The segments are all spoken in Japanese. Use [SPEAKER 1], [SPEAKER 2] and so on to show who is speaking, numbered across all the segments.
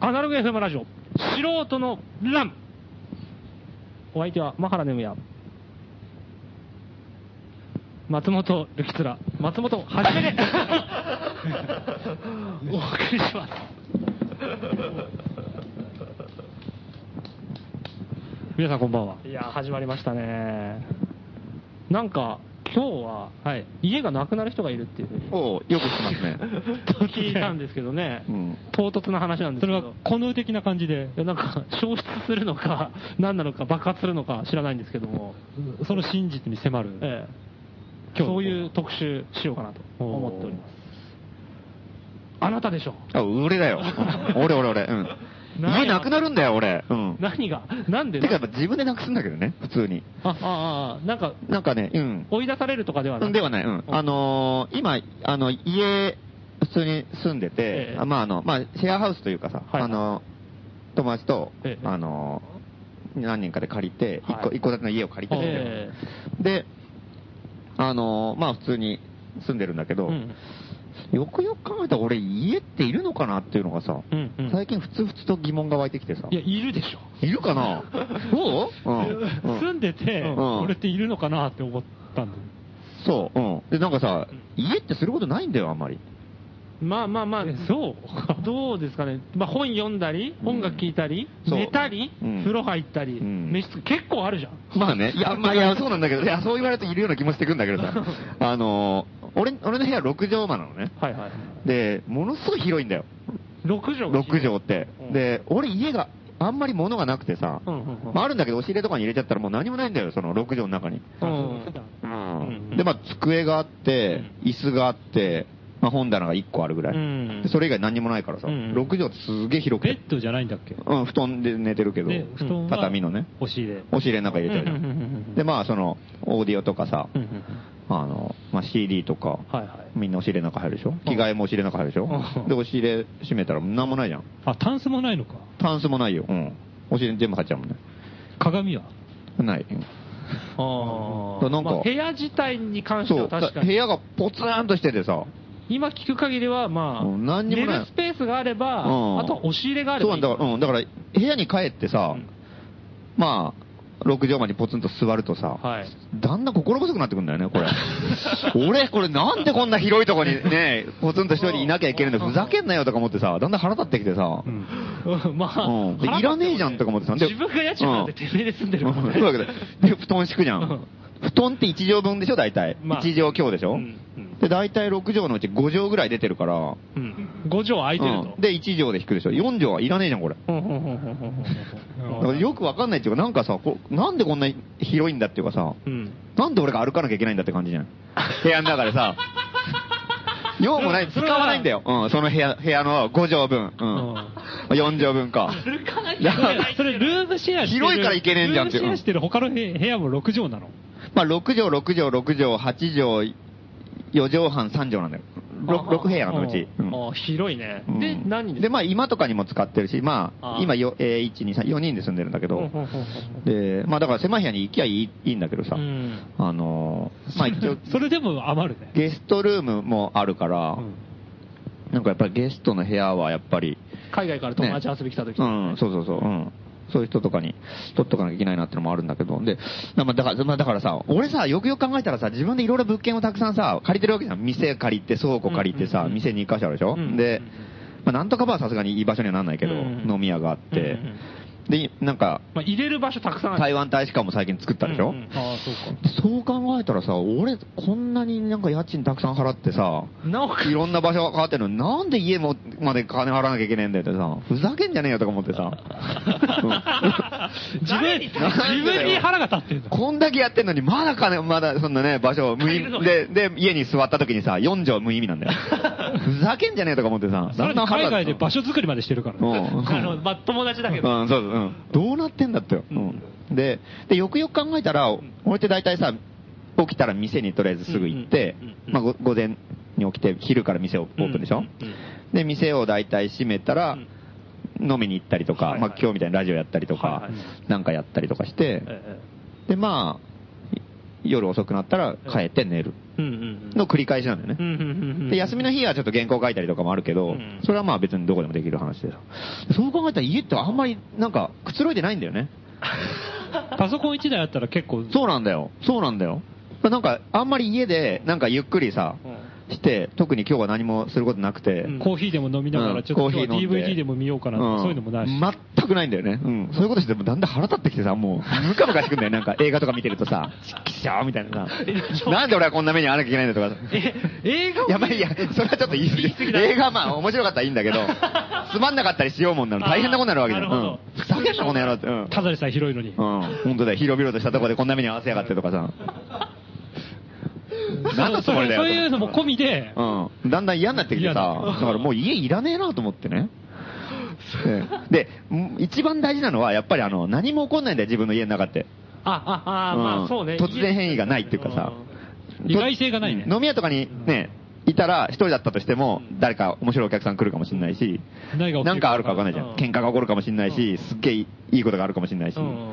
[SPEAKER 1] アナログ FM ラジオ、素人のラン。お相手は、マハラネムヤ。松本ルキツラ、松本はじめ で、お送りします。皆さんこんばんは。いや、始まりましたね。なんか、今日は、家がなくなる人がいるっていうふうに
[SPEAKER 2] おうよく知ってますね。
[SPEAKER 1] 聞いたんですけどね、
[SPEAKER 2] うん
[SPEAKER 1] 唐突な話なんですけ
[SPEAKER 3] それ
[SPEAKER 1] ど
[SPEAKER 3] は、この的な感じで
[SPEAKER 1] い、やなんか消失するのか、何なのか、爆発するのか知らないんですけども、
[SPEAKER 3] その真実に迫る。
[SPEAKER 1] ええ、
[SPEAKER 3] 今日
[SPEAKER 1] そういう特集しようかなと思っております。あなたでしょ
[SPEAKER 2] あ、俺だよ。 俺、俺、俺。うん。
[SPEAKER 1] なんや
[SPEAKER 2] 家なくなるんだよ、俺。うん。
[SPEAKER 1] 何が、なんで
[SPEAKER 2] てか、やっぱ自分でなくすんだけどね、普通に。
[SPEAKER 1] あああ、なんか
[SPEAKER 2] なんかね、うん。
[SPEAKER 1] 追い出されるとかではな
[SPEAKER 2] う
[SPEAKER 1] い
[SPEAKER 2] んではない。うん。あのー今、あの、家、普通に住んで
[SPEAKER 1] え
[SPEAKER 2] て
[SPEAKER 1] え、
[SPEAKER 2] あまあ、あの、まあ、シェアハウスというかさ、
[SPEAKER 1] はい
[SPEAKER 2] あの、友達と
[SPEAKER 1] え、え
[SPEAKER 2] あのー何人かで借りて、一
[SPEAKER 1] は
[SPEAKER 2] 個、
[SPEAKER 1] い
[SPEAKER 2] 一個建ての家を借りて
[SPEAKER 1] え
[SPEAKER 2] て、で、あのーまあ、普通に住んでるんだけ
[SPEAKER 1] え
[SPEAKER 2] ど
[SPEAKER 1] う、ん
[SPEAKER 2] よくよく考えたら俺、家っているのかなっていうのがさ、
[SPEAKER 1] うんうん
[SPEAKER 2] 最近ふつふつと疑問が湧いてきてさ。
[SPEAKER 1] いや、いるでしょ。
[SPEAKER 2] いる かなどう、うんうん
[SPEAKER 3] 住んでて、
[SPEAKER 2] うん
[SPEAKER 3] 俺っているのかなって思ったんだよ。
[SPEAKER 2] そう、うん。で、なんかさ、家ってすることないんだよ、あんまり。
[SPEAKER 1] まあまあまあ、そう、 どうですかね、まあ、本読んだり、
[SPEAKER 2] うん
[SPEAKER 1] 音楽聴いたり、
[SPEAKER 2] そう
[SPEAKER 1] 寝たり、
[SPEAKER 2] うん
[SPEAKER 1] 風呂入ったり、
[SPEAKER 2] うん
[SPEAKER 1] 飯つ結構あるじゃん。
[SPEAKER 2] まあね、いや、まあ、いや、そうなんだけど、いや、そう言われるといるような気もしてくんだけどさ、あのー、俺、俺の部屋6畳間なのね。
[SPEAKER 1] はいはい。
[SPEAKER 2] で、ものすごい広いんだよ。
[SPEAKER 1] 6畳
[SPEAKER 2] 6畳って
[SPEAKER 1] う。ん
[SPEAKER 2] で、俺家が、あんまり物がなくてさ、
[SPEAKER 1] うんうんうん
[SPEAKER 2] まあ、あるんだけど、押し入れとかに入れちゃったらもう何もないんだよ、その6畳の中に。
[SPEAKER 1] うんうん
[SPEAKER 2] で、まあ、机があって、椅子があって、まあ、本棚が1個あるぐらい。
[SPEAKER 1] うん
[SPEAKER 2] でそれ以外何にもないからさ、
[SPEAKER 1] うん
[SPEAKER 2] 6畳ってすげえ広く
[SPEAKER 3] ベ
[SPEAKER 2] て
[SPEAKER 3] ッ、ドじゃないんだっけ
[SPEAKER 2] うん、布団で寝てるけど
[SPEAKER 3] で、、布団は
[SPEAKER 2] 畳のね、
[SPEAKER 3] 押し入れ。
[SPEAKER 2] 押し入れの中入れちゃうじゃ
[SPEAKER 1] うんうんうんうん
[SPEAKER 2] ん。で、まあ、その、オーディオとかさ
[SPEAKER 1] う、んうん
[SPEAKER 2] あの、まあ、CD とか、
[SPEAKER 1] はいはい。
[SPEAKER 2] みんな押し入れの中入るでしょ着替えも押し入れの中入るでしょ
[SPEAKER 1] うん
[SPEAKER 2] で、押し入れ閉めたら何もないじゃん。
[SPEAKER 3] あ、タンスもないのか。
[SPEAKER 2] タンスもないよ。うん。押し入れに全部入っちゃうもんね。
[SPEAKER 3] 鏡は
[SPEAKER 2] ない。
[SPEAKER 1] あ
[SPEAKER 2] なんか
[SPEAKER 1] まあ部屋自体に関して
[SPEAKER 2] そ
[SPEAKER 1] は
[SPEAKER 2] う、だ
[SPEAKER 1] 確か
[SPEAKER 2] 部
[SPEAKER 1] に。
[SPEAKER 2] 屋がポツーンとしててさ、
[SPEAKER 1] 今聞く限りは、まあ、
[SPEAKER 2] うん何に
[SPEAKER 1] 寝
[SPEAKER 2] もない
[SPEAKER 1] るスペースがあれば、
[SPEAKER 2] うん
[SPEAKER 1] あとは押し入れがあれ
[SPEAKER 2] そう
[SPEAKER 1] ば
[SPEAKER 2] ないん
[SPEAKER 1] い。
[SPEAKER 2] だから、うん、だから、部屋に帰ってさ、
[SPEAKER 1] うん
[SPEAKER 2] まあ、6畳間にポツンと座るとさ、
[SPEAKER 1] はい。
[SPEAKER 2] だんだん心細くなってくんだよね、これ。俺、これ なんでこんな広いとこにね、ポツンと一人いなきゃいけないんだ、ふざけんなよとか思ってさ、だんだん腹立ってきてさ、
[SPEAKER 1] うんまあ、
[SPEAKER 2] うんで
[SPEAKER 1] 腹立っても
[SPEAKER 2] いらねえじゃんとか思ってたんで
[SPEAKER 1] 自分が家賃なんて
[SPEAKER 2] うん
[SPEAKER 1] てめえで住んでる
[SPEAKER 2] う
[SPEAKER 1] も
[SPEAKER 2] ん
[SPEAKER 1] ん
[SPEAKER 2] そういうわけ
[SPEAKER 1] ね。
[SPEAKER 2] で、で布団敷くじゃ
[SPEAKER 1] うん
[SPEAKER 2] ん。布団って1畳分でしょ、大体。
[SPEAKER 1] まあ
[SPEAKER 2] 1畳強でしょ、
[SPEAKER 1] うんうん
[SPEAKER 2] で、大体6畳のうち5畳ぐらい出てるから、
[SPEAKER 1] うん5畳空いてると
[SPEAKER 2] うん。で、1畳で引くでしょ。4畳はいらねえじゃん、これ。
[SPEAKER 1] うんうんうんうんうん
[SPEAKER 2] だからよくわかんないっていうか、なんかさ、こうなんでこんな広いんだっていうかさ、
[SPEAKER 1] うんうん。
[SPEAKER 2] なんで俺が歩かなきゃいけないんだって感じ じゃん。部屋の中でさ。用もない、
[SPEAKER 1] そ
[SPEAKER 2] 使
[SPEAKER 1] れは
[SPEAKER 2] わないんだよ。うん、その部屋、部屋の5畳分。うん。4畳分か。
[SPEAKER 1] 歩かなきゃい
[SPEAKER 2] い
[SPEAKER 1] け
[SPEAKER 2] や
[SPEAKER 1] ない
[SPEAKER 3] それ、ルームシェアしてる。
[SPEAKER 2] 広いからいけねえんじゃんって
[SPEAKER 3] ルームシェアしてる他の部屋も6畳なの。
[SPEAKER 2] まあ、6畳、6畳、6畳、8畳、4畳半、3畳なんだよ。6, 部屋のうち。うん
[SPEAKER 1] ああ広いね。
[SPEAKER 2] うん
[SPEAKER 1] で、何人
[SPEAKER 2] で、まあ、今とかにも使ってるし、ま
[SPEAKER 1] あ
[SPEAKER 2] あ、
[SPEAKER 1] ー
[SPEAKER 2] 今よ、えー、1、2、3、4人で住んでるんだけ
[SPEAKER 1] うんう
[SPEAKER 2] ど
[SPEAKER 1] ん、うん
[SPEAKER 2] で、まあ、だから狭い部屋に行きゃいいいいんだけどさ、
[SPEAKER 1] うん
[SPEAKER 2] あのー、まあ、一応、
[SPEAKER 3] それでも余るね。
[SPEAKER 2] ゲストルームもあるから、
[SPEAKER 3] うん
[SPEAKER 2] なんかやっぱりゲストの部屋はやっぱり、
[SPEAKER 1] 海外から友達遊び来た時
[SPEAKER 2] ねうん、そうそうそう、うん。そういう人とかに取っとかなきゃいけないなってのもあるんだけど、で、まあだから、まあだからさ、俺さ、よくよく考えたらさ、自分でいろいろ物件をたくさんさ、借りてるわけじゃん。店借りて、倉庫借りて
[SPEAKER 1] うん
[SPEAKER 2] さ
[SPEAKER 1] う、んうん
[SPEAKER 2] 店2箇所あるでしょ
[SPEAKER 1] うんうんうん
[SPEAKER 2] で、まあなんとかバーはさすがにいい場所にはなんないけど、
[SPEAKER 1] うんうん
[SPEAKER 2] 飲み屋があっ
[SPEAKER 1] うん
[SPEAKER 2] て、で、なんか、
[SPEAKER 1] まあ、入れる場所たくさんある。
[SPEAKER 2] 台湾大使館も最近作ったでしょ、
[SPEAKER 1] うんうん
[SPEAKER 3] ああ、そうか。
[SPEAKER 2] そう考えたらさ、俺、こんなになんか家賃たくさん払ってさ、
[SPEAKER 1] なおか
[SPEAKER 2] いろんな場所が変わってるのに、なんで家もまで金払わなきゃいけないんだよってさ、ふざけんじゃねえよとか思ってさ、
[SPEAKER 3] 自分、自分に腹が立ってるんだ。
[SPEAKER 2] こんだけやってんのに、まだ金、まだそんなね、場所を無意
[SPEAKER 1] 借りるの
[SPEAKER 2] 味、
[SPEAKER 1] に
[SPEAKER 2] で、で、家に座った時にさ、4畳無意味なんだよ。ふざけんじゃねえとか思ってさ、
[SPEAKER 3] さらに
[SPEAKER 2] 腹
[SPEAKER 3] 海
[SPEAKER 2] 立つ
[SPEAKER 3] 外で場所作りまでしてるから
[SPEAKER 2] う
[SPEAKER 3] ね。
[SPEAKER 2] ん
[SPEAKER 1] あの、まあ、友達だけど。
[SPEAKER 2] うん、そうそう、うん。どうなってんだってよ。うん。で、で、よくよく考えたら、俺って大体さ、起きたら店にとりあえずすぐ行って
[SPEAKER 4] うんうんうん、うん
[SPEAKER 2] まあ、ご午前に起きて、昼から店をオープンでしょ、
[SPEAKER 4] うんうん
[SPEAKER 2] で、店を大体閉めたら、飲みに行ったりとか、
[SPEAKER 4] はいはい
[SPEAKER 2] まあ、今日みたいにラジオやったりとか、
[SPEAKER 4] はいはい
[SPEAKER 2] なんかやったりとかして、
[SPEAKER 4] え
[SPEAKER 2] で、まあ、い夜遅くなったら帰って寝る
[SPEAKER 4] えうんうんうん
[SPEAKER 2] の繰り返しなんだよね。で、休みの日はちょっと原稿書いたりとかもあるけど、
[SPEAKER 4] うん
[SPEAKER 2] それはまあ別にどこでもできる話でさ。そう考えたら家ってあんまりなんかくつろいでないんだよね。
[SPEAKER 3] パソコン1台あったら結構、
[SPEAKER 2] そうなんだよ。そうなんだよ。なんかあんまり家でなんかゆっくりさ、して、特に今日は何もすることなくて、
[SPEAKER 4] ん
[SPEAKER 3] コーヒーでも飲みなが
[SPEAKER 2] うん
[SPEAKER 3] ら、ちょっと今日は
[SPEAKER 2] コーヒー飲んで
[SPEAKER 3] DVD でも見ようかな
[SPEAKER 2] うん
[SPEAKER 3] とか、そういうのもないし。
[SPEAKER 2] 全くないんだよね。うん。そういうことしてもだんだん腹立ってきてさ、もう、ムカムカしてくんだよ。なんか映画とか見てると さ、きしょーみたいなさ。なんで俺はこんな目に遭わなきゃいけないんだとか。
[SPEAKER 4] 映画を
[SPEAKER 2] やばい、いや、それはちょっと言い過ぎ。映画はまあ面白かったらいいんだ けど、つまんなかったりしようもんなの。大変なことになるわけだよ。
[SPEAKER 4] あーなるほど
[SPEAKER 2] うん。ふざけんな、この野郎って。うん。
[SPEAKER 3] ただでさえ広いのに。
[SPEAKER 2] うん。本当だよ。広々としたとこでこんな目に合わせやがってとかさ。何のつもりだよ。
[SPEAKER 3] そういうのも込みで、
[SPEAKER 2] うん。だんだん嫌になってきてさ、
[SPEAKER 3] 嫌
[SPEAKER 2] だ
[SPEAKER 3] だ
[SPEAKER 2] からもう家いらねえなと思ってね。で、ん一番大事なのは、やっぱりあの、何も起こんないんだよ、自分の家の中って。
[SPEAKER 1] あ、あ、あ、
[SPEAKER 2] うん
[SPEAKER 1] まあそうね。
[SPEAKER 2] 突然変異がないっていうかさ。
[SPEAKER 3] 意外性がないね
[SPEAKER 2] うん飲み屋とかにね、いたら、一人だったとしても、誰か面白いお客さん来るかもしれないし、
[SPEAKER 3] 何が起きるか
[SPEAKER 2] なんかあるかわかんないじゃ
[SPEAKER 1] うん
[SPEAKER 2] ん。喧嘩が起こるかもしれないし、すっげえいいことがあるかもしれないし
[SPEAKER 1] う。ん。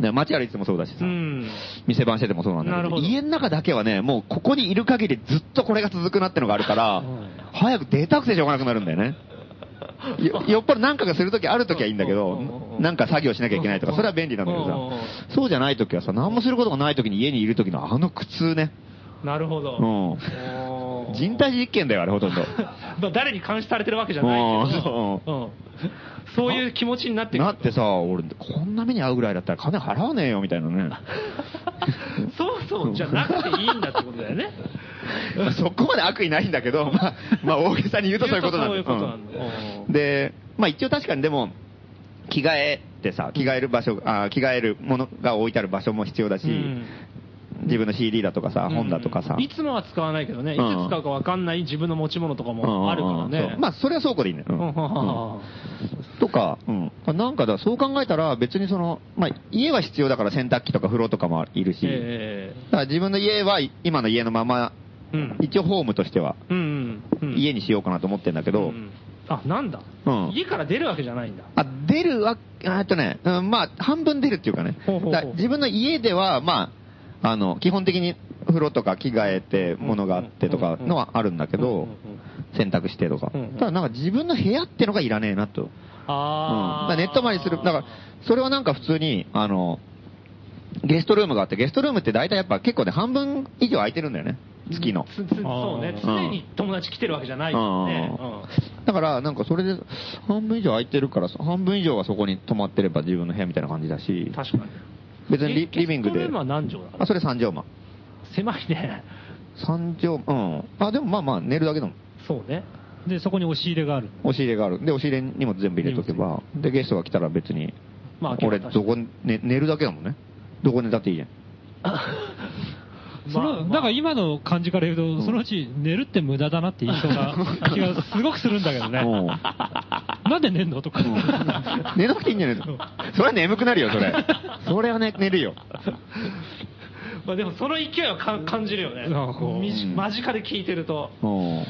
[SPEAKER 2] ね街歩いててもそうだしさ
[SPEAKER 1] う。ん。
[SPEAKER 2] 店番しててもそうなんだ
[SPEAKER 1] な
[SPEAKER 2] け
[SPEAKER 1] る
[SPEAKER 2] ど、
[SPEAKER 1] ほど
[SPEAKER 2] 家の中だけはね、もうここにいる限りずっとこれが続くなってのがあるから、早く出たくてしょうがなくなるんだよ ね。よよっぽど何かがするときあるときはいいんだけ
[SPEAKER 1] う
[SPEAKER 2] ど
[SPEAKER 1] んうんうんう、ん
[SPEAKER 2] なんか作業しなきゃいけないとか、それは便利なんだけど
[SPEAKER 1] うんうんうん
[SPEAKER 2] さ、そうじゃないときはさ、何もすることがないときに家にいるときのあの苦痛ね。
[SPEAKER 1] なるほど。
[SPEAKER 2] うん。
[SPEAKER 1] おー
[SPEAKER 2] 人体実験だよ、あれ ほとんど。
[SPEAKER 1] まあ誰に監視されてるわけじゃないけど、
[SPEAKER 2] う
[SPEAKER 1] うんそういう気持ちになってくる
[SPEAKER 2] なってさ、俺、こんな目に遭うぐらいだったら金払わねえよ、みたいなね。
[SPEAKER 1] そうそうじゃなくていいんだってことだよ ね。
[SPEAKER 2] まあそこまで悪意ないんだけど、まあ、まあ大げさに言うとそういうことなんだ
[SPEAKER 1] 言うとそういうことなんだ
[SPEAKER 2] うんで、まあ一応確かにでも、着替えってさ、着替える場所、あー着替えるものが置いてある場所も必要だし、
[SPEAKER 1] うん
[SPEAKER 2] 自分の CD だとかさ、本だとかさ。
[SPEAKER 1] いつもは使わないけどね、いつ
[SPEAKER 2] うん
[SPEAKER 1] 使うかわかんない自分の持ち物とか
[SPEAKER 2] うんうん
[SPEAKER 1] もあるから
[SPEAKER 2] うんそ
[SPEAKER 1] ね
[SPEAKER 2] う。まあ、それは倉庫でいいね。うん
[SPEAKER 1] うん
[SPEAKER 2] うんとか、うん、なんかだ、そう考えたら別にその、まあ、家は必要だから洗濯機とか風呂とかもいるし、
[SPEAKER 1] ええ
[SPEAKER 2] だから自分の家はい今の家のまま、
[SPEAKER 1] うん
[SPEAKER 2] 一応ホームとしては
[SPEAKER 1] うんうんうん
[SPEAKER 2] 家にしようかなと思ってんだけ
[SPEAKER 1] う
[SPEAKER 2] ど、
[SPEAKER 1] んあ、なんだ
[SPEAKER 2] うん。
[SPEAKER 1] 家から出るわけじゃないんだ。
[SPEAKER 2] あ、出るわ、あえっとね、うん、まあ、半分出るっていうかね。
[SPEAKER 1] ほうほうほう
[SPEAKER 2] だ自分の家では、まあ、あの、基本的に風呂とか着替えて、物があってとかのはあるんだけ
[SPEAKER 1] うんうんうん、
[SPEAKER 2] ど洗濯してとか
[SPEAKER 1] うんうん。
[SPEAKER 2] ただなんか自分の部屋ってのがいらねえなと。うん。だ
[SPEAKER 1] ああ。
[SPEAKER 2] からネットまりする。だから、それはなんか普通に、あの、ゲストルームがあって、ゲストルームって大体やっぱ結構ね、半分以上空いてるんだよね。月の。
[SPEAKER 1] つつそうね、
[SPEAKER 2] う
[SPEAKER 1] 常
[SPEAKER 2] ん
[SPEAKER 1] に友達来てるわけじゃないからね。うん
[SPEAKER 2] だから、なんかそれで、半分以上空いてるから、半分以上はそこに泊まってれば自分の部屋みたいな感じだし、
[SPEAKER 1] 確かに。
[SPEAKER 2] 別にリ
[SPEAKER 1] え
[SPEAKER 2] リビン
[SPEAKER 1] ゲ
[SPEAKER 2] グ
[SPEAKER 1] ストル
[SPEAKER 2] で
[SPEAKER 1] ーム。は何畳なの
[SPEAKER 2] あ、それ三畳間。
[SPEAKER 1] 狭いね。
[SPEAKER 2] 三畳、うん。あ、でもまあまあ寝るだけだもん。
[SPEAKER 1] そう ね。
[SPEAKER 3] で、そこに押し入れがある。
[SPEAKER 2] 押し入れがある。で、押し入れにも全部入れとけば、で、ゲストが来たら別に、
[SPEAKER 1] まあ
[SPEAKER 2] 俺、
[SPEAKER 1] 今日
[SPEAKER 2] ど
[SPEAKER 1] は確
[SPEAKER 2] こ、ね、寝るだけだもんね。どこ寝たってい いじゃん。
[SPEAKER 3] そのだから今の感じから言うと、そのうち寝るって無駄だなって言いそうな 気がすごくするんだけどね。
[SPEAKER 2] うん
[SPEAKER 3] なんで寝んのとか。
[SPEAKER 2] 寝なくていいんじゃないのそれは眠くなるよ、それ。それはね、寝るよ。
[SPEAKER 1] まあでもその勢いはかん感じるよね
[SPEAKER 3] なんかこう
[SPEAKER 1] みじ
[SPEAKER 2] うん
[SPEAKER 1] 間近で聞いてると
[SPEAKER 2] うん。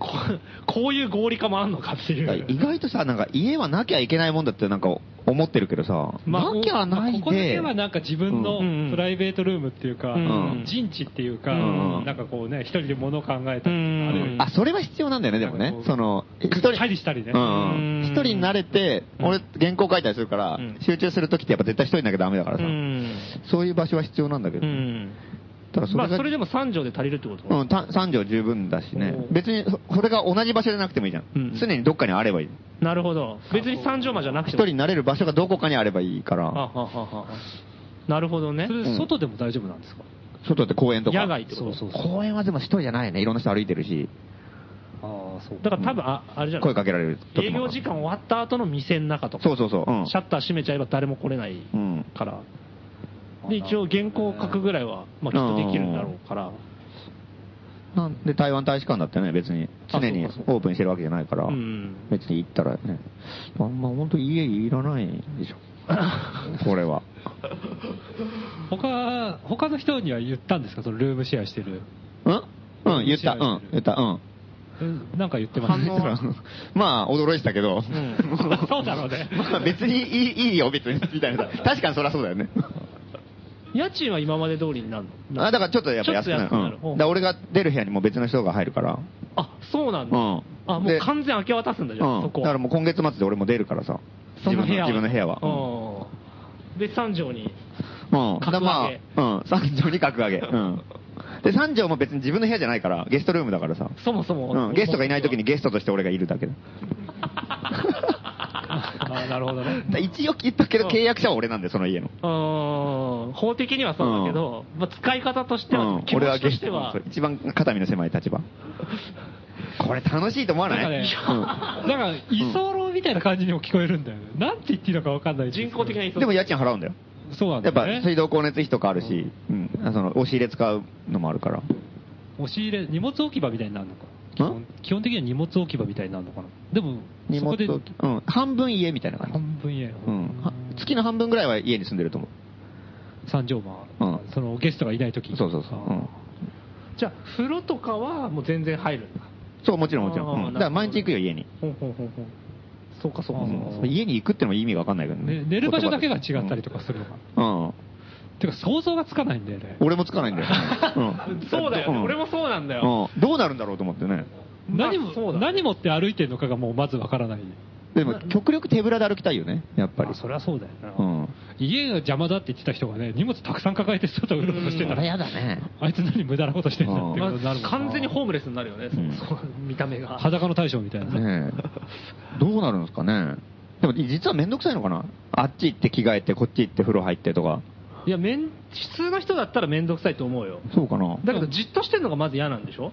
[SPEAKER 1] ここういう合理化もあんのかってい
[SPEAKER 2] だから
[SPEAKER 1] う
[SPEAKER 2] 意外とさ、なんか家はなきゃいけないもんだってなんか思ってるけどさ、
[SPEAKER 3] まあ
[SPEAKER 2] なきゃないで、
[SPEAKER 3] ここだけはなんか自
[SPEAKER 1] うんう
[SPEAKER 3] 分
[SPEAKER 1] んうん
[SPEAKER 3] のプライベートルームっていうか、
[SPEAKER 1] うん
[SPEAKER 3] 陣地っていうか、
[SPEAKER 1] うん
[SPEAKER 3] なんかこうね、一人で物を考えたり、
[SPEAKER 1] うん
[SPEAKER 3] あるいは
[SPEAKER 2] あ、それは必要なんだよね、でもね
[SPEAKER 3] なん。かこう
[SPEAKER 2] その、一
[SPEAKER 3] ぐったりしたりね
[SPEAKER 2] うんうん
[SPEAKER 1] うん
[SPEAKER 2] 一人になれて、俺、原稿書いたりするから、
[SPEAKER 1] うん
[SPEAKER 2] 集中するときってやっぱ絶対一人になきゃダメだから
[SPEAKER 1] う
[SPEAKER 2] さ。
[SPEAKER 1] ん
[SPEAKER 2] そういう場所は必要なんだけ
[SPEAKER 1] う
[SPEAKER 2] ど。
[SPEAKER 1] ん
[SPEAKER 2] ただそ
[SPEAKER 1] ま
[SPEAKER 2] れ
[SPEAKER 1] あ
[SPEAKER 2] が、
[SPEAKER 1] それでも3畳で足りるってこと
[SPEAKER 2] うん、た三畳十分だしね
[SPEAKER 1] お。ー
[SPEAKER 2] 別にそ、それが同じ場所じゃなくてもいいじゃん。
[SPEAKER 1] うん
[SPEAKER 2] 常にどっかにあればいい。
[SPEAKER 1] なるほど別に3畳間じゃなく
[SPEAKER 2] 一
[SPEAKER 1] て
[SPEAKER 2] 人
[SPEAKER 1] も
[SPEAKER 2] になれる場所がどこかにあればいいか
[SPEAKER 1] あは
[SPEAKER 2] ら、
[SPEAKER 1] はははなるほどね
[SPEAKER 3] それで外でも大丈夫なんですか、
[SPEAKER 2] 外って公園とか。
[SPEAKER 1] 野外ってこと
[SPEAKER 3] そうそう
[SPEAKER 2] 公園はでも一人じゃないね。いろんな人歩いてるし、
[SPEAKER 3] ああ、そう
[SPEAKER 1] だから多分ああれじゃない
[SPEAKER 2] 声かけられる時
[SPEAKER 1] 営
[SPEAKER 2] もあ
[SPEAKER 1] 業
[SPEAKER 2] る
[SPEAKER 1] 時間終わった後の店の中とか
[SPEAKER 2] そうそうそう。うん。
[SPEAKER 1] シャッター閉めちゃえば誰も来れない
[SPEAKER 2] うん。
[SPEAKER 1] からで一応原稿を書くぐらいはまあきっとできるんだろうから
[SPEAKER 2] なんで、台湾大使館だってね、別に、
[SPEAKER 1] あ
[SPEAKER 2] 常にオ
[SPEAKER 1] そうかそうか
[SPEAKER 2] ープンしてるわけじゃないから、
[SPEAKER 1] うん
[SPEAKER 2] 別に行ったらね、あんま本当家いらないでしょ。これは。
[SPEAKER 3] 他、他の人には言ったんですかそのルームシェアしてる。
[SPEAKER 2] うんうん、言った、うん、言った、うん。
[SPEAKER 3] うんなんか言ってま
[SPEAKER 2] 反
[SPEAKER 3] した
[SPEAKER 2] 応 はまあ、驚いてたけど、
[SPEAKER 3] そうだろうね。
[SPEAKER 2] まあ別にいいいいよ、別に、みたいな。確かにそりゃそうだよね。
[SPEAKER 1] 家賃は今まで通りになるの
[SPEAKER 2] あだからちょっとやっぱ安くな
[SPEAKER 1] ちょっと安くな
[SPEAKER 2] る
[SPEAKER 1] る。
[SPEAKER 2] うん、だから俺が出る部屋にも別の人が入るから。
[SPEAKER 1] あ、そうなんだ。
[SPEAKER 2] うん
[SPEAKER 1] あ、もう
[SPEAKER 2] で
[SPEAKER 1] 完全明け渡すんだじゃん、
[SPEAKER 2] うん。
[SPEAKER 1] そ
[SPEAKER 2] だ
[SPEAKER 1] こ
[SPEAKER 2] から
[SPEAKER 1] は。
[SPEAKER 2] もう今月末で俺も出るからさ。
[SPEAKER 1] その部屋は
[SPEAKER 2] 自分の自分の部屋は。
[SPEAKER 1] うん。で、三条に。
[SPEAKER 2] うん。
[SPEAKER 1] 格上げ
[SPEAKER 2] だからまあ、うん。三畳に格上げ。うん。で、三畳も別に自分の部屋じゃないから、ゲストルームだからさ。
[SPEAKER 1] そもそも。
[SPEAKER 2] うん。ゲストがいない時に。ゲストとして俺がいるだけだ。
[SPEAKER 3] あなるほどね。
[SPEAKER 2] だ一応聞いたけど、契約者は俺なんで、その家の。
[SPEAKER 1] うん。法的にはそうだけど、まあ、使い方としては、気持
[SPEAKER 2] 俺は
[SPEAKER 1] ちと
[SPEAKER 2] ゲ
[SPEAKER 1] し
[SPEAKER 2] ス
[SPEAKER 1] て
[SPEAKER 2] ト
[SPEAKER 1] は
[SPEAKER 2] そう、一番肩身の狭い立場。これ楽しいと思わ
[SPEAKER 3] なん
[SPEAKER 2] ない
[SPEAKER 3] かね、
[SPEAKER 2] うん
[SPEAKER 3] なんか居候みたいな感じにも聞こえるんだよね。なんて言っていいのかわかんない。
[SPEAKER 1] 人工的な人
[SPEAKER 2] でも家賃払うんだよ。
[SPEAKER 3] そうなんだ
[SPEAKER 2] やっぱ
[SPEAKER 3] よ
[SPEAKER 2] 水
[SPEAKER 3] ね。
[SPEAKER 2] 道光熱費とかあるし、うん、その押し入れ使うのもあるから。
[SPEAKER 3] 押し入れ、荷物置き場みたいになるのか。基本基本的には荷物置き場みたいになるのかな。でも、
[SPEAKER 2] 荷
[SPEAKER 3] そ
[SPEAKER 2] 物
[SPEAKER 3] こで
[SPEAKER 2] 置きうん、半分家みたいな感
[SPEAKER 3] 半分家
[SPEAKER 2] じ。うん、は月の半分ぐらいは家に住んでると思
[SPEAKER 3] 三畳間、
[SPEAKER 2] うん
[SPEAKER 3] そのゲストがいないとき
[SPEAKER 2] う。そうそうそう。うん、
[SPEAKER 1] じゃあ、風呂とかはもう全然入るんだ。
[SPEAKER 2] そう、もちろんも
[SPEAKER 1] あ
[SPEAKER 2] ちろ
[SPEAKER 1] ー
[SPEAKER 2] ん。うん、だから毎日行くよ、家に。
[SPEAKER 1] ほんほんほんほん。そうかそうか
[SPEAKER 3] あ
[SPEAKER 1] そ
[SPEAKER 3] ー
[SPEAKER 1] う
[SPEAKER 2] そ
[SPEAKER 1] か
[SPEAKER 2] う。家に行くってのも意味がわかんないけどね
[SPEAKER 3] ね。寝る場所だけが違ったりとかするのかな。
[SPEAKER 2] うん。うん。
[SPEAKER 3] てか想像がつかないんだよね。
[SPEAKER 2] 俺もつかないん だよ。うん
[SPEAKER 1] そうだよね、俺もそうなんだよ。
[SPEAKER 2] うん。どうなるんだろうと思ってね。
[SPEAKER 3] 何
[SPEAKER 1] まあそう
[SPEAKER 3] も、
[SPEAKER 1] だね
[SPEAKER 3] 何もって歩いてるのかがもうまずわからない。
[SPEAKER 2] でも、極力手ぶらで歩きたいよね、やっぱり
[SPEAKER 3] あ。そりゃそうだよな。
[SPEAKER 2] うん。
[SPEAKER 3] 家が邪魔だって言ってた人がね、荷物たくさん抱えて外をうろうろしてたら、
[SPEAKER 2] だね。
[SPEAKER 3] あいつ何無駄なことしてんだってこ
[SPEAKER 1] ま
[SPEAKER 3] とになるもんな
[SPEAKER 1] あ完全にホームレスになるよね、
[SPEAKER 2] うん
[SPEAKER 1] そう見た目が。
[SPEAKER 3] 裸の大将みたいな。
[SPEAKER 2] ねえ。どうなるんですかね。でも実はめんどくさいのかなあっち行って着替えて、こっち行って風呂入ってとか。
[SPEAKER 1] いや、めん普通の人だったら面倒くさいと思うよ。
[SPEAKER 2] そうかな。
[SPEAKER 1] だけど、じっとしてるのがまず嫌なんでしょ、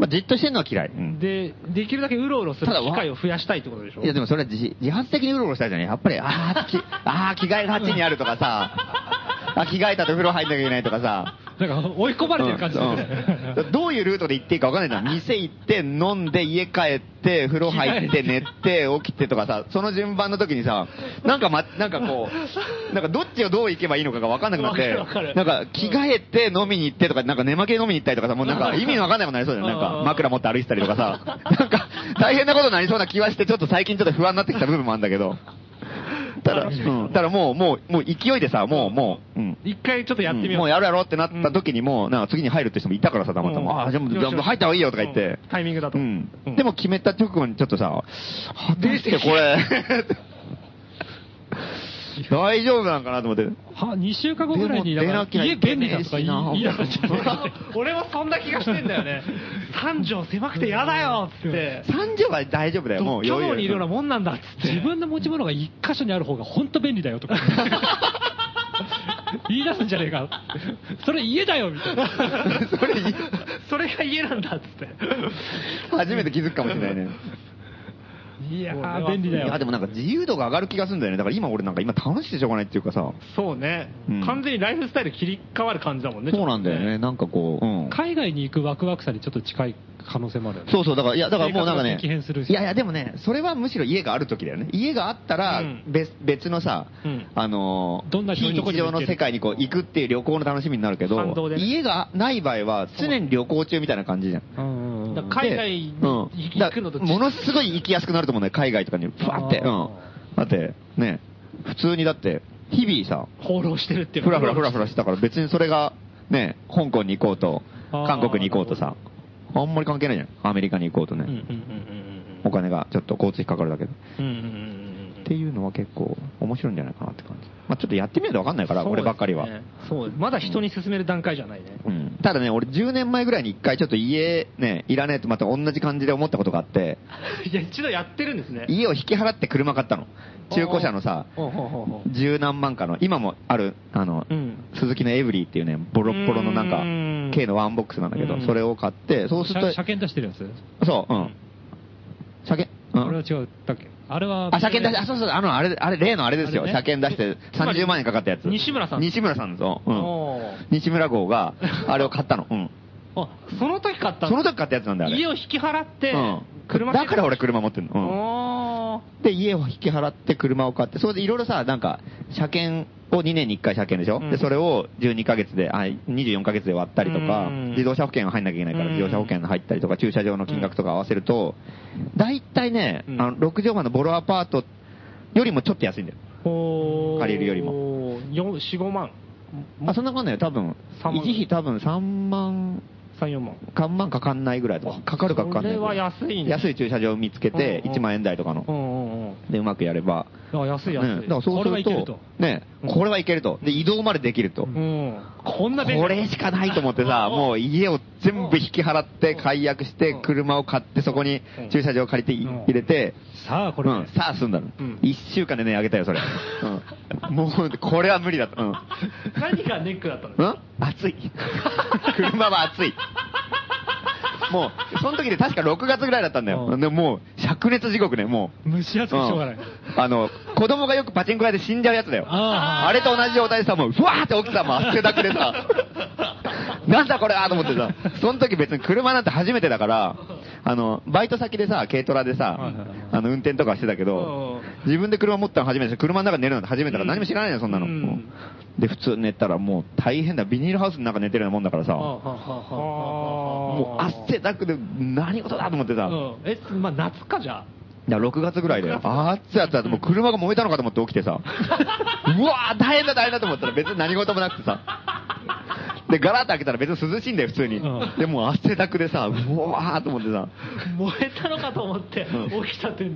[SPEAKER 2] まあ、じっとしてるのは嫌い。うん
[SPEAKER 1] で、できるだけうろうろする
[SPEAKER 2] ただわ
[SPEAKER 1] 機会を増やしたいってことでしょ
[SPEAKER 2] いや、でもそれは自自発的にうろうろしたいじゃないやっぱり、あーきあー、着替えがあっちにあるとかさ、あ着替えたと風呂入んなきゃいけないとかさ。
[SPEAKER 3] なんか追い込まれてる感じだよね。
[SPEAKER 2] うんうんどういうルートで行っていいか分かんないんだ店行って、飲んで、家帰って、風呂入って、寝て、起きてとかさ、その順番の時にさ、なんかま、なんかこう、なんかどっちをどう行けばいいのかが分かんなくなって
[SPEAKER 1] わかるわ、か
[SPEAKER 2] な
[SPEAKER 1] る
[SPEAKER 2] んか着替えて飲みに行ってとか、なんか寝負け飲みに行ったりとかさ、もうなんか意味の分かんないことになりそうだよ。なん
[SPEAKER 1] あ
[SPEAKER 2] か
[SPEAKER 1] ー
[SPEAKER 2] 枕持って歩いてたりとかさ、なんか大変なことになりそうな気はして、ちょっと最近ちょっと不安になってきた部分もあるんだけど、ただ、うん、ただもう、もう、もう勢いでさ、もう、もう、うん。
[SPEAKER 1] 一回ちょっとやってみよう。
[SPEAKER 2] もうやるやろってなった時にもう、なんか次に入るって人もいたからさ、たまた
[SPEAKER 1] うん
[SPEAKER 2] ま。ああ、じゃあもう
[SPEAKER 1] よしよし
[SPEAKER 2] 入った方がいいよとか言って
[SPEAKER 1] うん。タイミングだと
[SPEAKER 2] うん
[SPEAKER 1] うん。
[SPEAKER 2] でも決めた直後にちょっとさ、果たしてこれ、大丈夫なんかなと思って。
[SPEAKER 3] は2週間後ぐらいに、
[SPEAKER 2] でも
[SPEAKER 3] だから
[SPEAKER 2] 出なきゃ
[SPEAKER 3] 家
[SPEAKER 2] いけ
[SPEAKER 3] 便
[SPEAKER 2] ね
[SPEAKER 3] 利だ
[SPEAKER 2] え
[SPEAKER 3] とか言
[SPEAKER 2] し
[SPEAKER 3] い
[SPEAKER 2] な
[SPEAKER 3] 言い出すんじゃ ないかっ
[SPEAKER 1] あ
[SPEAKER 3] て
[SPEAKER 1] 俺もそんな気がしてんだよね。三畳狭くて嫌だよっつ って。
[SPEAKER 2] 三畳は大丈夫だよ、もう
[SPEAKER 1] 虚
[SPEAKER 2] 余裕。
[SPEAKER 1] 無にいるようなもんなんだっつって。
[SPEAKER 3] 自分の持ち物が一箇所にある方が本当便利 だよとか言い出すんじゃねえかそれ家だよみたい な
[SPEAKER 2] それ、
[SPEAKER 1] それが家なんだっつ って。
[SPEAKER 2] 初めて気づくかもしれないね。
[SPEAKER 3] いや
[SPEAKER 1] これ
[SPEAKER 3] ー
[SPEAKER 1] は
[SPEAKER 3] 便利
[SPEAKER 2] い
[SPEAKER 3] だ
[SPEAKER 2] や、
[SPEAKER 3] よ
[SPEAKER 2] でもなんか自由度が上がる気がするんだよね。だから今俺なんか今楽しくてしょうがないっていうかさ。
[SPEAKER 1] そうね、
[SPEAKER 2] うん
[SPEAKER 1] 完全にライフスタイル切り替わる感じだもんね。
[SPEAKER 2] そうなんだよね。なんかこう、うん。
[SPEAKER 3] 海外に行くワクワクさにちょっと近い可能性もあるよね
[SPEAKER 2] そうそう、だから、いや、だからもうなんか
[SPEAKER 3] 生
[SPEAKER 2] ね、
[SPEAKER 3] 活が激変するし
[SPEAKER 2] いやいや、でもね、それはむしろ家がある時だよね。家があったら
[SPEAKER 1] うん、
[SPEAKER 2] 別、別のさ
[SPEAKER 1] うん、
[SPEAKER 2] あのー、
[SPEAKER 3] どんな
[SPEAKER 2] 非
[SPEAKER 3] 遠いとこ
[SPEAKER 2] 日
[SPEAKER 3] にも
[SPEAKER 2] 常
[SPEAKER 3] 行ける
[SPEAKER 2] の世界にこう行くっていう旅行の楽しみになるけ
[SPEAKER 1] 反動
[SPEAKER 2] ど、
[SPEAKER 1] でね
[SPEAKER 2] 家がない場合は、常に旅行中みたいな感じじゃん。
[SPEAKER 3] うんうんうん
[SPEAKER 1] だから海外に
[SPEAKER 2] で
[SPEAKER 1] 行
[SPEAKER 2] うん
[SPEAKER 1] 行くのと
[SPEAKER 2] だからものすごい行きやすくなると思うんだよ、海外とかに、ふわって。う
[SPEAKER 3] あ
[SPEAKER 2] ん
[SPEAKER 3] ー。
[SPEAKER 2] だって、ね、普通にだって、日々さ、
[SPEAKER 1] 放浪してるっていう
[SPEAKER 2] ふらふらふ
[SPEAKER 1] ら。
[SPEAKER 2] らふらしてたから、別にそれが、ね、香港に行こうと、
[SPEAKER 3] あー
[SPEAKER 2] 韓国に行こうとさ、あんまり関係ないじゃん。アメリカに行こうとね。
[SPEAKER 1] うんうんうん
[SPEAKER 2] お金がちょっと交通費かかるだけで。っ
[SPEAKER 1] うんうん。うんうんうんうん
[SPEAKER 2] ていうのは結構面白いんじゃないかなって感じ。まあちょっとやってみないとわかんないから、
[SPEAKER 1] そうです
[SPEAKER 2] 俺ばっかりは。
[SPEAKER 1] ねそう、まだ人に勧める段階じゃないね。
[SPEAKER 2] うん、ただね、俺10年前ぐらいに一回ちょっと家ね、いらねえとまた同じ感じで思ったことがあって、
[SPEAKER 1] いや、一度やってるんですね。
[SPEAKER 2] 家を引き払って車買ったの。中古車のさ、
[SPEAKER 1] ほうほうほうほう
[SPEAKER 2] 十何万かの、今もある、あの、
[SPEAKER 1] うん
[SPEAKER 2] 鈴木のエブリーっていうね、ボロッボロのなん
[SPEAKER 1] うーん
[SPEAKER 2] か、軽のワンボックスなんだけ
[SPEAKER 1] う
[SPEAKER 2] ど
[SPEAKER 1] ん、
[SPEAKER 2] それを買って、そうする
[SPEAKER 3] 車検出してるやつ、
[SPEAKER 2] と、そう、うん。車検、うん
[SPEAKER 3] あれは違うだっけあれは
[SPEAKER 2] あ、車検出し、あ、そうそう、あの、あれ、あれ、例のあれですよ。
[SPEAKER 3] あれね
[SPEAKER 2] 車検出して30万円かかったやつ。
[SPEAKER 1] 西村さん
[SPEAKER 2] 西村さんですよ。うん。
[SPEAKER 1] おー
[SPEAKER 2] 西村号が、あれを買ったの。うん。
[SPEAKER 1] あ、その時買ったんだ
[SPEAKER 2] その時買ったやつなんだよ、あれ。
[SPEAKER 1] 家を引き払って
[SPEAKER 2] うん、
[SPEAKER 1] 車
[SPEAKER 2] だから俺車持ってんの。
[SPEAKER 1] おー
[SPEAKER 2] で、家を引き払って車を買って、それでいろいろさ、なんか、車検を2年に1回車検でしょ、
[SPEAKER 1] うん
[SPEAKER 2] で、それを12ヶ月で、あ、24ヶ月で割ったりとか、
[SPEAKER 1] うん
[SPEAKER 2] 自動車保険が入んなきゃいけないから、
[SPEAKER 1] うん
[SPEAKER 2] 自動車保険入ったりとか、駐車場の金額とか合わせると、大体ね、
[SPEAKER 1] うん
[SPEAKER 2] あの、6畳間のボロアパートよりもちょっと安いんだよ。
[SPEAKER 1] おー
[SPEAKER 2] 借りるより
[SPEAKER 1] も。4、4、5万。
[SPEAKER 2] あ、そんな感じだよ。多分、
[SPEAKER 1] 3万
[SPEAKER 2] 維持費多分3万、
[SPEAKER 1] 3、4万。
[SPEAKER 2] 3万かかんないぐらいとか、かかるかかんないぐらい。
[SPEAKER 1] それは安いね
[SPEAKER 2] 安い駐車場を見つけて、
[SPEAKER 1] うんうん
[SPEAKER 2] 1万円台とかの
[SPEAKER 1] う。んうんうん。
[SPEAKER 2] で、うまくやれば。
[SPEAKER 1] あ安い安い。
[SPEAKER 2] ね、だからそうする
[SPEAKER 3] これはいける
[SPEAKER 2] と
[SPEAKER 3] と、
[SPEAKER 2] ね、これはいけると。で、移動までできると。
[SPEAKER 1] うん。こんな便利
[SPEAKER 2] これしかないと思ってさ、もう家を全部引き払って、解約して、車を買って、そこに駐車場を借りてい
[SPEAKER 3] うん
[SPEAKER 2] 入れて、
[SPEAKER 3] さあ、これ、
[SPEAKER 2] うん、さあ済んだの
[SPEAKER 1] うん。
[SPEAKER 2] 一週間でね、あげたよ、それ。うん、もう、これは無理だと。うん。
[SPEAKER 1] 何がネックだったの
[SPEAKER 2] うん暑い。車は暑い。もう、その時で確か6月ぐらいだったんだよ。
[SPEAKER 3] うん
[SPEAKER 2] でもう、灼熱地獄ね、もう。
[SPEAKER 3] 蒸し暑くてしょうがない。
[SPEAKER 2] うんあの、子供がよくパチンコ屋で死んじゃうやつだよ。
[SPEAKER 3] あ
[SPEAKER 2] あれと同じ状態でさ、もう、ふわーって起きたもう汗だくで さ、なんだこれあーと思ってさ、その時別に車なんて初めてだから、あの、バイト先でさ、軽トラでさ
[SPEAKER 3] はいはいはい、
[SPEAKER 2] あの、運転とかしてたけど
[SPEAKER 1] うん、
[SPEAKER 2] 自分で車持ったの初めてだし車の中で寝るなんて初めてだから何も知らないよ、そんなの。
[SPEAKER 1] うん
[SPEAKER 2] もうで、普通寝たらもう大変だ。ビニールハウスの中寝てるようなもんだからさ、もう
[SPEAKER 1] あ
[SPEAKER 2] 汗だくで何事だと思ってさ、
[SPEAKER 1] うん。え、まあ夏かじゃあ。
[SPEAKER 2] だから6月ぐらいで、あーっつやつだって、もう車が燃えたのかと思って起きてさ、うわー、大変だ、大変だと思ったら、別に何事もなくてさ、で、ガラッと開けたら、別に涼しいんだよ、普通に
[SPEAKER 3] うん。
[SPEAKER 2] でもう汗だくでさ、うわーっと思ってさ、
[SPEAKER 1] 燃えたのかと思って
[SPEAKER 2] うん
[SPEAKER 1] 起きたって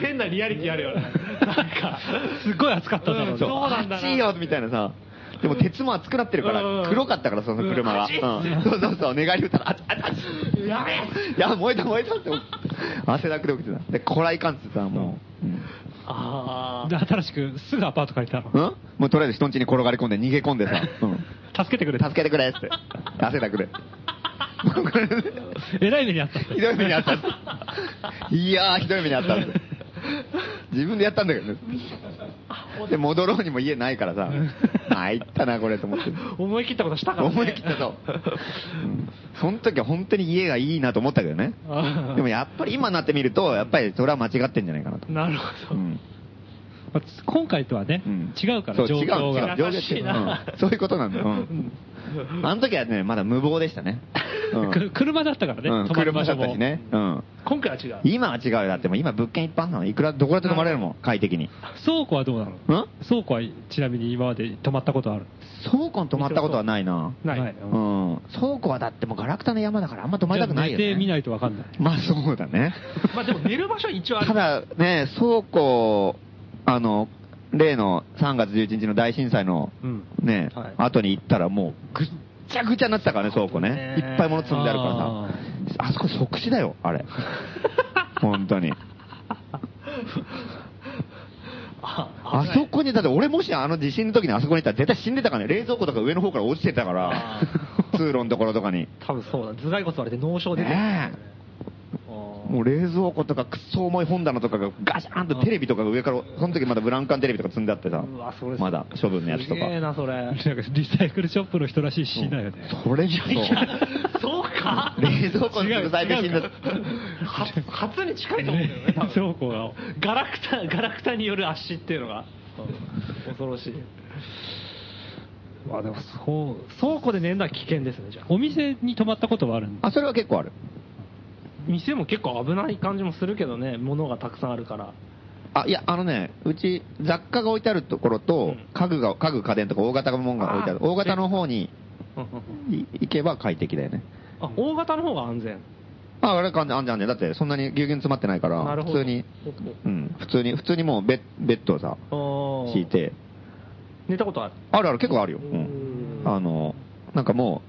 [SPEAKER 1] 変なリアリティあるよ ね。なんか。
[SPEAKER 3] すっごい暑かったんだろう
[SPEAKER 1] そう
[SPEAKER 3] ね。
[SPEAKER 1] なんだな
[SPEAKER 2] 暑いよみたいなさ、でも鉄も熱くなってるか
[SPEAKER 1] うん
[SPEAKER 2] ら、黒かったから、その車が。
[SPEAKER 1] うん
[SPEAKER 2] うんそうそうそう、寝返り打ったら、あっあっあっ
[SPEAKER 1] やべえ
[SPEAKER 2] いや、燃えた、燃えたって、汗だくで起きてた。で、こらいかんっつってさ、もう。うん
[SPEAKER 1] あ
[SPEAKER 3] で、新しく、すぐアパート借りたの。
[SPEAKER 2] うんもうとりあえず人ん家に転がり込んで逃げ込んでさ、うん
[SPEAKER 3] 助けてくれた
[SPEAKER 2] 助けてくれっつって。汗だくで。これね
[SPEAKER 3] えらい目にあった。
[SPEAKER 2] ひどい目にあったっついやー、ひどい目にあったって。自分でやったんだけどね。で、戻ろうにも家ないからさ、参ったな、これと思って。
[SPEAKER 1] あ。思い切ったことしたからね。
[SPEAKER 2] 思い切ったと。うんその時は本当に家がいいなと思ったけどね。
[SPEAKER 1] あー
[SPEAKER 2] でもやっぱり今になってみると、やっぱりそれは間違ってんじゃないかなと。
[SPEAKER 1] なる
[SPEAKER 2] う
[SPEAKER 1] ほど。
[SPEAKER 2] ん
[SPEAKER 3] まあつ今回とはね、
[SPEAKER 2] うん
[SPEAKER 3] 違うか
[SPEAKER 2] そ
[SPEAKER 3] ら、
[SPEAKER 2] う
[SPEAKER 3] 状
[SPEAKER 2] 違う
[SPEAKER 3] 況が。
[SPEAKER 2] 違う状況
[SPEAKER 1] 優しいな
[SPEAKER 2] うんそういうことなんだよ。うんあの時はね、まだ無謀でしたね。うん
[SPEAKER 3] く 車だったからね、
[SPEAKER 2] うん、
[SPEAKER 3] 泊まる場
[SPEAKER 2] 車だ
[SPEAKER 3] 所
[SPEAKER 2] った
[SPEAKER 3] も
[SPEAKER 2] し。ね。うん。
[SPEAKER 1] 今回は違う。
[SPEAKER 2] 今は違うよ。だってもう今物件いっぱいあんの。いくら、どこだって泊まれるもん。快適に。
[SPEAKER 3] 倉庫はどうなの
[SPEAKER 2] うん
[SPEAKER 3] 倉庫はちなみに今まで泊まったことある
[SPEAKER 2] 倉庫に泊まったことはないな。
[SPEAKER 1] ない。
[SPEAKER 2] うん。倉庫はだってもうガラクタの山だからあんま泊まりたくないよ
[SPEAKER 3] じゃあ寝てみ
[SPEAKER 2] ね。
[SPEAKER 3] ないとわかんない。
[SPEAKER 2] まあそうだね。
[SPEAKER 1] まあでも寝る場所は一応ある。
[SPEAKER 2] ただね、倉庫、あの、例の3月11日の大震災の
[SPEAKER 3] うん
[SPEAKER 2] ね、
[SPEAKER 1] はい
[SPEAKER 2] 後に行ったらもうぐっちゃぐちゃになってたからね、倉庫ね。い
[SPEAKER 1] ね
[SPEAKER 2] っぱい物積んであるからさ。あそこ即死だよ、あれ。本当に。
[SPEAKER 1] あ
[SPEAKER 2] あそこに、だって俺もしあの地震の時にあそこにいたら絶対死んでたからね、冷蔵庫とか上の方から落ちてたから
[SPEAKER 1] あ、
[SPEAKER 2] 通路のところとかに。
[SPEAKER 1] 多分そうだ。頭蓋骨割れて脳症出てる。
[SPEAKER 2] ねえもう冷蔵庫とかくっそ重い本棚とかがガシャーンとテレビとかが上から、その時まだブラウン管テレビとか積んであってさ
[SPEAKER 1] うわ、それ、
[SPEAKER 2] まだ処分のやつと
[SPEAKER 1] す
[SPEAKER 2] か
[SPEAKER 1] げ。えな、それ。
[SPEAKER 3] なんかリサイクルショップの人らしい死だよね。
[SPEAKER 2] それじゃ
[SPEAKER 1] そうか
[SPEAKER 2] そう 冷蔵庫の食材で死んだ。
[SPEAKER 1] 初初に近いと思うんだよ ね、多分
[SPEAKER 3] 倉庫が。
[SPEAKER 1] ガラク タ、ガラクタによる圧死っていうのが、恐ろしい。 まあでも、そう、倉庫で寝るのは危険ですね、じゃあ。
[SPEAKER 3] お店に泊まったことはあるんだ
[SPEAKER 2] あ、それは結構ある。
[SPEAKER 1] 店も結構危ない感じもするけどね、物がたくさんあるから。
[SPEAKER 2] あ、いや、あのね、うち雑貨が置いてあるところと、家具が、家具家電とか大型のものが置いてある。
[SPEAKER 1] あー
[SPEAKER 2] 大型の方に
[SPEAKER 1] うんうんうん
[SPEAKER 2] い行けば快適だよね。
[SPEAKER 1] あ、大型の方が安全。
[SPEAKER 2] あ、あれかんじゃんじゃんね。だってそんなにぎゅうぎゅうに詰まってないか
[SPEAKER 1] な
[SPEAKER 2] ら、
[SPEAKER 1] るほ
[SPEAKER 2] 普
[SPEAKER 1] ど
[SPEAKER 2] 通に、うん、普通に、普通にもうベッベッドをさ、
[SPEAKER 1] おー
[SPEAKER 2] 敷い。て、
[SPEAKER 1] 寝たことある。
[SPEAKER 2] あるある結構あるよ。うん。
[SPEAKER 1] う
[SPEAKER 2] あの、なんかも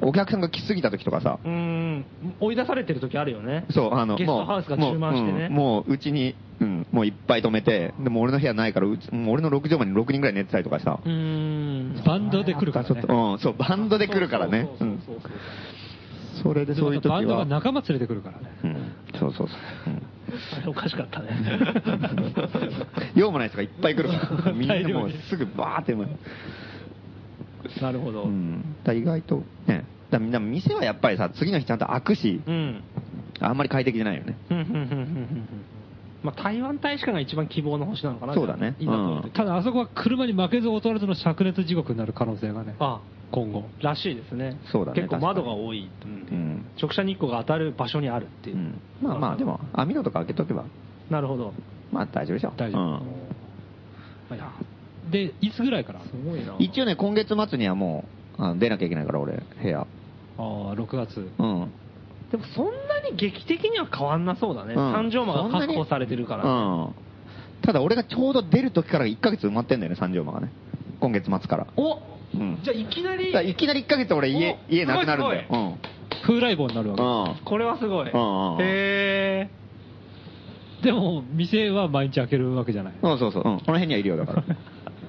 [SPEAKER 2] う、お客さんが来すぎた時とかさ、
[SPEAKER 1] ーん、追い出されてる時あるよね。
[SPEAKER 2] そう、あの、
[SPEAKER 1] ゲスト
[SPEAKER 2] もう
[SPEAKER 1] ハウスが
[SPEAKER 2] もう
[SPEAKER 1] 充満して
[SPEAKER 2] う
[SPEAKER 1] ね
[SPEAKER 2] ん。もううちに、うん、もういっぱい止めて、でも俺の部屋ないから、うちもう俺の6畳間に6人ぐらい寝てたりとかさ、
[SPEAKER 1] うーん。
[SPEAKER 3] バンドで来るから
[SPEAKER 2] ちょ
[SPEAKER 3] ね
[SPEAKER 2] っ。と、うん、そう、バンドで来るからね。う
[SPEAKER 1] そうんそうそうそう
[SPEAKER 2] それでそういう時
[SPEAKER 3] バンドが
[SPEAKER 2] は、
[SPEAKER 3] 仲間連れてくるからね。
[SPEAKER 2] うん、そうそうそう。うん
[SPEAKER 1] あれおかしかったね。
[SPEAKER 2] 用もない人がいっぱい来る から、みん
[SPEAKER 3] 大
[SPEAKER 2] な
[SPEAKER 3] 量
[SPEAKER 2] もう
[SPEAKER 3] に
[SPEAKER 2] すぐバーって、
[SPEAKER 1] なるほど。
[SPEAKER 2] う
[SPEAKER 1] うん。
[SPEAKER 2] ん、だから意外と、ね、だからみんな店はやっぱりさ、次の日ちゃんと開くし、
[SPEAKER 1] うん。
[SPEAKER 2] あんまり快適じゃないよね。
[SPEAKER 1] うんうんうんうんうんまあ、台湾大使館が一番希望の星なのかな
[SPEAKER 2] そうだね
[SPEAKER 1] 今のところで
[SPEAKER 3] ただあそこは車に負けず劣らずの灼熱地獄になる可能性がね、
[SPEAKER 1] あ
[SPEAKER 3] 今後。
[SPEAKER 1] らしいですね
[SPEAKER 2] そうだね
[SPEAKER 1] 結構窓が多いと思うんで、
[SPEAKER 2] うん
[SPEAKER 1] 直射日光が当たる場所にあるっていうう、
[SPEAKER 2] んまあまあ、でも、網戸とか開けとけば、
[SPEAKER 1] なるほど、
[SPEAKER 2] まあ大丈夫でしょ。
[SPEAKER 3] 大丈夫
[SPEAKER 2] うん
[SPEAKER 1] いや
[SPEAKER 3] で、いつぐらいから
[SPEAKER 1] すごいな
[SPEAKER 2] 一応ね、今月末にはもう、あの出なきゃいけないから、俺、部屋。
[SPEAKER 3] ああ、6月。
[SPEAKER 2] うん。
[SPEAKER 1] でもそんなに劇的には変わんなそうだね、
[SPEAKER 2] うん
[SPEAKER 1] 三条間が確保されてるから、
[SPEAKER 2] うん。ただ、俺がちょうど出る時から1ヶ月埋まってんだよね、三条間がね。今月末から。
[SPEAKER 1] お、
[SPEAKER 2] うん
[SPEAKER 1] じゃあいきな
[SPEAKER 2] だ
[SPEAKER 1] り
[SPEAKER 2] からいきなり1ヶ月俺家、
[SPEAKER 1] お
[SPEAKER 2] 家なくなるんだよ。
[SPEAKER 1] す
[SPEAKER 2] う
[SPEAKER 1] ごい
[SPEAKER 2] ん。
[SPEAKER 3] 風来坊になるわけで
[SPEAKER 2] うん。
[SPEAKER 1] これはすごい、
[SPEAKER 2] うんうんうん
[SPEAKER 1] へえ
[SPEAKER 3] す。でも、店は毎日開けるわけじゃない。
[SPEAKER 2] うん、そうそう。うん。この辺にはいるよ、だから。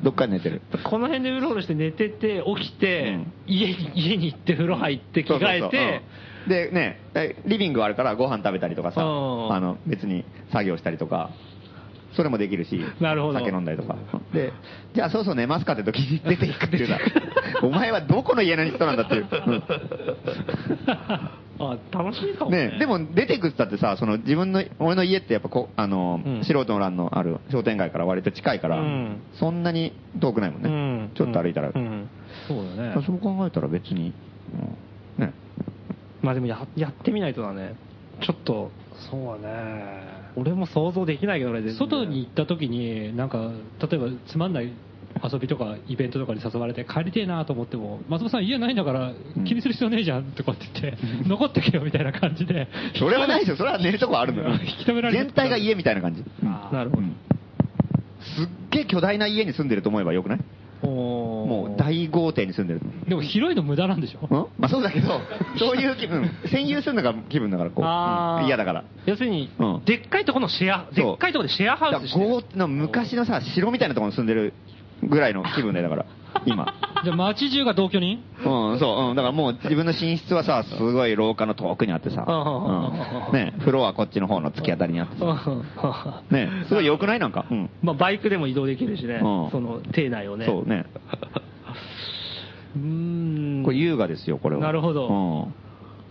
[SPEAKER 2] どっかに寝てる。
[SPEAKER 1] この辺でうろうろして寝てて起きて、
[SPEAKER 2] うん
[SPEAKER 1] 家に家に行って風呂入って着替えて
[SPEAKER 2] そうそうそううんでねえリビングあるからご飯食べたりとかさ、
[SPEAKER 1] うん
[SPEAKER 2] あの別に作業したりとかそれもできるし
[SPEAKER 1] なるほど
[SPEAKER 2] 酒飲んだりとかでじゃあそうそう寝ますかって時に出ていくっ ていうなお前はどこの家の人なんだっていう、
[SPEAKER 1] あ楽しいかも
[SPEAKER 2] うん
[SPEAKER 1] ね
[SPEAKER 2] ねでも出ていくっつったってさその自分の俺の家ってやっぱこあの、
[SPEAKER 1] うん
[SPEAKER 2] 素人の欄のある商店街から割と近いから、
[SPEAKER 1] うん
[SPEAKER 2] そんなに遠くないもんね、
[SPEAKER 1] うん
[SPEAKER 2] ちょっと歩いたら、
[SPEAKER 1] うん
[SPEAKER 3] そうだね。
[SPEAKER 2] そう考えたら別に、うんね
[SPEAKER 1] まあでもややってみないとだねちょっとそうだね俺も想像できないけどね全然
[SPEAKER 3] 外に行った時に、なんか、例えばつまんない遊びとかイベントとかに誘われて帰りてえなと思っても、松本さん家ないんだから
[SPEAKER 2] うん
[SPEAKER 3] 気にする必要ねえじゃんとかって言って、残ってけよみたいな感じで。
[SPEAKER 2] それはないですよ、それは寝るとこあるのよ
[SPEAKER 3] 引き止められる
[SPEAKER 2] 全体が家みたいな感じ。
[SPEAKER 3] あー
[SPEAKER 1] なるほ
[SPEAKER 2] うんすっげえ巨大な家に住んでると思えばよくない
[SPEAKER 1] どおー
[SPEAKER 2] もう大豪邸に住んでる。
[SPEAKER 3] でも広いの無駄なんでしょ
[SPEAKER 2] うんまあそうだけど、そういう気分、占有するのが気分だから、こう
[SPEAKER 1] あ
[SPEAKER 2] う
[SPEAKER 1] ー
[SPEAKER 2] ん、嫌だから。
[SPEAKER 1] 要するに、
[SPEAKER 2] うん
[SPEAKER 1] でっかいとこのシェア
[SPEAKER 2] う
[SPEAKER 1] でっかいとこでシェアハ
[SPEAKER 2] だ
[SPEAKER 1] ウ
[SPEAKER 2] か
[SPEAKER 1] スし
[SPEAKER 2] ら
[SPEAKER 1] てる
[SPEAKER 2] 豪の昔のさ、城みたいなところに住んでるぐらいの気分だよ、だから、 今。
[SPEAKER 3] じゃあ街中が同居人
[SPEAKER 2] うん、そう、うん、だからもう自分の寝室はさ、すごい廊下の遠くにあってさ、
[SPEAKER 1] うん
[SPEAKER 2] うんね、風呂はこっちの方の突き当たりにあって
[SPEAKER 1] うん
[SPEAKER 2] さ、ね、すごい良くないなんか、うん。
[SPEAKER 1] まあ、バイクでも移動できるしね、
[SPEAKER 2] うん
[SPEAKER 1] その邸内をね
[SPEAKER 2] そうね。
[SPEAKER 1] うーん
[SPEAKER 2] これ優雅ですよ、これは。
[SPEAKER 1] なるほど
[SPEAKER 2] うん。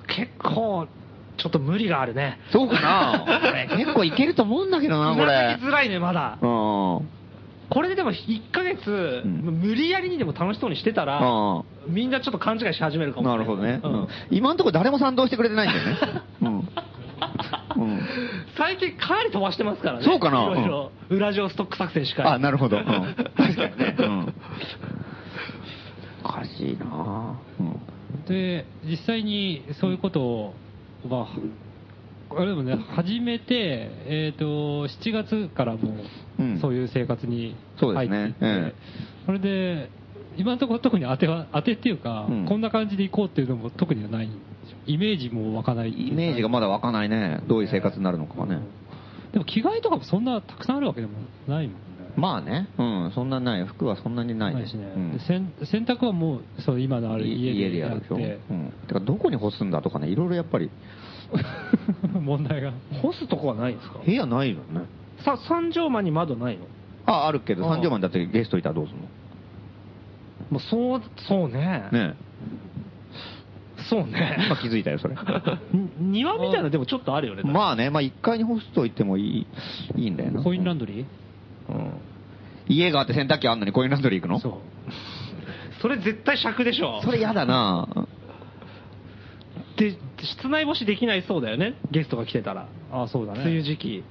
[SPEAKER 1] 結構ちょっと無理があるね
[SPEAKER 2] そうか な 俺結構いけると思うんだけどな、これ
[SPEAKER 1] き。づらいねまだ
[SPEAKER 2] うん。
[SPEAKER 1] これででも1ヶ月、
[SPEAKER 2] うん
[SPEAKER 1] 無理やりにでも楽しそうにしてたら、
[SPEAKER 2] うん
[SPEAKER 1] みんなちょっと勘違いし始めるかも、
[SPEAKER 2] なるほどね。
[SPEAKER 1] う
[SPEAKER 2] うんん今のところ誰も賛同してくれてないんだよね。 うん。うん。
[SPEAKER 1] 最近かなり飛ばしてますからね
[SPEAKER 2] そうかない
[SPEAKER 1] ろいろ裏上ストック作戦しか
[SPEAKER 2] あ、なるほど。うん。確かにね。うん。おかしいなうん。
[SPEAKER 3] で実際にそういうことを、まあ、あれでもね始めて、えー、と7月からも
[SPEAKER 2] う
[SPEAKER 3] う、
[SPEAKER 2] ん
[SPEAKER 3] そういう生活に
[SPEAKER 2] そうで
[SPEAKER 3] 入っ
[SPEAKER 2] す
[SPEAKER 3] てい
[SPEAKER 2] ね
[SPEAKER 3] って
[SPEAKER 2] ええ
[SPEAKER 3] それで今のところ特に当ては当てっていうか、
[SPEAKER 2] うん
[SPEAKER 3] こんな感じで行こうっていうのも特にはないんでしょイメージも湧かないっていう
[SPEAKER 2] イ
[SPEAKER 3] か
[SPEAKER 2] メージがまだ湧かないね。どういう生活になるのかはね。
[SPEAKER 3] でも着替えとかもそんなたくさんあるわけでもないもんね
[SPEAKER 2] まあね。うん。そんなない。服はそんなにない
[SPEAKER 3] な
[SPEAKER 2] ね
[SPEAKER 3] いしね、
[SPEAKER 2] うん
[SPEAKER 3] でせん洗濯はもうそう今のある
[SPEAKER 2] 家
[SPEAKER 3] 家
[SPEAKER 2] で
[SPEAKER 3] でや
[SPEAKER 2] やる
[SPEAKER 3] っ
[SPEAKER 2] でしょ。
[SPEAKER 3] て、
[SPEAKER 2] うん。てか、どこに干すんだとかね、いろいろやっぱり、
[SPEAKER 3] 問題が
[SPEAKER 1] 干すとこはないんですか
[SPEAKER 2] 部屋ないよね。
[SPEAKER 1] さ三畳間に窓ないの
[SPEAKER 2] あ、あるけど、
[SPEAKER 1] ああ
[SPEAKER 2] 三畳半だってゲストいたらどうすんの
[SPEAKER 1] もうそうそうね
[SPEAKER 2] ね
[SPEAKER 1] そう
[SPEAKER 2] え。今
[SPEAKER 1] ね
[SPEAKER 2] 気づいたよ、 それ。
[SPEAKER 1] ん庭みたいなでもちょっとあるよね
[SPEAKER 2] まあね、まあ一階に干すといってもいい、いいんだよな。
[SPEAKER 3] コインランドリー、
[SPEAKER 2] うん。家があって洗濯機あんのにコインランドリー行くの
[SPEAKER 3] そう
[SPEAKER 1] それ絶対尺でしょ
[SPEAKER 2] それ嫌だな
[SPEAKER 1] で室内干しできないそうだよねゲストが来てたら
[SPEAKER 3] ああそうだね
[SPEAKER 1] 梅雨時期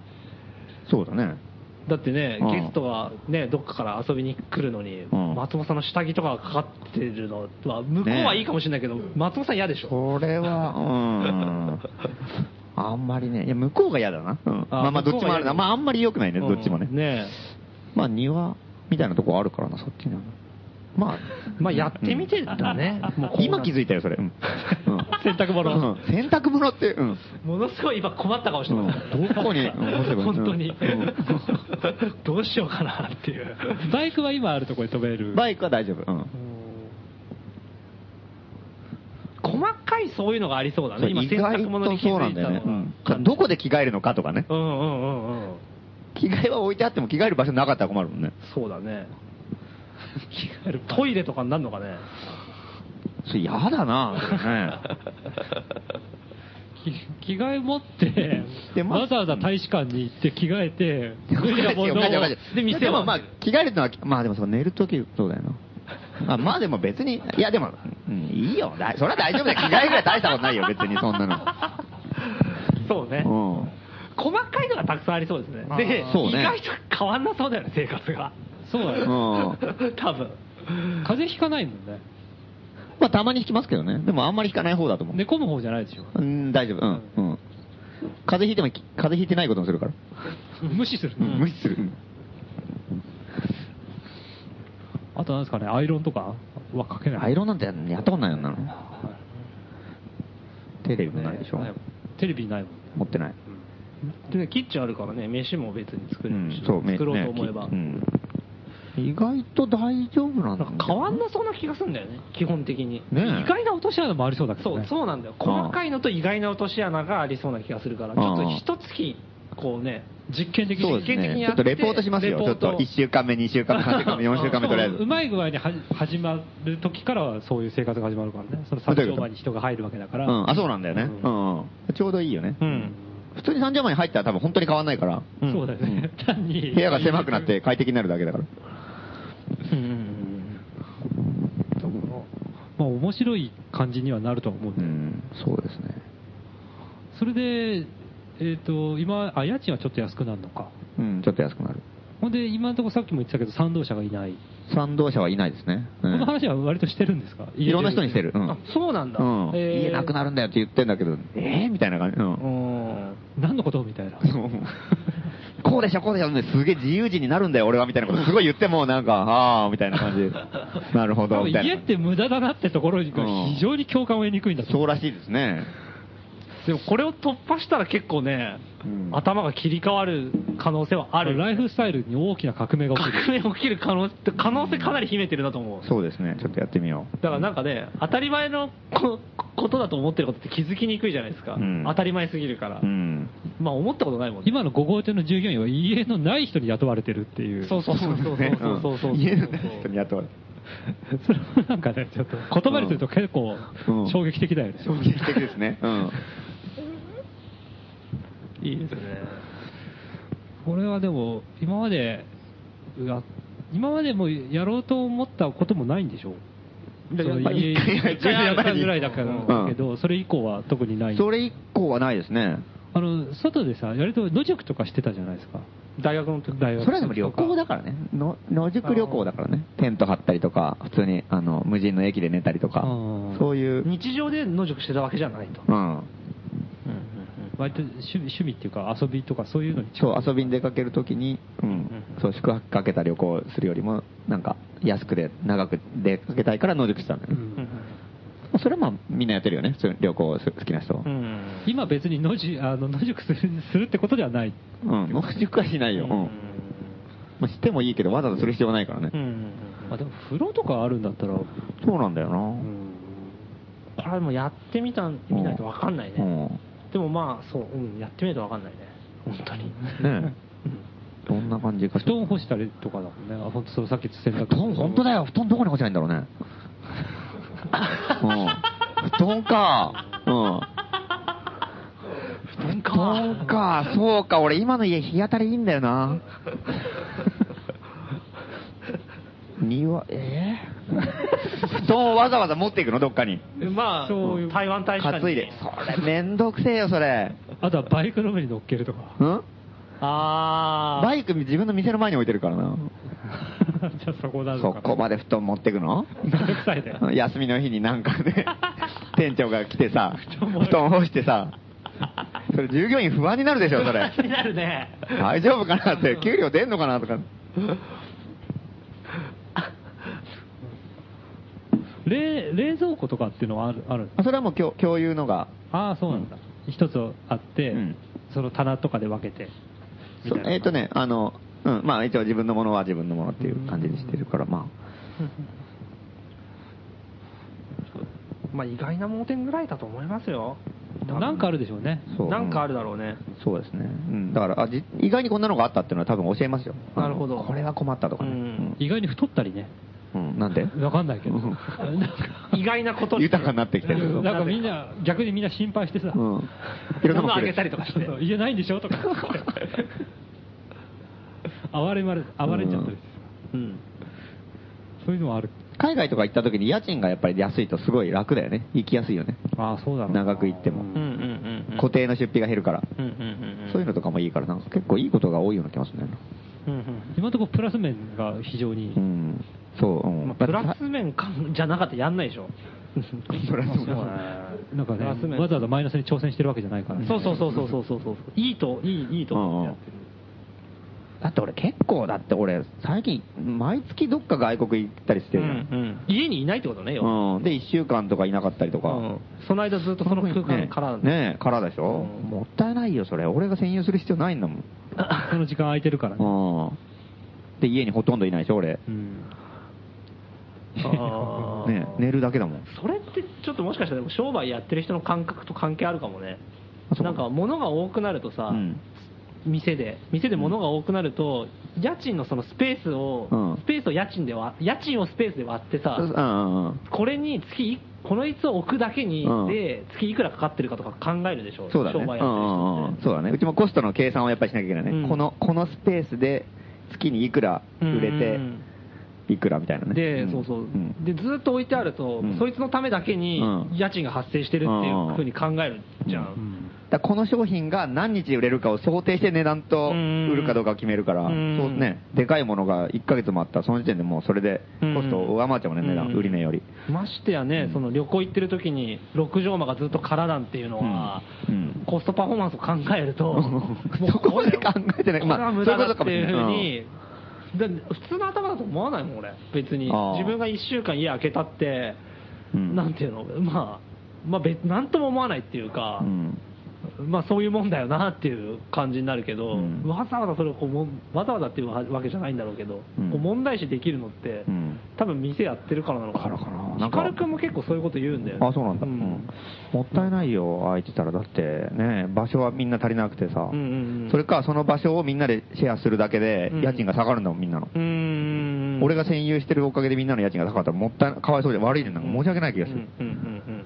[SPEAKER 2] そうだね。
[SPEAKER 1] だってね、
[SPEAKER 2] うん
[SPEAKER 1] ゲストはね、どっかから遊びに来るのに、
[SPEAKER 2] ん
[SPEAKER 1] 松本さんの下着とかがかかってるのは、向こうはいいかもしれないけど、松本さん嫌でしょ。
[SPEAKER 2] これは、 うん。あんまりね、いや、向こうが嫌だな。うん。
[SPEAKER 1] あ
[SPEAKER 2] まあま
[SPEAKER 1] 向
[SPEAKER 2] あ、ど
[SPEAKER 1] こ
[SPEAKER 2] っ
[SPEAKER 1] う
[SPEAKER 2] ち
[SPEAKER 1] が
[SPEAKER 2] もあるな。まあ、あんまり良くないね、
[SPEAKER 1] うん
[SPEAKER 2] どっちもね。
[SPEAKER 1] ね
[SPEAKER 2] まあ、庭みたいなとこあるからな、そっちには。 まあ、
[SPEAKER 1] えまあ、やってみてだね。もうこうな
[SPEAKER 2] 今気づいたよ、それ。うん。うん
[SPEAKER 1] 洗濯物
[SPEAKER 2] うん洗濯物って、うん。
[SPEAKER 1] ものすごい今困った顔してますから、
[SPEAKER 2] うんど こにうん干せばいいの
[SPEAKER 1] 本当に、
[SPEAKER 2] うん
[SPEAKER 1] どうしようかなっていう。
[SPEAKER 3] バイクは今あるところに飛べ る。
[SPEAKER 2] バイクは大丈夫。うん。
[SPEAKER 1] 細かいそういうのがありそうだね。今、
[SPEAKER 2] 意
[SPEAKER 1] 洗
[SPEAKER 2] 外
[SPEAKER 1] 濯物
[SPEAKER 2] と
[SPEAKER 1] に気づ
[SPEAKER 2] そうないんだ
[SPEAKER 1] た
[SPEAKER 2] よ
[SPEAKER 1] の
[SPEAKER 2] ね。
[SPEAKER 1] が
[SPEAKER 2] うんどこで着替えるのかとかね。
[SPEAKER 1] うんうんうんうん。
[SPEAKER 2] 着替えは置いてあっても着替える場所なかったら困るもんね。
[SPEAKER 1] そうだ ね。トイレとかになるのかね。
[SPEAKER 2] それ嫌だなぁ、それね。
[SPEAKER 3] き着替え持って
[SPEAKER 2] で、まあ
[SPEAKER 3] わざわざ大使館に行って着替えて、
[SPEAKER 2] わかんないですよ
[SPEAKER 3] 脱いだものを
[SPEAKER 2] わかんない
[SPEAKER 3] で、
[SPEAKER 2] いや
[SPEAKER 3] 店
[SPEAKER 2] で
[SPEAKER 3] を
[SPEAKER 2] もまあ、着替えるのは、まあでもそう寝るとき、そうだよな。 あまあでも別に、いやでも、うんいいよ。だそれは大丈夫だよ。着替えぐらい大したことないよ、別にそんな
[SPEAKER 1] そうね。
[SPEAKER 2] の。うん。
[SPEAKER 1] 細かいのがたくさんありそうですね。
[SPEAKER 3] あー
[SPEAKER 1] で、
[SPEAKER 2] そう
[SPEAKER 1] 意
[SPEAKER 2] ね
[SPEAKER 1] 外と変わんなそうだよね、生活が。
[SPEAKER 3] そうだ
[SPEAKER 2] うん
[SPEAKER 3] よ。
[SPEAKER 1] 多分。
[SPEAKER 3] 風邪ひかないもんね。
[SPEAKER 2] まあたまに引きますけどね。でもあんまり引かない方だと思う。
[SPEAKER 3] 寝込む方じゃないでしょ。
[SPEAKER 2] うん、大丈夫。うん。うん。風邪ひいても、き風邪ひいてないこともするから。
[SPEAKER 3] 無視する。
[SPEAKER 2] うん無視する。
[SPEAKER 3] あとなんですかね、アイロンとかはかけない。
[SPEAKER 2] アイロンなんてやったことないよ、あんなの。テレビもないでしょ。
[SPEAKER 3] ねテレビないもん。
[SPEAKER 2] 持ってない。
[SPEAKER 1] でね、キッチンあるからね、飯も別に作れるし、
[SPEAKER 2] うんそうめ
[SPEAKER 1] 作ろうと思えば。
[SPEAKER 2] ねきうん意外と大丈夫なんだ
[SPEAKER 1] な
[SPEAKER 2] よ
[SPEAKER 1] んか変わんなそうな気がするんだよね、基本的に。
[SPEAKER 2] ねえ
[SPEAKER 3] 意外な落とし穴もありそうだけ
[SPEAKER 1] そ
[SPEAKER 3] ど
[SPEAKER 1] う
[SPEAKER 3] ね。
[SPEAKER 1] そうなんだよ、
[SPEAKER 2] あー
[SPEAKER 1] 細かいのと意外な落とし穴がありそうな気がするから、ちょっ
[SPEAKER 2] あー
[SPEAKER 1] と一月こうね、
[SPEAKER 3] 実験的に。
[SPEAKER 2] そうです
[SPEAKER 1] 実験的に
[SPEAKER 2] ね。ち
[SPEAKER 1] や
[SPEAKER 2] ょ
[SPEAKER 1] っ
[SPEAKER 2] ってとレポートします
[SPEAKER 1] レ
[SPEAKER 2] よ。ち
[SPEAKER 1] ポ
[SPEAKER 2] ょ
[SPEAKER 1] ー
[SPEAKER 2] っ
[SPEAKER 1] ト
[SPEAKER 2] と1週間目、2週間目、3週間目、4週間目、 とりあえず
[SPEAKER 3] う。まい具合には始まる時からはそういう生活が始まるからね。その作業場に人が入るわけだか
[SPEAKER 2] う
[SPEAKER 3] ら。
[SPEAKER 2] ん、あ、そうなんだよね。うんうん。ちょうどいいよね。普通に30万に入ったら多分本当に変わんないから。
[SPEAKER 1] うん
[SPEAKER 3] そうだよね。単に。
[SPEAKER 2] 部屋が狭くなって快適になるだけだから。
[SPEAKER 1] うん
[SPEAKER 3] まあ面白い感じにはなるとは思う
[SPEAKER 2] う
[SPEAKER 3] んだよね
[SPEAKER 2] ん、そうですね。
[SPEAKER 3] それで、えっ、と、今、あ、家賃はちょっと安くなるのか。
[SPEAKER 2] うん、ちょっと安くなる。
[SPEAKER 3] ほんで、今のところさっきも言ってたけど、賛同者がいない。
[SPEAKER 2] 賛同者はいないですね。う
[SPEAKER 3] この
[SPEAKER 2] ん
[SPEAKER 3] 話は割としてるんですか
[SPEAKER 2] いろんな人にしてる。。う
[SPEAKER 1] あ
[SPEAKER 2] ん。
[SPEAKER 1] そうなんだ、
[SPEAKER 2] うん。
[SPEAKER 1] えー
[SPEAKER 2] 家なくなるんだよって言ってんだけど、えーみたいな感じ。う。
[SPEAKER 1] うんん
[SPEAKER 3] 何のことみたいな。
[SPEAKER 2] そうこうでしょ、こうでしょ、すげえ自由人になるんだよ、俺は、みたいなこと、すごい言っても、なんか、あー、みたいな感じ。なるほ
[SPEAKER 3] 多
[SPEAKER 2] ど、
[SPEAKER 3] 分
[SPEAKER 2] みたい
[SPEAKER 3] 家
[SPEAKER 2] な
[SPEAKER 3] っ。て無駄だなってところに
[SPEAKER 2] うん
[SPEAKER 3] 非常に共感を得にくいんだと
[SPEAKER 2] そ
[SPEAKER 3] 思
[SPEAKER 2] う
[SPEAKER 3] う。
[SPEAKER 2] らしいですね。
[SPEAKER 1] でもこれを突破したら結構ね、
[SPEAKER 2] うん
[SPEAKER 1] 頭が切り替わる可能性はあ
[SPEAKER 3] ある
[SPEAKER 1] る、
[SPEAKER 3] ライフスタイルに大きな革命が起きる。
[SPEAKER 1] 革命起きる可能性可能性かなり秘めてるなと思う。
[SPEAKER 2] そうですね、ちょっとやってみよう。
[SPEAKER 1] だからなんかね、当たり前のこことだと思ってることって気づきにくいじゃないですか、
[SPEAKER 2] うん
[SPEAKER 1] 当たり前すぎるから、
[SPEAKER 2] うん。
[SPEAKER 1] まあ思ったことないもんね、
[SPEAKER 3] 今の5号店の従業員は家のない人に雇われてるっていう。
[SPEAKER 1] そうそうそうそうそうそうそう、
[SPEAKER 2] ん家の人に雇われ
[SPEAKER 3] それも なんかね、ちょっと言葉にすると結構
[SPEAKER 2] うん
[SPEAKER 3] 衝撃的だよね。
[SPEAKER 2] 衝撃的ですね。うん。
[SPEAKER 1] いいですね、
[SPEAKER 3] これはでも、今まで、うわ今までもやろうと思ったこともないんでしょ
[SPEAKER 1] いや
[SPEAKER 3] その
[SPEAKER 1] やっぱり
[SPEAKER 3] 一
[SPEAKER 2] 一回
[SPEAKER 3] 回一回
[SPEAKER 2] や
[SPEAKER 3] や
[SPEAKER 2] っ
[SPEAKER 3] っ
[SPEAKER 2] ぱり
[SPEAKER 3] たぐらいだからだけど、それ以降は特にない。
[SPEAKER 2] それ以降はないですね。
[SPEAKER 3] あの、外でさ、割と野宿とかしてたじゃないですか。
[SPEAKER 1] 大学の時
[SPEAKER 3] 大学
[SPEAKER 2] それはでも旅行だからね。の野宿旅行だからね。テント張ったりとか、普通に、あの、無人の駅で寝たりとか
[SPEAKER 3] あー、
[SPEAKER 2] そういう、
[SPEAKER 1] 日常で野宿してたわけじゃないと、
[SPEAKER 2] うん。
[SPEAKER 3] 割と趣味趣味っていうか遊びとかそういうのに
[SPEAKER 2] そう、遊びに出かけるときに、うん、そう、宿泊かけた旅行をするよりも、なんか、安くで、長く出かけたいから野宿したんだよ
[SPEAKER 3] う
[SPEAKER 2] ね。
[SPEAKER 3] ん
[SPEAKER 2] それはまあ、みんなやってるよね。普通に旅行す好きな人は。
[SPEAKER 1] う
[SPEAKER 2] うん
[SPEAKER 1] ん
[SPEAKER 3] 今別に野宿あの野宿するするってことではない。
[SPEAKER 2] 野宿はしないよ。うん。まあ、してもいいけど、わざわざする必要はないからね。
[SPEAKER 1] うん
[SPEAKER 3] あでも風呂とかあるんだったら、
[SPEAKER 2] そうなんだよな。
[SPEAKER 1] これはもうやってみた見ないと分かんないね、
[SPEAKER 2] うん。
[SPEAKER 1] でもまあそう、うん、やってみないと分かんないね本当に
[SPEAKER 2] ねえ。どんな感じか。
[SPEAKER 3] 布団干したりとかだもんね。あ本当そのさっき言った洗
[SPEAKER 2] 布
[SPEAKER 3] 濯。
[SPEAKER 2] 団、本当だよ。布団どこに干せばいいんだろ うね。うん。布団か。うん。
[SPEAKER 1] 布団か
[SPEAKER 2] そうか、そうか、俺今の家日当たりいいんだ よな。庭、えぇ、布団をわざわざ持っていくのどっかに。
[SPEAKER 1] まあ
[SPEAKER 3] そういう
[SPEAKER 1] 台湾大使館
[SPEAKER 2] 担
[SPEAKER 1] に
[SPEAKER 2] いで。それめんどくせえよ、それ。
[SPEAKER 3] あとはバイクの上に乗っけるとか。
[SPEAKER 2] うん
[SPEAKER 1] ああ
[SPEAKER 2] バイク自分の店の前に置いてるからな。
[SPEAKER 3] じゃあそこな
[SPEAKER 2] そ
[SPEAKER 3] のか。
[SPEAKER 2] こまで布団持ってくの
[SPEAKER 3] めんどくさ いね。
[SPEAKER 2] 休みの日になんかね、店長が来てさ、布団干してさ、それ従業員不安になるでしょ、それ。
[SPEAKER 1] 気になるね
[SPEAKER 2] 大丈夫かなって、給料出んのかなとか。
[SPEAKER 3] 冷冷蔵庫とかっていうのはあるある
[SPEAKER 2] あそれはもう共共有のが、
[SPEAKER 3] ああ、そうなんだ。一つあって、
[SPEAKER 2] うん
[SPEAKER 3] その棚とかで分けて。み
[SPEAKER 2] そ
[SPEAKER 3] た
[SPEAKER 2] う
[SPEAKER 3] いな
[SPEAKER 2] えっ、とね、あの、うん、まあ一応自分のものは自分のものっていう感じにしてるから、ま
[SPEAKER 1] まあ意外な盲点ぐらいだと思いますよ
[SPEAKER 3] なんかあるでしょうね。
[SPEAKER 2] あ、そう。
[SPEAKER 1] なんかあるだろうね
[SPEAKER 2] うんそうですね。うん、だからあじ、意外にこんなのがあったっていうのは多分教えますよ。
[SPEAKER 1] なるほど
[SPEAKER 2] あのこれは困ったとかね。
[SPEAKER 1] うん
[SPEAKER 3] 意外に太ったりね。
[SPEAKER 2] うん。うんなんで
[SPEAKER 3] わかんないけど。
[SPEAKER 2] うん
[SPEAKER 3] なんか
[SPEAKER 1] 意外なこと
[SPEAKER 2] 豊かになってきて る
[SPEAKER 3] なんかみんな、逆にみんな心配してさ、
[SPEAKER 2] うん。
[SPEAKER 1] 物あげたりとかして
[SPEAKER 3] そう言えないんでしょとか、 暴れまれ、暴れちゃったりする
[SPEAKER 1] うん
[SPEAKER 3] そういうのもある。
[SPEAKER 2] 海外とか行った時に家賃がやっぱり安いとすごい楽だよね。行きやすいよね。
[SPEAKER 3] ああ、そうだ
[SPEAKER 2] 長く行っても。
[SPEAKER 1] うんうんうん
[SPEAKER 2] 固定の出費が減るから。
[SPEAKER 1] うんうんうん
[SPEAKER 2] そういうのとかもいいから、なんか結構いいことが多いような気がするんだよ
[SPEAKER 1] うんうん
[SPEAKER 3] 今のところプラス面が非常に
[SPEAKER 2] な。う、ん。そう、うん。
[SPEAKER 1] まあプラス面かじゃなかったらやんないでし ょ
[SPEAKER 2] プラス面
[SPEAKER 3] なんかね、
[SPEAKER 1] プラス面
[SPEAKER 3] わざわざマイナスに挑戦してるわけじゃないからね。
[SPEAKER 1] そうそうそうそうそうそうそういいといいいいと思ってやってる
[SPEAKER 2] だって俺結構、だって俺、最近、毎月どっか外国行ったりしてるじゃん
[SPEAKER 1] 家にいないってことねよ、
[SPEAKER 2] うん、で、1週間とかいなかったりとか。
[SPEAKER 1] うんその間ずっとその空間から、
[SPEAKER 2] ねねえからでしょ、
[SPEAKER 1] うん
[SPEAKER 2] もったいないよ、それ。俺が占有する必要ないんだも
[SPEAKER 3] その時間空いてるからね。
[SPEAKER 2] ん。うん。で、家にほとんどいないでしょ、俺。
[SPEAKER 3] うん。
[SPEAKER 1] あー
[SPEAKER 2] ねえ寝るだけだもん。
[SPEAKER 1] それってちょっともしかしたらでも商売やってる人の感覚と関係あるかもね
[SPEAKER 2] あそう
[SPEAKER 1] なんか物が多くなるとさ、
[SPEAKER 2] うん
[SPEAKER 1] 店で店で物が多くなると、家賃のそのスペースを、
[SPEAKER 2] うん
[SPEAKER 1] スペースを家賃で割家賃をスペースで割ってさ、
[SPEAKER 2] うんうんうん。
[SPEAKER 1] これに月いこの椅子を置くだけに、
[SPEAKER 2] うん
[SPEAKER 1] で月いくらかかってるかとか考えるでしょ
[SPEAKER 2] そうだね。
[SPEAKER 1] 商
[SPEAKER 2] うん
[SPEAKER 1] 売
[SPEAKER 2] う
[SPEAKER 1] やってる
[SPEAKER 2] ん
[SPEAKER 1] 人
[SPEAKER 2] う
[SPEAKER 1] っ
[SPEAKER 2] ん
[SPEAKER 1] て。
[SPEAKER 2] そうだね。うちもコストの計算をやっぱりしなきゃいけないね。
[SPEAKER 1] うん
[SPEAKER 2] この、このスペースで月にいくら売れて、
[SPEAKER 1] うんうん
[SPEAKER 2] いくらみたいなね。
[SPEAKER 1] で、
[SPEAKER 2] ん
[SPEAKER 1] そうそう、
[SPEAKER 2] ん
[SPEAKER 1] でずっと置いてあると、
[SPEAKER 2] うん
[SPEAKER 1] そいつのためだけに
[SPEAKER 2] うん
[SPEAKER 1] 家賃が発生してるっていうふうに考えるじゃん、
[SPEAKER 3] うん
[SPEAKER 2] だからこの商品が何日で売れるかを想定して値段と
[SPEAKER 1] うん
[SPEAKER 2] 売るかどうかを決めるから、
[SPEAKER 1] う
[SPEAKER 2] そうんね、でかいものが1ヶ月もあったら、その時点でもうそれでコストを上回っちゃうもんね、値段、
[SPEAKER 1] うん
[SPEAKER 2] 売り値より。
[SPEAKER 1] ましてやね、その旅行行ってる時に六畳間がずっと空なんていうのは、
[SPEAKER 2] うんうん
[SPEAKER 1] コストパフォーマンスを考えると、
[SPEAKER 2] そこまで考えてない
[SPEAKER 1] まあ、これは無駄だっていうふ
[SPEAKER 2] まあ
[SPEAKER 1] う
[SPEAKER 2] そう
[SPEAKER 1] に
[SPEAKER 2] いう、
[SPEAKER 1] で普通の頭だと思わないもん、俺、別に
[SPEAKER 2] あー、
[SPEAKER 1] 自分が1週間家開けたって、
[SPEAKER 2] うん
[SPEAKER 1] なんていうの、まあ、まあ、別なんとも思わないっていうか、
[SPEAKER 2] うん
[SPEAKER 1] まあ、そういうもんだよなっていう感じになるけど、
[SPEAKER 2] うん
[SPEAKER 1] わざわざそれをこうもわざわざっていうわけじゃないんだろうけど、
[SPEAKER 2] うん
[SPEAKER 1] こう問題視できるのって、
[SPEAKER 2] うん
[SPEAKER 1] 多分店やってるからなのかな、
[SPEAKER 2] からかななんか
[SPEAKER 1] 光君も結構そういうこと言うんだよね
[SPEAKER 2] あ、そうなんだ。うんもったいないよ、ああ言ってたら。だってね、場所はみんな足りなくてさ
[SPEAKER 1] うんうんうん、
[SPEAKER 2] それかその場所をみんなでシェアするだけで
[SPEAKER 1] うん
[SPEAKER 2] 家賃が下がるんだもん、みんなの。
[SPEAKER 1] うーん
[SPEAKER 2] 俺が占有してるおかげでみんなの家賃が下がったらもったいなかわいそうで悪いね、なんか申し訳ない気がする。
[SPEAKER 1] うんうんうんうんうんうんうん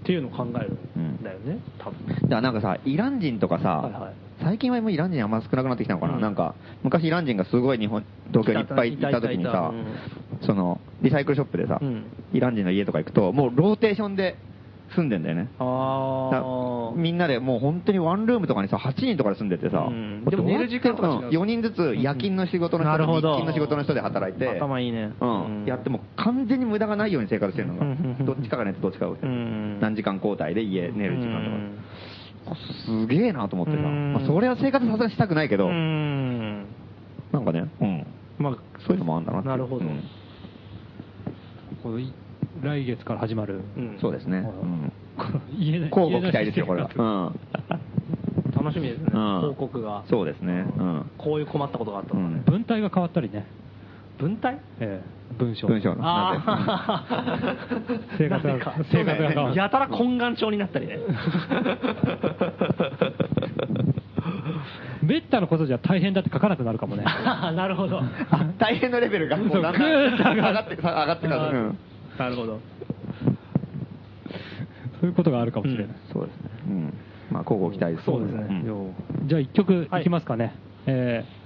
[SPEAKER 1] っていうのを考えるんだよね、多分
[SPEAKER 2] だからなんかさ、イラン人とかさ、
[SPEAKER 1] はいはい
[SPEAKER 2] 最近はもうイラン人あんま少なくなってきたのかな、
[SPEAKER 1] うん
[SPEAKER 2] なんか昔イラン人がすごい日本東京にいっぱいいた時に
[SPEAKER 1] いたいた
[SPEAKER 2] さ
[SPEAKER 1] い
[SPEAKER 2] そのリサイクルショップでさ、
[SPEAKER 1] うん
[SPEAKER 2] イラン人の家とか行くともうローテーションで住んでんだよねだから
[SPEAKER 1] ああ
[SPEAKER 2] みんなでもう本当にワンルームとかにさ8人とかで住んでてさ、
[SPEAKER 1] うんでも寝る時間とか違う
[SPEAKER 2] 4人ずつ夜勤の仕事の
[SPEAKER 1] な
[SPEAKER 2] 人
[SPEAKER 1] る
[SPEAKER 2] と
[SPEAKER 1] ほど
[SPEAKER 2] 日勤の仕事の人で働いて
[SPEAKER 1] 頭いいね
[SPEAKER 2] うん、やって
[SPEAKER 1] も
[SPEAKER 2] も完全に無駄がないように生活してるのが、
[SPEAKER 1] うんうん
[SPEAKER 2] どっちかが寝てどっちかが起きてる、
[SPEAKER 1] うん
[SPEAKER 2] 何時間交代で家寝る時間とか、すげえなと思ってさ、
[SPEAKER 1] うん
[SPEAKER 2] まあ、それは生活させしたくないけ
[SPEAKER 1] う
[SPEAKER 2] ど、
[SPEAKER 1] ん
[SPEAKER 2] なんかね、うん、
[SPEAKER 1] まあ
[SPEAKER 2] そういうのもあるんだなっていう
[SPEAKER 1] なるほど、
[SPEAKER 2] うん
[SPEAKER 3] このい来月から始まる。
[SPEAKER 1] うん
[SPEAKER 2] そうですね、 うん、
[SPEAKER 3] 言えない。
[SPEAKER 2] 交互期待ですよ、こ
[SPEAKER 3] 言え
[SPEAKER 2] れ
[SPEAKER 3] な
[SPEAKER 2] は。
[SPEAKER 3] い
[SPEAKER 2] うん
[SPEAKER 1] 楽しみですね、
[SPEAKER 2] うん
[SPEAKER 1] 報告が
[SPEAKER 2] そうですねうん
[SPEAKER 1] こういう困ったことがあったとかね、
[SPEAKER 3] 文体が変わったりね。
[SPEAKER 1] 文体
[SPEAKER 3] ええ文章。
[SPEAKER 2] 文章の
[SPEAKER 1] ああ
[SPEAKER 3] 生活が
[SPEAKER 1] なんでか
[SPEAKER 3] 生活が変わる
[SPEAKER 1] やたら懇願帳になったりね
[SPEAKER 3] めったなことじゃ大変だって書かなくなるか もね。
[SPEAKER 1] なるほど
[SPEAKER 2] あ大変のレベルがもうだんだん
[SPEAKER 3] そうグーッと
[SPEAKER 2] 上がって上がってくる、うん
[SPEAKER 1] なるほど
[SPEAKER 3] そういうことがあるかもしれない。
[SPEAKER 2] そうですね、うん、まあ、交互期待です
[SPEAKER 1] そうですね
[SPEAKER 2] ん
[SPEAKER 3] ようじゃあ一曲いきますかね。えー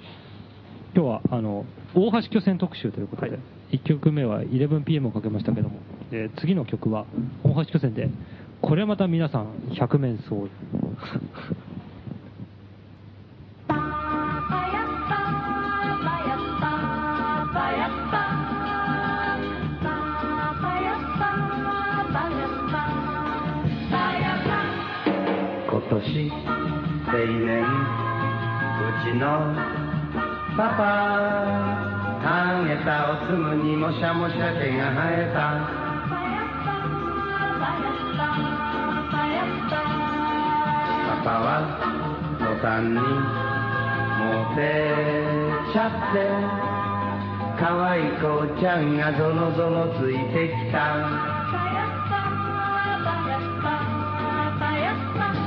[SPEAKER 3] 今日はあの大橋巨船特集ということで、一曲目は 11PM をかけましたけども、えー次の曲は大橋巨船で、これまた皆さん百面相 違。
[SPEAKER 4] 今年定年うちのパパ単げたおつむにもしゃもしゃ毛が生えたパパは野さんにモテちゃって可愛い子ちゃんがぞろぞろついてきた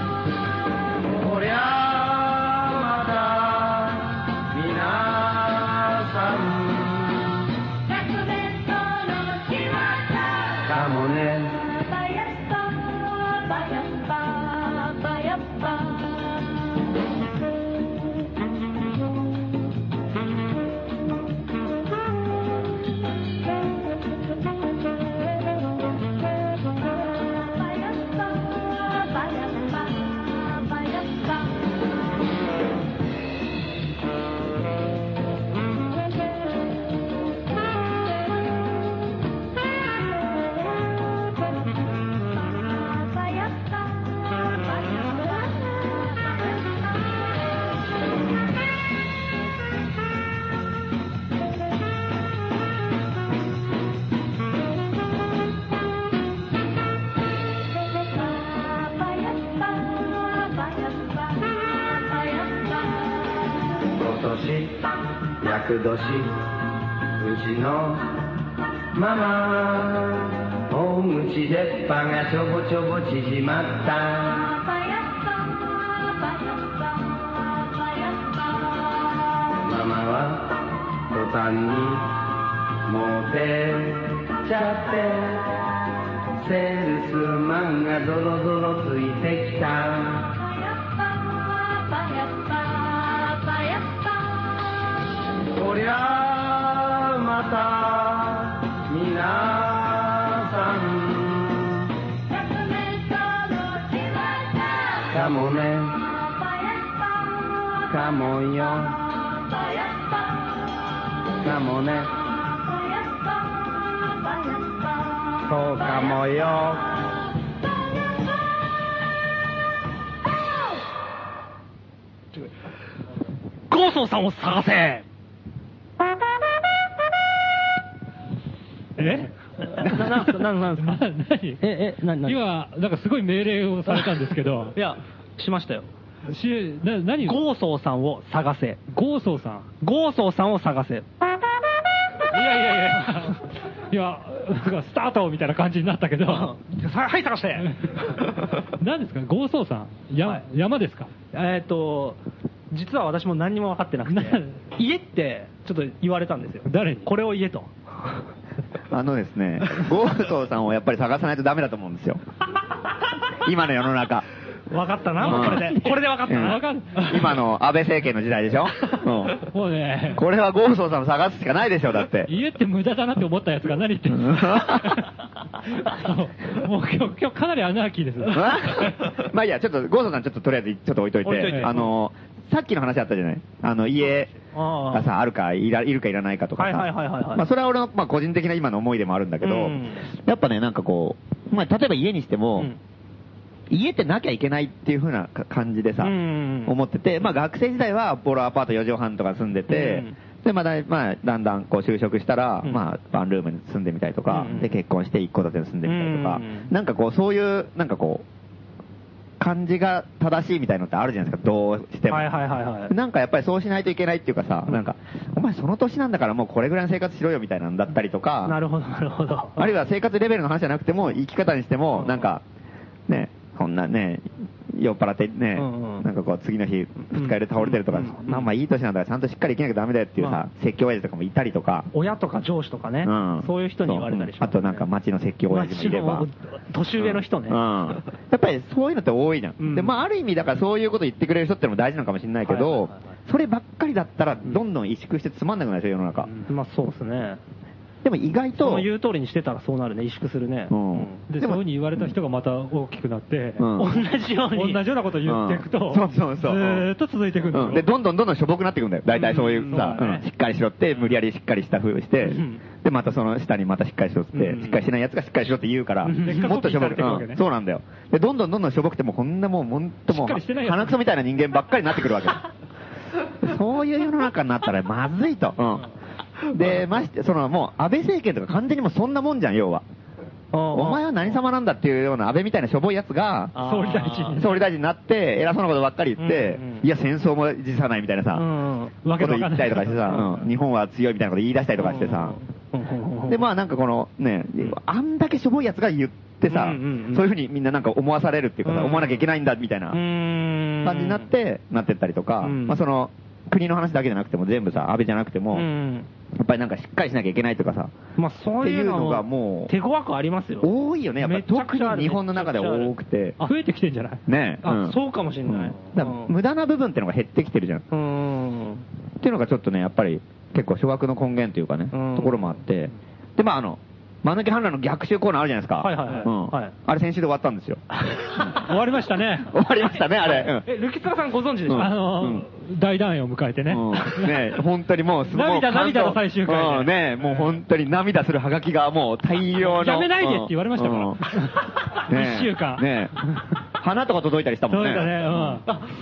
[SPEAKER 4] こりゃまだ皆さんね
[SPEAKER 5] Bayappa, bayappa, bayappa.
[SPEAKER 4] 今年厄年うちのママ大口でっ歯がちょぼちょぼ縮まったママは途端にモテちゃってセールスマンがゾロゾロついてきた
[SPEAKER 5] Bye.
[SPEAKER 4] こりゃあまた皆さんかもねかもよかもねそうかもよ
[SPEAKER 1] ゴーソンさんを探せえ
[SPEAKER 3] ななんすかなんなんす か
[SPEAKER 1] 何
[SPEAKER 3] え、え、な、な、
[SPEAKER 1] 今、なんかすごい命令をされたんですけど、 いや、しましたよ。し、な、何ゴーソーさんを探せ。ゴーソーさん。ゴーソーさんを探せ。いやいやいや。 いや、なんかスタートみたいな感じになったけど。 はい、探 して何ですかゴーソーさん。や、山ですか
[SPEAKER 6] えーっと、実は私も何にも分かってなくて
[SPEAKER 1] な、
[SPEAKER 6] 家ってちょっと言われたんですよ。
[SPEAKER 1] 誰に
[SPEAKER 6] これを言えと。
[SPEAKER 2] あのですね、ゴーソーさんをやっぱり探さないとダメだと思うんですよ。今の世の中。
[SPEAKER 6] 分かったな、
[SPEAKER 2] うん
[SPEAKER 6] これで。これで分かった
[SPEAKER 2] うん
[SPEAKER 6] な。
[SPEAKER 1] わかん
[SPEAKER 2] 今の安倍政権の時代でしょ、う
[SPEAKER 1] もうね
[SPEAKER 2] ん、、これはゴーソーさんを探すしかないでしょ、だって。
[SPEAKER 1] 家って無駄だなって思ったやつが 何言ってんのもう今日、今日かなりアナーキーです。
[SPEAKER 2] まあいいや、ちょっと、ゴーソーさんちょっととりあえず、ちょっと置いといて、
[SPEAKER 1] 置いといて
[SPEAKER 2] あの、さっきの話あったじゃないあの、家
[SPEAKER 6] ああ
[SPEAKER 2] がさ、あるか、いらいるかいらないかとかさ。
[SPEAKER 6] はいはいはいはいはい
[SPEAKER 2] まあそれは俺の、まあ個人的な今の思いでもあるんだけど、
[SPEAKER 6] うん
[SPEAKER 2] やっぱね、なんかこう、まあ例えば家にしても、
[SPEAKER 6] うん
[SPEAKER 2] 家ってなきゃいけないっていう風なか感じでさ、
[SPEAKER 6] うん
[SPEAKER 2] 思ってて、まあ学生時代はボロアパート4畳半とか住んでて、で、まあだい、まあ、だんだんこう就職したら、
[SPEAKER 6] うん
[SPEAKER 2] まあ、ワンルームに住んでみたりとか、
[SPEAKER 6] うん
[SPEAKER 2] で、結婚して一戸建てに住んでみたりとか、
[SPEAKER 6] うん
[SPEAKER 2] なんかこう、そういう、なんかこう、感じが正しいみたいのってあるじゃないですか、どうしても。
[SPEAKER 6] はいはいはいはい。
[SPEAKER 2] なんかやっぱりそうしないといけないっていうかさ、なんか、お前その年なんだからもうこれぐらいの生活しろよみたいなんだったりとか、
[SPEAKER 6] なるほどなるほど。
[SPEAKER 2] あるいは生活レベルの話じゃなくても、生き方にしても、なんか、ね、こんなね、酔っ払ってね、
[SPEAKER 6] うんうん
[SPEAKER 2] なんかこう、次の日、二日酔いで倒れてるとか、
[SPEAKER 6] うん
[SPEAKER 2] まあまあいい年なんだから、ちゃんとしっかり生きなきゃダメだよっていうさ、説教親父とかもいたりとか、
[SPEAKER 6] 親とか上司とかね、
[SPEAKER 2] うん
[SPEAKER 6] そういう人に言われたりし
[SPEAKER 2] そ
[SPEAKER 6] ま
[SPEAKER 2] ううんあ
[SPEAKER 6] す、
[SPEAKER 2] となんか街の説教親父もいれ
[SPEAKER 6] 街
[SPEAKER 2] ば。
[SPEAKER 6] の年上の人ね。
[SPEAKER 2] うんやっぱりそういうのって多いじゃん。
[SPEAKER 6] うん
[SPEAKER 2] で、まあある意味だからそういうこと言ってくれる人ってのも大事なのかもしれないけど、
[SPEAKER 6] はいはいはいはい
[SPEAKER 2] そればっかりだったら、どんどん萎縮してつまんなくなるでしょ、世の中。
[SPEAKER 6] まあそうですね。
[SPEAKER 2] でも意外
[SPEAKER 6] そ
[SPEAKER 2] と
[SPEAKER 6] の、言う通りにしてたらそうなるね、萎縮するね。
[SPEAKER 2] うん
[SPEAKER 3] で、
[SPEAKER 2] で
[SPEAKER 3] そ
[SPEAKER 2] も
[SPEAKER 3] ういうふうに言われた人がまた大きくなって、
[SPEAKER 2] うん
[SPEAKER 6] 同じよう
[SPEAKER 3] 同
[SPEAKER 6] に。
[SPEAKER 3] じようなことを言っていくと、
[SPEAKER 2] うんそうそうそう
[SPEAKER 3] ずーっと続いていくんだ
[SPEAKER 2] う
[SPEAKER 3] ろ
[SPEAKER 2] ん、で、どんどんどんどんしょぼくなっていくんだよ。大体そういうさ、
[SPEAKER 6] うんそうだね
[SPEAKER 2] うんしっかりしろって、無理やりしっかりしたふうして、
[SPEAKER 6] ん
[SPEAKER 2] で、またその下にまたしっかりしろっつって、
[SPEAKER 6] うん
[SPEAKER 2] しっかりしないやつがしっかりしろって言うから、
[SPEAKER 3] ん
[SPEAKER 2] もっとしょぼく、
[SPEAKER 3] でっかくコピーされていくわけ
[SPEAKER 2] う
[SPEAKER 3] ね
[SPEAKER 2] んそうなんだよ。で、どんどんどんどんしょぼくて、もうこんなもう、ほんともう、
[SPEAKER 3] しっかりしてないやつ
[SPEAKER 2] 鼻くそみたいな人間ばっかりになってくるわけよ。 そういう世の中になったらまずいと。うん。で、まして、そのもう安倍政権とか完全にもうそんなもんじゃん、要は。お前は何様なんだっていうような安倍みたいなしょぼいやつが、
[SPEAKER 6] あー
[SPEAKER 3] 総理大臣
[SPEAKER 2] 総理大臣になって、偉そうなことばっかり言って、
[SPEAKER 6] うんうん
[SPEAKER 2] いや、戦争も辞さないみたいなさ、
[SPEAKER 6] うんうん
[SPEAKER 2] わけこと言ったりとかしてさ、うん日本は強いみたいなこと言い出したりとかしてさ、で、まあなんかこのね、あんだけしょぼいやつが言ってさ、
[SPEAKER 6] うんうんうん
[SPEAKER 2] そういうふうにみんななんか思わされるっていうかさ、
[SPEAKER 6] うん
[SPEAKER 2] 思わなきゃいけないんだみたいな
[SPEAKER 6] うーん
[SPEAKER 2] 感じになって、なってったりとか、
[SPEAKER 6] うん
[SPEAKER 2] まあその、国の話だけじゃなくても、全部さ、安倍じゃなくても、
[SPEAKER 1] う
[SPEAKER 2] や
[SPEAKER 1] ん。
[SPEAKER 2] っぱりなんかしっかりしなきゃいけないとかさ、
[SPEAKER 1] まあ、そういう
[SPEAKER 2] っていうの
[SPEAKER 1] の
[SPEAKER 2] が
[SPEAKER 1] が
[SPEAKER 2] もう
[SPEAKER 1] 手強くありますよ。
[SPEAKER 2] 多いよね、やっぱ
[SPEAKER 1] めちゃ
[SPEAKER 2] 特
[SPEAKER 1] くち
[SPEAKER 2] に
[SPEAKER 1] ゃある
[SPEAKER 2] 日本の中で多くて。
[SPEAKER 3] 増えてきてんじゃない
[SPEAKER 2] ねえ。
[SPEAKER 1] あ
[SPEAKER 2] ん、
[SPEAKER 1] そうかもしれない。
[SPEAKER 2] だから無駄な部分ってのが減ってきてるじゃん。っ
[SPEAKER 1] うん。
[SPEAKER 2] ていうのがちょっとね、やっぱり結構諸悪の根源というかね、
[SPEAKER 1] うん
[SPEAKER 2] ところもあって。で、まああの、間抜け反乱の逆襲コーナーあるじゃないですか。
[SPEAKER 1] はいはいはい
[SPEAKER 2] うん
[SPEAKER 1] はい
[SPEAKER 2] あれ先週で終わったんですよ。
[SPEAKER 3] 終わりましたね。
[SPEAKER 2] 終わりましたね、あれ。
[SPEAKER 1] え、ルキツラさんご存知でし
[SPEAKER 2] うん
[SPEAKER 1] た
[SPEAKER 3] あのー、大団円を迎えて
[SPEAKER 2] う
[SPEAKER 3] ね。
[SPEAKER 2] んうんねえ本当に もうすごい。
[SPEAKER 3] 涙
[SPEAKER 2] もう感動
[SPEAKER 3] 涙の最終回で
[SPEAKER 2] うんねえもう本当に涙するハガキがもう大量の。
[SPEAKER 3] やめないでって言われましたから
[SPEAKER 2] うんねえ
[SPEAKER 3] 一週間
[SPEAKER 2] ねえ花とか届いたりしたも
[SPEAKER 3] そ
[SPEAKER 2] ん
[SPEAKER 3] う
[SPEAKER 2] ね。
[SPEAKER 3] だね、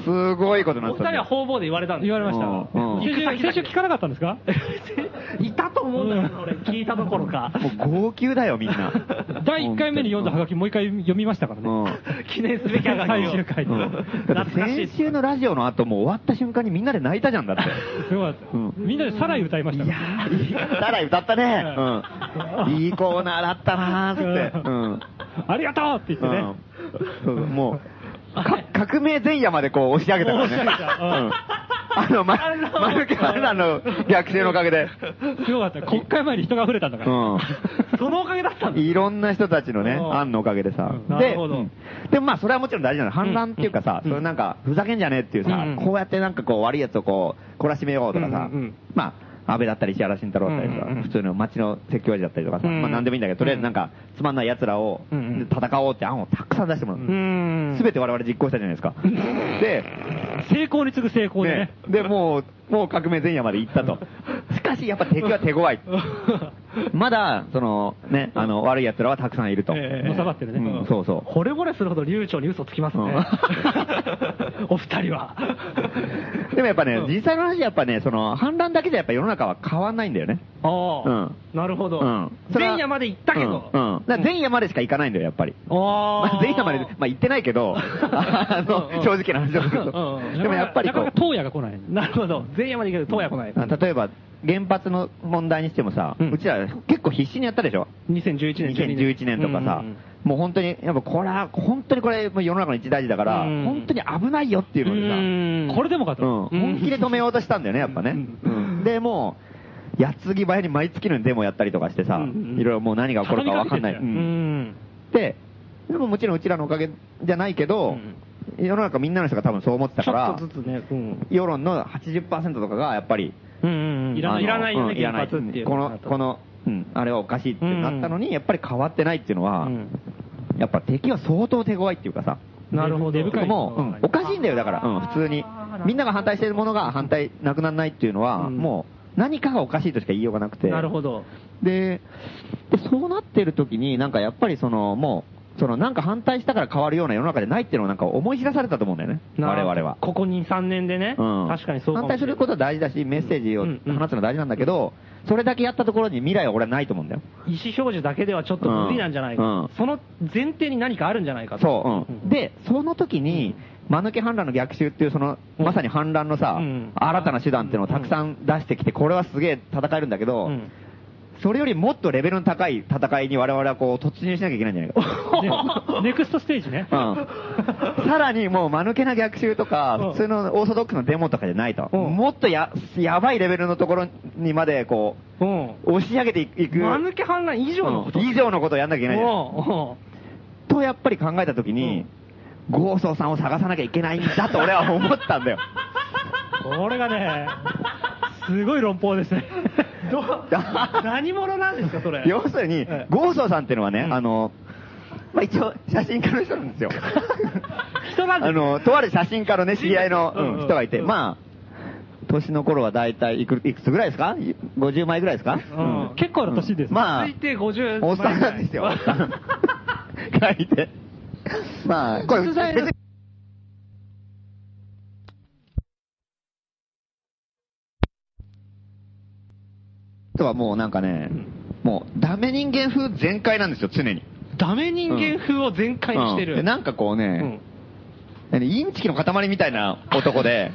[SPEAKER 3] うん。
[SPEAKER 2] すごいことにな
[SPEAKER 1] お
[SPEAKER 2] っ
[SPEAKER 1] 二
[SPEAKER 2] てた
[SPEAKER 1] 人
[SPEAKER 2] ね。
[SPEAKER 1] は方々で言われたんです
[SPEAKER 3] 言われまし
[SPEAKER 2] うんうん
[SPEAKER 3] た。先週、先週聞かなかったんですか
[SPEAKER 1] いたと思うんだけど、俺、聞いたところか。
[SPEAKER 2] もう号泣だよ、みん な。
[SPEAKER 3] 第1回目に読んだハガキ、もう1回読みましたからね。
[SPEAKER 2] うん。
[SPEAKER 1] 記念すべきが
[SPEAKER 3] 最終回で。
[SPEAKER 2] だ
[SPEAKER 1] 懐
[SPEAKER 2] って
[SPEAKER 1] かしい
[SPEAKER 2] 先。週のラジオの後もう終わった瞬間にみんなで泣いたじゃんだって。
[SPEAKER 3] よかっ
[SPEAKER 2] う
[SPEAKER 3] た
[SPEAKER 2] ん
[SPEAKER 3] みんなでサライ歌いましたから。
[SPEAKER 2] いやたら歌ったね。うん。いいコーナーだったなーって。うん。
[SPEAKER 3] ありがとうって言って
[SPEAKER 2] うん
[SPEAKER 3] ね。
[SPEAKER 2] そうそうもう、か革命前夜までこう押し上げたからね。うん。あの、ま、マルケ・アナの逆襲のおかげで。
[SPEAKER 3] よかった。国会前に人が溢れたんだか
[SPEAKER 2] う
[SPEAKER 3] ら。
[SPEAKER 2] ん。
[SPEAKER 1] そのおかげだったんだ。
[SPEAKER 2] いろんな人たちのね、
[SPEAKER 3] うん
[SPEAKER 2] 案のおかげでさ。
[SPEAKER 3] うんな
[SPEAKER 2] で、
[SPEAKER 3] るほど
[SPEAKER 2] うんでもまあそれはもちろん大事なの。反乱っていうかさ、それなんか、ふざけんじゃねえっていうさ
[SPEAKER 1] うん、
[SPEAKER 2] こうやってなんかこう悪いやつをこう、懲らしめようとかさ
[SPEAKER 1] うんうんうん、
[SPEAKER 2] まあ、安倍だったり石原慎太郎だったり
[SPEAKER 1] うんうんう
[SPEAKER 2] さ、
[SPEAKER 1] ん
[SPEAKER 2] 普通の街の説教師だったりとかさ、
[SPEAKER 1] うん
[SPEAKER 2] まあなんでもいいんだけど、とりあえずなんか、つまんない奴らを
[SPEAKER 1] うんうん
[SPEAKER 2] 戦おうって案をたくさん出してもら
[SPEAKER 1] う
[SPEAKER 2] う。
[SPEAKER 1] ん。
[SPEAKER 2] すべて我々実行したじゃないですか。で、
[SPEAKER 3] 成功に次ぐ成功で
[SPEAKER 2] ね
[SPEAKER 3] ね。、
[SPEAKER 2] で、もう、もう革命前夜まで行ったと。しかし、やっぱ敵は手強い。 まだ、その、ね、あの、悪い奴らはたくさんいると。
[SPEAKER 3] ええのさばってるね
[SPEAKER 2] うんそうそう。
[SPEAKER 1] 惚れ惚れするほど流暢に嘘つきます
[SPEAKER 2] う
[SPEAKER 1] ね
[SPEAKER 2] ん。
[SPEAKER 1] お二人は。
[SPEAKER 2] でもやっぱね、実際の話、やっぱね、その、反乱だけじゃやっぱ世の中は変わんないんだよね。
[SPEAKER 1] ああ
[SPEAKER 2] ん、
[SPEAKER 1] なるほど。
[SPEAKER 2] うん。それは
[SPEAKER 1] 前夜まで行ったけど。
[SPEAKER 2] うん。うんだから前夜までしか行かないんだよ、やっぱり。
[SPEAKER 1] あ
[SPEAKER 2] まあ
[SPEAKER 1] あ。
[SPEAKER 2] 前夜まで、まあ行ってない けど、あの
[SPEAKER 1] うんうん
[SPEAKER 2] 正直な話をする
[SPEAKER 1] うん
[SPEAKER 2] と
[SPEAKER 1] うんう。ん
[SPEAKER 2] でもやっぱり
[SPEAKER 3] なか
[SPEAKER 2] こ
[SPEAKER 3] なか
[SPEAKER 2] う、
[SPEAKER 3] 当夜が来ない。
[SPEAKER 1] なるほど。前夜まで行けど、当夜来ない。
[SPEAKER 2] あ例えば、原発の問題にしてもさ、
[SPEAKER 1] うん
[SPEAKER 2] うちら結構必死にやったでしょ
[SPEAKER 1] 2011年。
[SPEAKER 2] 2011年とかさ
[SPEAKER 1] うんうん、
[SPEAKER 2] もう本当に、やっぱこれは、本当にこれ、もう世の中の一大事だから、
[SPEAKER 1] うん
[SPEAKER 2] 本当に危ないよっていうのでさ、
[SPEAKER 1] うん
[SPEAKER 3] これでもか
[SPEAKER 2] う
[SPEAKER 3] と。
[SPEAKER 2] ん本気で止めようとしたんだよね、やっぱね。うんで、もう、矢継ぎ早に毎月のようにデモやったりとかしてさ、
[SPEAKER 1] うんうんうん
[SPEAKER 2] いろいろもう何が起こるかわかんない。
[SPEAKER 3] 畳
[SPEAKER 1] う
[SPEAKER 2] うん
[SPEAKER 1] ん。
[SPEAKER 2] で、でももちろんうちらのおかげじゃないけど、世の中みんなの人が多分そう思ってた
[SPEAKER 1] ち
[SPEAKER 2] か
[SPEAKER 1] ょっ
[SPEAKER 2] ら
[SPEAKER 1] と、ずつね。うん。
[SPEAKER 2] 世論の80%とかがやっぱり、
[SPEAKER 1] うんうんうん。い
[SPEAKER 2] あの
[SPEAKER 1] らないよ
[SPEAKER 2] うん
[SPEAKER 1] ね、
[SPEAKER 2] いら
[SPEAKER 1] 原
[SPEAKER 2] ない
[SPEAKER 1] 発っていう。
[SPEAKER 2] この、この、うんあれはおかしいってなったのに、やっぱり変わってないっていうのは、
[SPEAKER 1] うん
[SPEAKER 2] やっぱ敵は相当手強いっていうかさ、
[SPEAKER 1] なるほど。
[SPEAKER 3] 根深い
[SPEAKER 2] もう、うんおかしいんだよ、だから、うん普通に。みんなが反対してるものが反対なくならないっていうのは、
[SPEAKER 1] うん
[SPEAKER 2] もう何かがおかしいとしか言いようがなくて。
[SPEAKER 1] なるほど。
[SPEAKER 2] で、でそうなってる時に、なんかやっぱりその、もう、そのなんか反対したから変わるような世の中でないっていうのをなんか思い知らされたと思うんだよね。我々は。
[SPEAKER 1] ここに3年でね。
[SPEAKER 2] うん
[SPEAKER 1] 確かにそうか
[SPEAKER 2] 反
[SPEAKER 1] も
[SPEAKER 2] 対
[SPEAKER 1] し
[SPEAKER 2] す
[SPEAKER 1] れな
[SPEAKER 2] る
[SPEAKER 1] い
[SPEAKER 2] ことは大事だし、メッセージを
[SPEAKER 1] う
[SPEAKER 2] 放
[SPEAKER 1] ん
[SPEAKER 2] つ
[SPEAKER 1] うん
[SPEAKER 2] のは大事なんだけど、それだけやったところに未来は俺はないと思うんだよ。
[SPEAKER 1] 意思表示だけではちょっと無理なんじゃないか、
[SPEAKER 2] うんうん
[SPEAKER 1] その前提に何かあるんじゃないかと。
[SPEAKER 2] そう、うん。で、その時に、間抜け反乱の逆襲っていう、その、まさに反乱のさ、
[SPEAKER 1] うん
[SPEAKER 2] 新たな手段っていうのをたくさん出してきて、これはすげえ戦えるんだけど、
[SPEAKER 1] うん
[SPEAKER 2] それよりもっとレベルの高い戦いに我々はこう突入しなきゃいけないんじゃないか。
[SPEAKER 3] ねネクストステージね。
[SPEAKER 2] うん、さらにもう間抜けな逆襲とか、普通のオーソドックスのデモとかじゃないと。もっとや、やばいレベルのところにまでこ
[SPEAKER 1] うん。
[SPEAKER 2] う、押し上げていく。
[SPEAKER 1] 間抜け反乱以上のこと。
[SPEAKER 2] うん以上のことをやんなきゃいけないじゃん
[SPEAKER 1] おうおう
[SPEAKER 2] とやっぱり考えたときに、ゴーソーさんを探さなきゃいけないんだと俺は思った んだよ。
[SPEAKER 3] これがね、すごい論 法ですね。
[SPEAKER 1] どう何者なんですか、それ。
[SPEAKER 2] 要するに
[SPEAKER 1] ええ、
[SPEAKER 2] ゴーソーさんっていうのはね、あの、まあ、一応写真家の人なんですよ。
[SPEAKER 1] 人なんで
[SPEAKER 2] あの、とある写真家のね、知り合いの、
[SPEAKER 1] うんうん
[SPEAKER 2] うん人がいて、まあ、年の頃は大体いくいくつぐらいですか ?50 枚ぐらいですか、
[SPEAKER 1] うん
[SPEAKER 3] 結構な年ですね。
[SPEAKER 2] まあ
[SPEAKER 1] 推、定50
[SPEAKER 2] おっさんなんですよ。おっさん書いて。まあ、これ、別にあとはもうなんかね、もうダメ人間風全開なんですよ、常に。
[SPEAKER 1] ダメ人間風を全開にして
[SPEAKER 2] う
[SPEAKER 1] る。
[SPEAKER 2] んでなんかこう
[SPEAKER 1] う
[SPEAKER 2] ね
[SPEAKER 1] ん、
[SPEAKER 2] 何インチキの塊みたいな 男で、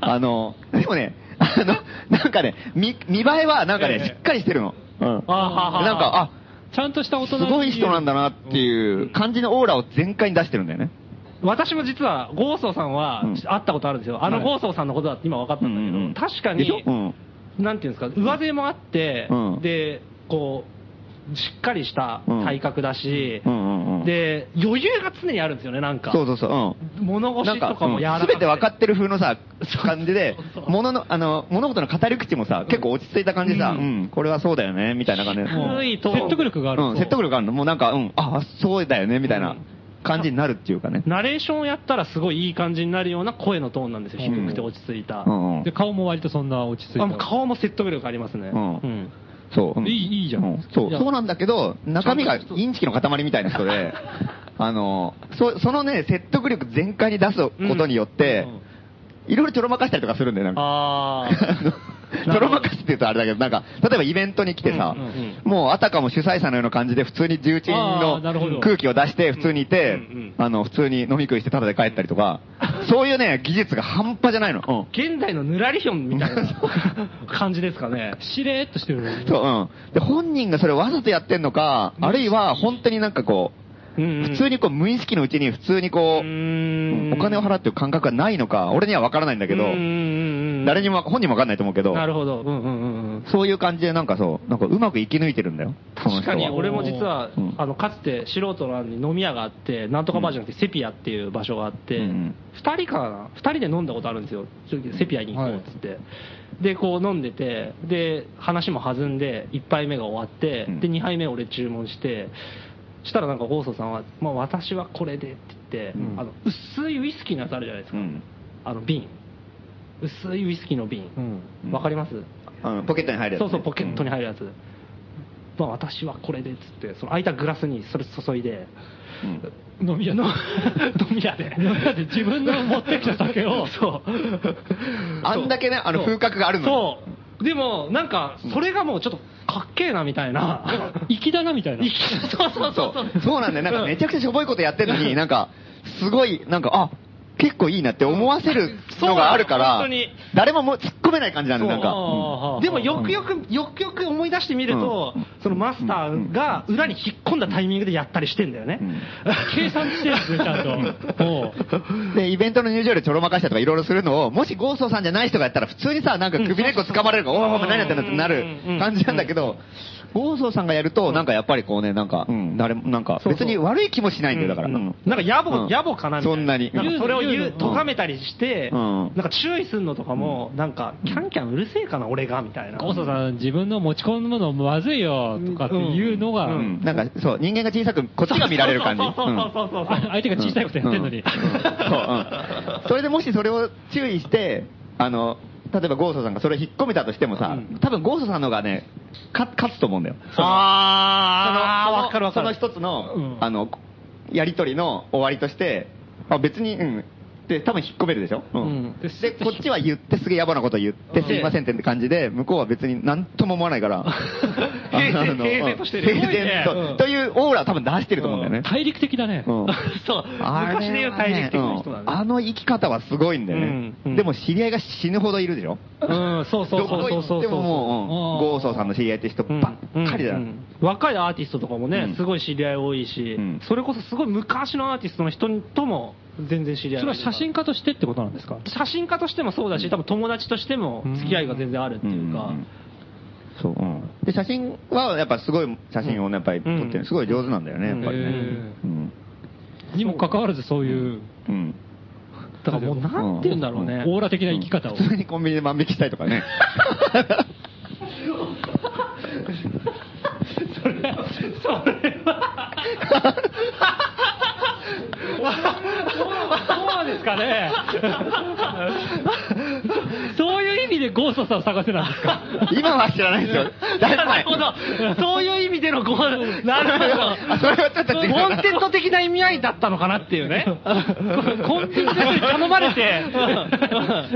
[SPEAKER 2] あの、でもね、あの、なんかね、見、見栄えはなんか
[SPEAKER 1] え
[SPEAKER 2] ね、
[SPEAKER 1] え
[SPEAKER 2] しっかりしてるの。うん。なんか、
[SPEAKER 1] あ
[SPEAKER 2] あ、
[SPEAKER 3] ちゃんとした大
[SPEAKER 2] す
[SPEAKER 3] 人
[SPEAKER 2] ごい人なん
[SPEAKER 3] だ。
[SPEAKER 2] だなっていう感じのオーラを全開に出してるんだよね。
[SPEAKER 1] 私も実は、ゴーソーさんは
[SPEAKER 2] うん
[SPEAKER 1] 会ったことあるんですよ。あの
[SPEAKER 2] はい
[SPEAKER 1] ゴーソーさんのことだって今分かったんだけど、
[SPEAKER 2] うんうんうん
[SPEAKER 1] 確か
[SPEAKER 2] でしょ
[SPEAKER 1] に、
[SPEAKER 2] うん
[SPEAKER 1] なんていうんですか、上背もあって、
[SPEAKER 2] うん
[SPEAKER 1] で、こう、しっかりした体格だし、
[SPEAKER 2] うんうんうん
[SPEAKER 1] で、余裕が常にあるんですよね、なんか。
[SPEAKER 2] そうそうそう、
[SPEAKER 1] 物
[SPEAKER 2] うん。
[SPEAKER 1] 腰とかも柔らか
[SPEAKER 2] すべて分かってる風のさ
[SPEAKER 1] そう、
[SPEAKER 2] 感じで
[SPEAKER 1] そう、そう
[SPEAKER 2] 物の、あの、物事の語り口もさ、結構落ち着いた感じでさ、
[SPEAKER 1] う
[SPEAKER 2] うんん、これはそうだよね、みたいな感じで。
[SPEAKER 1] 低いと
[SPEAKER 3] 説得力がある
[SPEAKER 2] うん、説得力あるの。もうなんか、うん、あ、そうだよね、みたいな感じになるっていうかね。
[SPEAKER 1] ナレーションをやったらすごいいい感じになるような声のトーンなんですよ。低
[SPEAKER 2] うん
[SPEAKER 1] くて落ち着いた。
[SPEAKER 2] うんうん
[SPEAKER 3] で、。顔も割とそんな落ち着いて。
[SPEAKER 1] あもう顔も説得力ありますね。
[SPEAKER 2] うん
[SPEAKER 1] ん
[SPEAKER 2] そう。うん
[SPEAKER 3] いいいいじゃん
[SPEAKER 2] うそう、
[SPEAKER 3] いや
[SPEAKER 2] そうなんだけど、中身がインチキの塊みたいな人で、あの、そそのね、説得力全開に出すことによって、いろいろちょろまかしたりとかするんだよ、なんか。
[SPEAKER 1] あ
[SPEAKER 2] あの
[SPEAKER 1] な
[SPEAKER 2] ちょ
[SPEAKER 1] る
[SPEAKER 2] ろ
[SPEAKER 1] ほど
[SPEAKER 2] まかしって言うとあれだけど、なんか、例えばイベントに来てさ、
[SPEAKER 1] うんうんうん
[SPEAKER 2] もうあたかも主催者のような感じで普通に重鎮
[SPEAKER 3] あーなるほど
[SPEAKER 2] の空気を出して、普通にいて、
[SPEAKER 1] うんうん
[SPEAKER 2] あの、普通に飲み食いしてタダで帰ったりとか、そういうね、技術が半端じゃないの。うん
[SPEAKER 1] 現代のぬらりひょんみたい な感じですかね。
[SPEAKER 3] しれーっとしてるのに
[SPEAKER 2] そう、うん。で、本人がそれわざとやってんのか、あるいは本当になんかこう、普通
[SPEAKER 1] に
[SPEAKER 2] にこう無意識のうちに普通にこう、うんお金を
[SPEAKER 1] っ
[SPEAKER 2] 払ってる感覚がないのか、俺にはわからないんだ
[SPEAKER 1] た
[SPEAKER 2] けど、誰にもわ、本人もわかんないと思うけど、
[SPEAKER 1] なるほど。うんうんうんうん。
[SPEAKER 2] そういう感じでなんかそう、なんかうまく生き抜いてるんだよ、その
[SPEAKER 1] 確
[SPEAKER 2] 人
[SPEAKER 1] か
[SPEAKER 2] は。
[SPEAKER 1] に俺も実は
[SPEAKER 2] うん、
[SPEAKER 1] あの、かつて素人の案に飲み屋があって、なんとかバーじゃなくてセピアっていう場所があって、
[SPEAKER 2] うんう
[SPEAKER 1] 二
[SPEAKER 2] ん
[SPEAKER 1] 人かな二人で飲んだことあるんですよ。ちょっとセピアに行こうっつって。で、こう飲んでて、で、話も弾んで、一杯目が終わって
[SPEAKER 2] う、ん
[SPEAKER 1] で、二杯目俺注文して、したらなんかゴーソさんは、まあ私はこれでって言って、
[SPEAKER 2] うん
[SPEAKER 1] あの、薄いウイスキーのやつあるじゃないです
[SPEAKER 2] う
[SPEAKER 1] か。
[SPEAKER 2] ん
[SPEAKER 1] あの瓶。薄いウイスキーの瓶。
[SPEAKER 2] うん
[SPEAKER 1] わかります
[SPEAKER 2] あのポケットに入るやつ
[SPEAKER 1] そ
[SPEAKER 2] ね、
[SPEAKER 1] うそう、ポケットに
[SPEAKER 2] る。
[SPEAKER 1] 入るやつ。まあ、私はこれでっつって、その空いたグラスにそれ注いで、飲み屋の 飲み屋で。飲み屋で自分の持ってきた酒を。 そう。
[SPEAKER 2] あんだけねあの
[SPEAKER 1] そう
[SPEAKER 2] 風格があるの
[SPEAKER 1] そう。でも、なんか、それがもうちょっとかっけえなみたいな。
[SPEAKER 3] 粋だなみたいな。
[SPEAKER 1] そうそうそうそう。
[SPEAKER 2] そうなんだよ。なんかめちゃくちゃしょぼいことやってるのに、なんか、すごい、なんか、あ、結構いいなって思わせるのがあるか
[SPEAKER 1] そう
[SPEAKER 2] ら
[SPEAKER 1] 本当に、
[SPEAKER 2] 誰ももう突っ込めない感じなん
[SPEAKER 1] そ
[SPEAKER 2] で、
[SPEAKER 1] う
[SPEAKER 2] なんか。
[SPEAKER 1] あーでもよくよく、よくよく思い出してみると
[SPEAKER 2] うん、
[SPEAKER 1] そのマスターが裏に引っ込んだタイミングでやったりしてんだよね
[SPEAKER 2] うん。
[SPEAKER 1] 計算してるんですよ、ちゃんと。もう
[SPEAKER 2] うんで、イベントの入場料ちょろまかしたりとかいろいろするのを、もしゴーソーさんじゃない人がやったら普通にさ、なんか首根っこ掴まれるから、おいおいお前何やってんだってな
[SPEAKER 1] うんうん
[SPEAKER 2] る感じなんだけど、ゴーソーさんがやると、なんかやっぱりこうね、なんか、うん誰も、なんか、
[SPEAKER 1] そうそう
[SPEAKER 2] 別に悪い気もしないんだよ、だから。
[SPEAKER 1] う
[SPEAKER 2] うん
[SPEAKER 1] んなんか野暮、
[SPEAKER 2] うん
[SPEAKER 1] 野暮かなみたいな。
[SPEAKER 2] そんなに
[SPEAKER 1] んかそれを
[SPEAKER 3] 言う
[SPEAKER 1] 言う、
[SPEAKER 3] 言う
[SPEAKER 1] 咎めたりして、
[SPEAKER 2] うん
[SPEAKER 1] なんか注意するのとかも、なんか、キャンキャンうるせえかな、俺が、みたいな。
[SPEAKER 3] ゴーソさん、自分の持ち込むものまずいよとかっていうのが、
[SPEAKER 1] うん
[SPEAKER 2] なんか、そう、人間が小さく、こっちが見られる感じ。
[SPEAKER 1] そうそうそうそうそうそう
[SPEAKER 3] あ相手が小さいことやってんのに。
[SPEAKER 2] うんうんそううんそれでもしそれを注意して、あの、例えばゴーソさんがそれ引っ込めたとしてもさ、多分ゴーソさんの方がね、か勝つと思うんだよ。
[SPEAKER 1] あ
[SPEAKER 2] その
[SPEAKER 1] わかるわかる。
[SPEAKER 2] その一つの、
[SPEAKER 1] うん
[SPEAKER 2] あの、やりとりの終わりとして、あ別に、うん。で、多分引っ込めるでしょ、うん
[SPEAKER 1] うん
[SPEAKER 2] で、こっちは言ってすげえ野暮なこと言ってすいませんって感じで、向こうは別に何とも思わないから、
[SPEAKER 1] 平然
[SPEAKER 2] あの
[SPEAKER 1] 平然としてる
[SPEAKER 2] 平然
[SPEAKER 1] すごいねうん
[SPEAKER 2] と。というオーラを多分出してると思うんだよね。
[SPEAKER 3] 大陸的だね。
[SPEAKER 2] うん
[SPEAKER 1] そう。
[SPEAKER 2] あれは
[SPEAKER 1] 昔
[SPEAKER 2] ね
[SPEAKER 1] で言う体力的な人
[SPEAKER 2] う
[SPEAKER 1] だ
[SPEAKER 2] んあ
[SPEAKER 1] ね。
[SPEAKER 2] の生き方はすごいんだよね、
[SPEAKER 1] うんうん
[SPEAKER 2] でも知り合いが死ぬほどいるでしょ
[SPEAKER 1] うん、そうそうそうそうそう。
[SPEAKER 2] でももう、うん、ゴーソーさんの知り合いって人ばっかりだよ、
[SPEAKER 1] うんうん若いアーティストとかもね、
[SPEAKER 2] うん
[SPEAKER 1] すごい知り合い多いし、
[SPEAKER 2] うん
[SPEAKER 1] それこそすごい昔のアーティストの人とも全然知り合い
[SPEAKER 3] それ
[SPEAKER 1] が
[SPEAKER 3] はい
[SPEAKER 1] るから
[SPEAKER 3] 写真家としてってことなんですか
[SPEAKER 1] 写真家としてもそうだし、多分友達としても付き合いが全然あるっていうか、
[SPEAKER 2] んそう、うんで写真はやっぱすごい写真をねやっぱり撮って
[SPEAKER 1] うん
[SPEAKER 2] るすごい上手なんだよねやっぱりね
[SPEAKER 3] へ
[SPEAKER 2] うん、
[SPEAKER 3] にもかかわらずそういう、
[SPEAKER 2] うん
[SPEAKER 1] だからもうなんて言うんだろうね、
[SPEAKER 3] オーラ的な生き方を。
[SPEAKER 2] 普通にコンビニで万引きしたいとかね
[SPEAKER 3] そうですかね。そういう意味でゴーストさんを探せなんですか
[SPEAKER 2] 今は知らないですよだいぶ
[SPEAKER 1] な
[SPEAKER 2] 前
[SPEAKER 1] るほど、 そういう意味でのこう、なるほ
[SPEAKER 2] あそれはちょっと
[SPEAKER 1] ど、
[SPEAKER 2] 違う
[SPEAKER 1] コンテント的な意味合いだったのかなって いうね、コンテンツに頼まれて、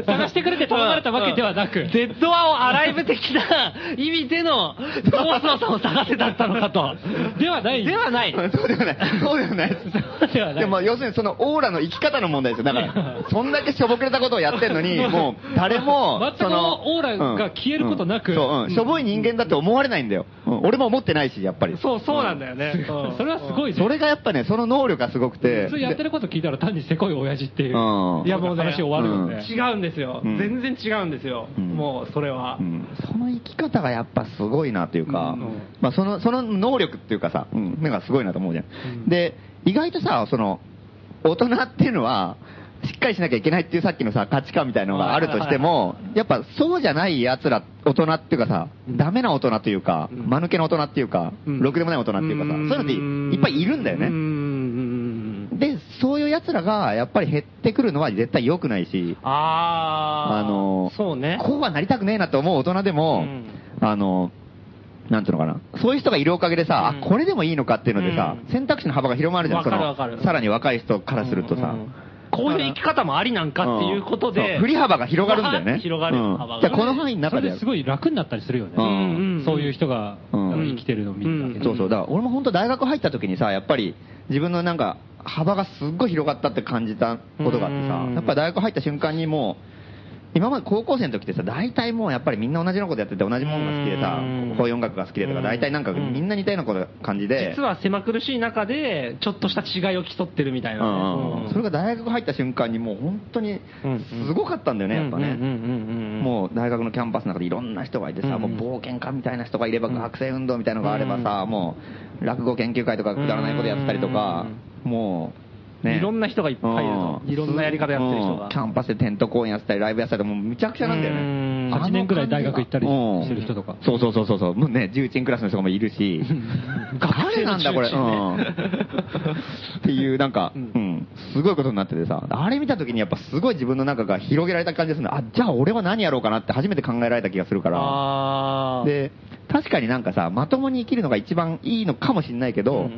[SPEAKER 3] 探してくれて頼まれたわけではなく
[SPEAKER 1] デッドアをアライブ的な意味での、ゴーソーさんを探せだったのかと。
[SPEAKER 3] ではない
[SPEAKER 1] ではない。
[SPEAKER 2] そうではない。そうではない。
[SPEAKER 3] うではない
[SPEAKER 2] でも、要するにその オーラの生き方の問題ですよ。だから、そんだけしょぼくれたことをやってんのに、もう、誰も、
[SPEAKER 3] 全く
[SPEAKER 1] のオーラが消えることなく
[SPEAKER 2] うんそう、うんしょぼい人間だって思われないんだよ。うん俺も思ってないし、やっぱり。
[SPEAKER 6] そう、そうなんだよね。うん
[SPEAKER 1] それはすごいね
[SPEAKER 2] それがやっぱね、その能力がすごくて。
[SPEAKER 1] 普通やってること聞いたら単にせこい親父っていう
[SPEAKER 2] うん
[SPEAKER 1] いやもう話終わるよね、
[SPEAKER 6] 違うんですよ。
[SPEAKER 2] うん
[SPEAKER 6] 全然違うんですよ。
[SPEAKER 2] うん
[SPEAKER 6] もう、それは
[SPEAKER 2] う。んその生き方がやっぱすごいなというか、
[SPEAKER 6] うん
[SPEAKER 2] まあ、そのその能力っていうかさ、うん、なんかすごいなと思うじゃん。で、意外とさ、その、大人っていうのは、しっかりしなきゃいけないっていうさっきのさ、価値観みたいなのがあるとしても、やっぱそうじゃない奴ら、大人っていうかさ、ダメな大人っていうか、間抜けな大人っていうか、
[SPEAKER 6] うん
[SPEAKER 2] ろくでもない大人っていうかさ、そういうのっていっぱいいるんだよね。
[SPEAKER 6] うーん。
[SPEAKER 2] で、そういう奴らがやっぱり減ってくるのは絶対良くないし、
[SPEAKER 6] あー。
[SPEAKER 2] あの、
[SPEAKER 6] そうね。
[SPEAKER 2] こうはなりたくねえなと思う大人でも、あの、なんていうのかな。そういう人がいるおかげでさ、
[SPEAKER 6] うん
[SPEAKER 2] あ、これでもいいのかっていうのでさ、
[SPEAKER 6] うん
[SPEAKER 2] 選択肢の幅が広まるじゃん、
[SPEAKER 6] わ
[SPEAKER 2] そ
[SPEAKER 6] かる
[SPEAKER 2] の
[SPEAKER 6] わかる
[SPEAKER 2] さらに若い人からするとさ。
[SPEAKER 6] うんこういう生き方もありなんかっていうこと
[SPEAKER 2] ん
[SPEAKER 6] で。
[SPEAKER 2] そう振り幅が広がるんだよ
[SPEAKER 6] わーっ
[SPEAKER 2] ね。
[SPEAKER 6] て広がる
[SPEAKER 2] うん
[SPEAKER 6] 幅が。
[SPEAKER 2] じゃあこの範囲の中
[SPEAKER 3] それ
[SPEAKER 2] でや
[SPEAKER 3] で
[SPEAKER 2] る
[SPEAKER 3] す。ごい楽になったりするよね。
[SPEAKER 2] うん
[SPEAKER 3] そういう人が、
[SPEAKER 2] うん
[SPEAKER 3] あの生きてるのを見るだけ
[SPEAKER 6] うん
[SPEAKER 3] で。
[SPEAKER 2] そうそう。だから俺も本当大学入った時にさ、やっぱり自分のなんか幅がすっごい広がったって感じたことがあって
[SPEAKER 6] う
[SPEAKER 2] さ
[SPEAKER 6] ん、
[SPEAKER 2] やっぱ大学入った瞬間にもう、今まで高校生の時ってさ、大体もうやっぱりみんな同じようなことやってて同じものが好きでさ
[SPEAKER 6] うん、
[SPEAKER 2] こういう音楽が好きでと
[SPEAKER 6] う
[SPEAKER 2] か、
[SPEAKER 6] ん
[SPEAKER 2] 大体なんかみんな似たようなこと感じで。
[SPEAKER 6] 実は狭苦しい中で、ちょっとした違いを競ってるみたいなね。
[SPEAKER 2] それが大学入った瞬間にもう本当にすごかったんだよね、やっぱ
[SPEAKER 6] うんうん
[SPEAKER 2] ね。
[SPEAKER 6] うんうん
[SPEAKER 2] もう大学のキャンパスの中でいろんな人がいてさ、もう冒険家みたいな人がいれば学生運動みたいなのがあればさ、もう落語研究会とかくだらないことやってたりとか、もうね。
[SPEAKER 6] いろんな人がいっぱいいると
[SPEAKER 2] う
[SPEAKER 6] いろんなやり方やってる人が
[SPEAKER 2] うんキャンパスでテント公演やってたり、ライブやってたり、もうむちゃくちゃなんだよ
[SPEAKER 6] うん
[SPEAKER 2] ね。
[SPEAKER 3] 8年くらい大学行ったり
[SPEAKER 2] うん
[SPEAKER 3] してる人とか。
[SPEAKER 2] そうそうそうそうそう、もうね、重鎮クラスの人もい るし、誰なんだこれ、うん、 っていう、なんか、うん、すごいことになっててさ、あれ見たときにやっぱすごい自分の中が広げられた感じがするの。あ、じゃあ俺は何やろうかなって初めて考えられた気がするから、
[SPEAKER 6] あー
[SPEAKER 2] で、確かになんかさ、まともに生きるのが一番いいのかもしれないけど、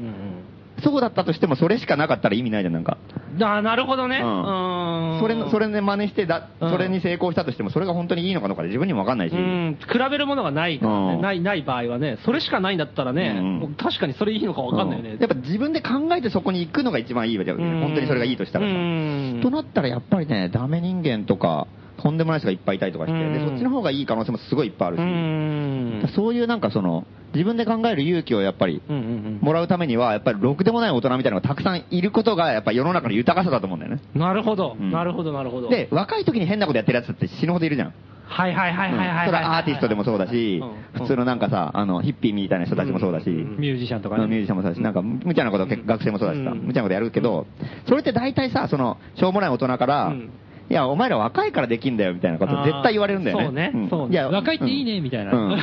[SPEAKER 2] そうだったとしてもそれしかなかったら意味ないじゃん、なんか。
[SPEAKER 6] あーなるほどね。
[SPEAKER 2] う
[SPEAKER 6] うん
[SPEAKER 2] それの、それで真似してだ、
[SPEAKER 6] うん
[SPEAKER 2] それに成功したとしても、それが本当にいいのかどうかで自分にもわかんないし
[SPEAKER 6] う。ん、比べるものがないからね、
[SPEAKER 2] うん
[SPEAKER 6] ない、ない場合はね、それしかないんだったらね、
[SPEAKER 2] うん
[SPEAKER 6] もう確かにそれいいのかわかんないよ
[SPEAKER 2] う
[SPEAKER 6] ね。
[SPEAKER 2] やっぱ自分で考えてそこに行くのが一番いいわけだよ
[SPEAKER 6] うん
[SPEAKER 2] ね。本当にそれがいいとしたら
[SPEAKER 6] う
[SPEAKER 2] さ
[SPEAKER 6] ん。
[SPEAKER 2] となったらやっぱりね、ダメ人間とか、とんでもない人がいっぱいいたりとかして、
[SPEAKER 6] うん
[SPEAKER 2] でそっちの方がいい可能性もすごいいっぱいある
[SPEAKER 6] う
[SPEAKER 2] し、
[SPEAKER 6] ん。
[SPEAKER 2] そういうなんかその、自分で考える勇気をやっぱり
[SPEAKER 6] うんうんうん
[SPEAKER 2] もらうためには、やっぱりろくでもない大人みたいなのがたくさんいることが、やっぱり世の中の豊かさだと思うんだよね。
[SPEAKER 6] なるほど、
[SPEAKER 2] うん
[SPEAKER 6] なるほど、なるほど。
[SPEAKER 2] で、若い時に変なことやってるやつって死ぬほどいるじゃん。
[SPEAKER 6] はいはいはいはいはいはい。
[SPEAKER 2] それはアーティストでもそうだし
[SPEAKER 6] うん、
[SPEAKER 2] 普通のなんかさ、あの、ヒッピーみたいな人たちもそうだ
[SPEAKER 6] う
[SPEAKER 2] し、
[SPEAKER 6] ん
[SPEAKER 3] ミュージシャンとか
[SPEAKER 2] ミュージシャンもそうだし、なんか、無茶なこと、学生もそうだしさ、
[SPEAKER 6] うん
[SPEAKER 2] 無茶なことやるけど、それって大体さ、その、しょうもない大人から、
[SPEAKER 6] うん
[SPEAKER 2] いや、お前ら若いからできんだよ、みたいなこと
[SPEAKER 6] あー
[SPEAKER 2] 絶対言われるんだよね。
[SPEAKER 6] そうね
[SPEAKER 2] ん
[SPEAKER 6] そうね
[SPEAKER 2] いや
[SPEAKER 3] 若いっていいね、みたいな。
[SPEAKER 2] うん。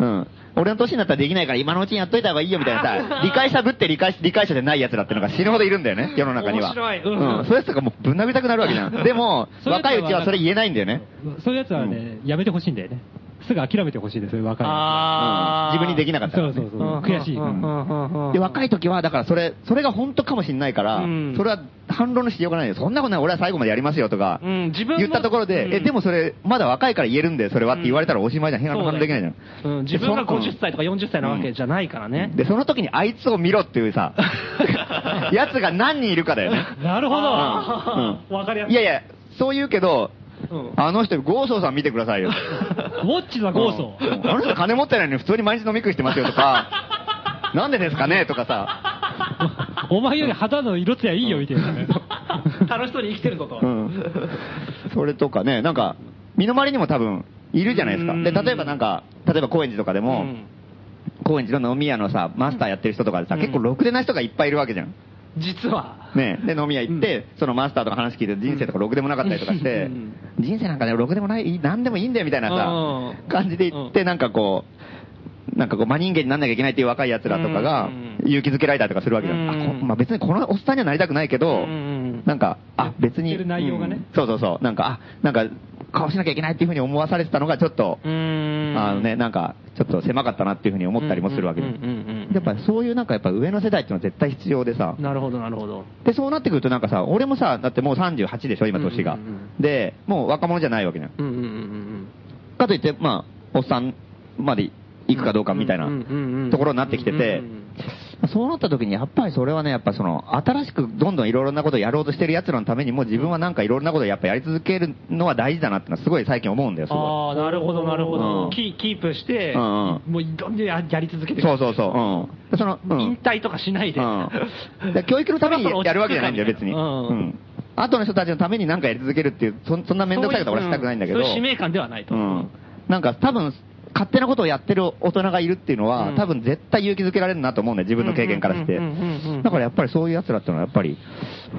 [SPEAKER 2] うん。俺の年になったらできないから今のうちにやっといた方がいいよみたいなさ、理解者ぶって理解し、理解者じゃない奴らってのが死ぬほどいるんだよね、世の中には。
[SPEAKER 6] 面白い
[SPEAKER 2] うん
[SPEAKER 6] うん。
[SPEAKER 2] そういう奴とかもうぶん殴りたくなるわけじ ゃん。でも、
[SPEAKER 3] そういう奴
[SPEAKER 2] 若
[SPEAKER 3] は
[SPEAKER 2] いうちはそれ言えないんだよね。
[SPEAKER 3] そういうやつはね、やめてほしいんだよね。すぐ諦めてほしいですよ、若いや
[SPEAKER 6] あー
[SPEAKER 2] うん自分にできなかった
[SPEAKER 3] つ
[SPEAKER 2] から
[SPEAKER 3] は。
[SPEAKER 2] ね
[SPEAKER 3] そうそ
[SPEAKER 6] う
[SPEAKER 3] うそ
[SPEAKER 6] ん
[SPEAKER 3] う。悔しい。
[SPEAKER 6] うんうんうんうん
[SPEAKER 2] で、若い時は、だからそれ、それが本当かもしれないから、
[SPEAKER 6] うん
[SPEAKER 2] それは反論のしようがないよ。そんなことない、俺は最後までやりますよとか、
[SPEAKER 6] うん自分の
[SPEAKER 2] 言ったところで、
[SPEAKER 6] うん
[SPEAKER 2] え、でもそれ、まだ若いから言えるんで、それはって言われたらおしまいじゃん。変な反論できないじゃん。
[SPEAKER 6] うん、自分が
[SPEAKER 2] でその
[SPEAKER 6] 50歳とか40歳なわけじゃないからね。
[SPEAKER 2] で、その時にあいつを見ろってい うさ、やつが何人いるかだよね。
[SPEAKER 6] なるほど。
[SPEAKER 2] うん
[SPEAKER 6] わかりやす
[SPEAKER 2] い
[SPEAKER 6] い。
[SPEAKER 2] やいや、そう言うけど、
[SPEAKER 6] うん
[SPEAKER 2] あの人、ゴーソーさん見てく ださいよ。
[SPEAKER 3] ウォッチだ、ゴーソ
[SPEAKER 2] うんあの人金持ってないのに普通に毎日飲み食いしてますよ とか、なんでですかねとかさ、
[SPEAKER 3] お前より肌の色つやいいよ、みたいなね。
[SPEAKER 6] 楽しそうに生きてるぞと。
[SPEAKER 2] うんそれとかね、なんか、身の回りにも多分、いるじゃないですか。
[SPEAKER 6] うん
[SPEAKER 2] で、例えばなんか、例えば高円寺とかで
[SPEAKER 6] う
[SPEAKER 2] も、
[SPEAKER 6] ん
[SPEAKER 2] 高円寺の飲み屋のさ、マスターやってる人とかでさ、
[SPEAKER 6] うん
[SPEAKER 2] 結構ろくでない人がいっぱいいるわけじゃん。
[SPEAKER 6] 実は。
[SPEAKER 2] ね、で飲み屋行って、そのマスターとか話聞いて人生とかろくでもなかったりとかして、人生なんかねろくでもないなんでもいいんだよみたいなさ、
[SPEAKER 6] うん
[SPEAKER 2] 感じで行って、なんかこうなんかこう真人間になんなきゃいけないっていう若い奴らとかが
[SPEAKER 6] うん
[SPEAKER 2] 勇気づけられたりとかするわけじゃん、
[SPEAKER 6] うん
[SPEAKER 2] あこまあ、別にこのおっさんにはなりたくないけど、
[SPEAKER 6] うん
[SPEAKER 2] なんかあ別に
[SPEAKER 3] 言ってる内容がね
[SPEAKER 2] うんそうそうそうなんかあなんか顔しなきゃいけないっていうふうに思わされてたのがちょっと、
[SPEAKER 6] うん
[SPEAKER 2] あのね、なんかちょっと狭かったなっていうふうに思ったりもするわけじゃ
[SPEAKER 6] うんうんうんうんうん
[SPEAKER 2] んやっぱそういうなんかやっぱ上の世代っていうのは絶対必要でさ、
[SPEAKER 6] なるほど、なるほど。
[SPEAKER 2] で、そうなってくるとなんかさ、俺もさ、だってもう38でしょ、今年が。
[SPEAKER 6] うんうんうん
[SPEAKER 2] で、もう若者じゃないわけね。
[SPEAKER 6] うんうんうんうん
[SPEAKER 2] かといって、まあ、おっさんまで行くかどうかみたいな
[SPEAKER 6] うんうんうんうん
[SPEAKER 2] ところになってきて
[SPEAKER 6] うんうんう
[SPEAKER 2] て
[SPEAKER 6] ん、
[SPEAKER 2] そうなった時に、やっぱりそれはね、やっぱその、新しくどんどんいろいろなことをやろうとしてる奴らのためにも、自分はなんかいろいろなことをやっぱやり続けるのは大事だなってのはすごい最近思うんだよ、すご
[SPEAKER 1] ああ、なるほど、なるほ
[SPEAKER 2] うん
[SPEAKER 1] ど。キーキープして、
[SPEAKER 2] うんうん
[SPEAKER 1] もういろんなややり続け
[SPEAKER 2] い。
[SPEAKER 1] て
[SPEAKER 2] そうそうそう、うん。でその、うん。
[SPEAKER 1] 引退とかしないで。
[SPEAKER 2] うんで教育の ためにやるわけじゃないんだよ、別に。
[SPEAKER 1] う
[SPEAKER 2] うんん。後の人たちのために何かやり続けるっていう、そんそんな面倒くさいことは俺はしたくないんだけど。
[SPEAKER 1] そういう使命感ではないと。
[SPEAKER 2] うん。なんか多分、勝手なことをやってる大人がいるっていうのは、
[SPEAKER 1] うん
[SPEAKER 2] 多分絶対勇気づけられるなと思うんだよ、自分の経験からして
[SPEAKER 1] うんうんうんうんうん。
[SPEAKER 2] だからやっぱりそういう奴らっていうのはやっぱり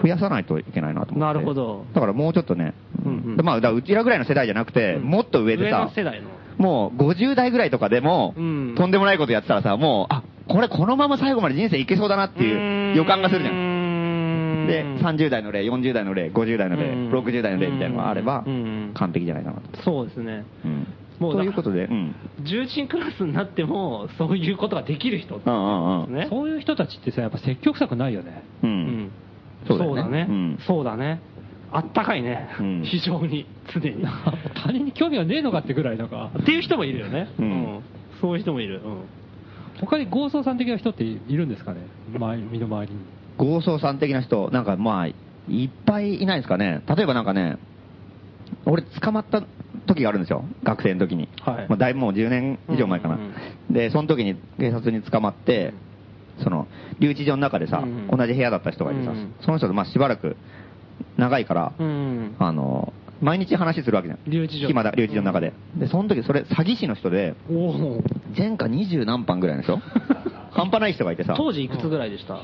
[SPEAKER 2] 増やさないといけないなと思って。
[SPEAKER 1] なるほど
[SPEAKER 2] だからもうちょっとね、
[SPEAKER 1] うんうん
[SPEAKER 2] でまあ、だからうちらぐらいの世代じゃなくて、もっと上でさ
[SPEAKER 1] の、世代の。
[SPEAKER 2] もう50代ぐらいとかでも、
[SPEAKER 1] うん
[SPEAKER 2] とんでもないことやってたらさ、もう、あ、これこのまま最後まで人生いけそうだなっていう予感がするじゃん。
[SPEAKER 1] ん
[SPEAKER 2] で、30代の例、40代の例、50代の例、
[SPEAKER 1] うん
[SPEAKER 2] 60代の例みたいなのがあれば
[SPEAKER 1] うん、
[SPEAKER 2] 完璧じゃないかなと。
[SPEAKER 1] そうですね。
[SPEAKER 2] うん
[SPEAKER 1] もうだ
[SPEAKER 2] ということで、うん。
[SPEAKER 1] 重鎮クラスになっても、そういうことができる人
[SPEAKER 2] うんうんうん。
[SPEAKER 1] ね。
[SPEAKER 3] そういう人たちってさ、やっぱ積極臭くないよね。
[SPEAKER 2] う
[SPEAKER 1] うんん。
[SPEAKER 2] そうだ
[SPEAKER 1] そ
[SPEAKER 2] よ
[SPEAKER 1] う
[SPEAKER 2] ね
[SPEAKER 1] だね
[SPEAKER 2] うん。
[SPEAKER 1] そうだね。あったかいね
[SPEAKER 2] うん。
[SPEAKER 1] 非常に、常に。
[SPEAKER 3] 他人に興味がねえのかってぐらい、なんか、
[SPEAKER 1] っていう人もいるよね。
[SPEAKER 2] う
[SPEAKER 1] うんん。そういう人もいる。うん。
[SPEAKER 3] 他に豪壮さん的な人っているんですかね、周り身の回りに。
[SPEAKER 2] 豪壮さん的な人、なんかまあ、いっぱいいないですかね。例えばなんかね、俺捕まった時があるんですよ。学生の時に。
[SPEAKER 1] はい
[SPEAKER 2] まあ、だいぶもう10年以上前かな。
[SPEAKER 1] うんうん
[SPEAKER 2] で、その時に警察に捕まって、その、留置所の中でさ、
[SPEAKER 1] うんうん
[SPEAKER 2] 同じ部屋だった人がいてさ、
[SPEAKER 1] うんうん
[SPEAKER 2] その人とまあしばらく長いから、
[SPEAKER 1] うん。
[SPEAKER 2] あの、毎日話するわけじゃん。
[SPEAKER 1] 留置所
[SPEAKER 2] 暇だ、留置所の中で。で、その時それ詐欺師の人で、
[SPEAKER 1] おー
[SPEAKER 2] 前科二十何班ぐらいの 人半端ない人がいてさ、
[SPEAKER 1] 当時いくつぐらいでした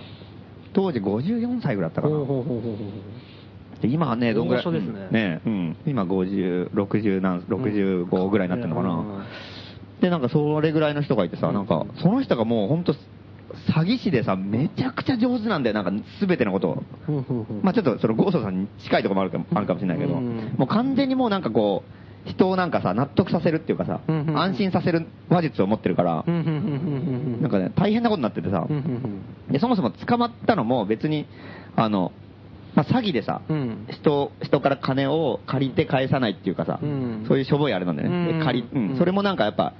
[SPEAKER 2] 当時54歳ぐらいだったかな。
[SPEAKER 1] ほうほうほうほう
[SPEAKER 2] で今はね、どんぐらい。
[SPEAKER 1] 大御所ですね
[SPEAKER 2] うんねえうん。今50、60何、65ぐらいになってるのか
[SPEAKER 1] うん
[SPEAKER 2] な。で、なんかそれぐらいの人がいてさ、なんか、その人がもうほんと、詐欺師でさ、めちゃくちゃ上手なんだよ、なんか全てのことを。
[SPEAKER 1] ほうほうほう
[SPEAKER 2] まあちょっとそのゴーストさんに近いところもあるかもあるかもしれないけど、
[SPEAKER 1] うん
[SPEAKER 2] もう完全にもうなんかこう、人をなんかさ、納得させるっていうかさ、
[SPEAKER 1] うんうんうん
[SPEAKER 2] 安心させる話術を持ってるから、
[SPEAKER 1] うんうんうんうん
[SPEAKER 2] なんかね、大変なことになっててさ、
[SPEAKER 1] うんうん
[SPEAKER 2] で、そもそも捕まったのも別に、あの、まあ、詐欺でさ、
[SPEAKER 1] うん
[SPEAKER 2] 人、人から金を借りて返さないっていうかさ、
[SPEAKER 1] うん
[SPEAKER 2] そういうしょぼいあれなんだよね。
[SPEAKER 1] うん
[SPEAKER 2] で借り、うん
[SPEAKER 1] うん
[SPEAKER 2] それもなんかやっぱ、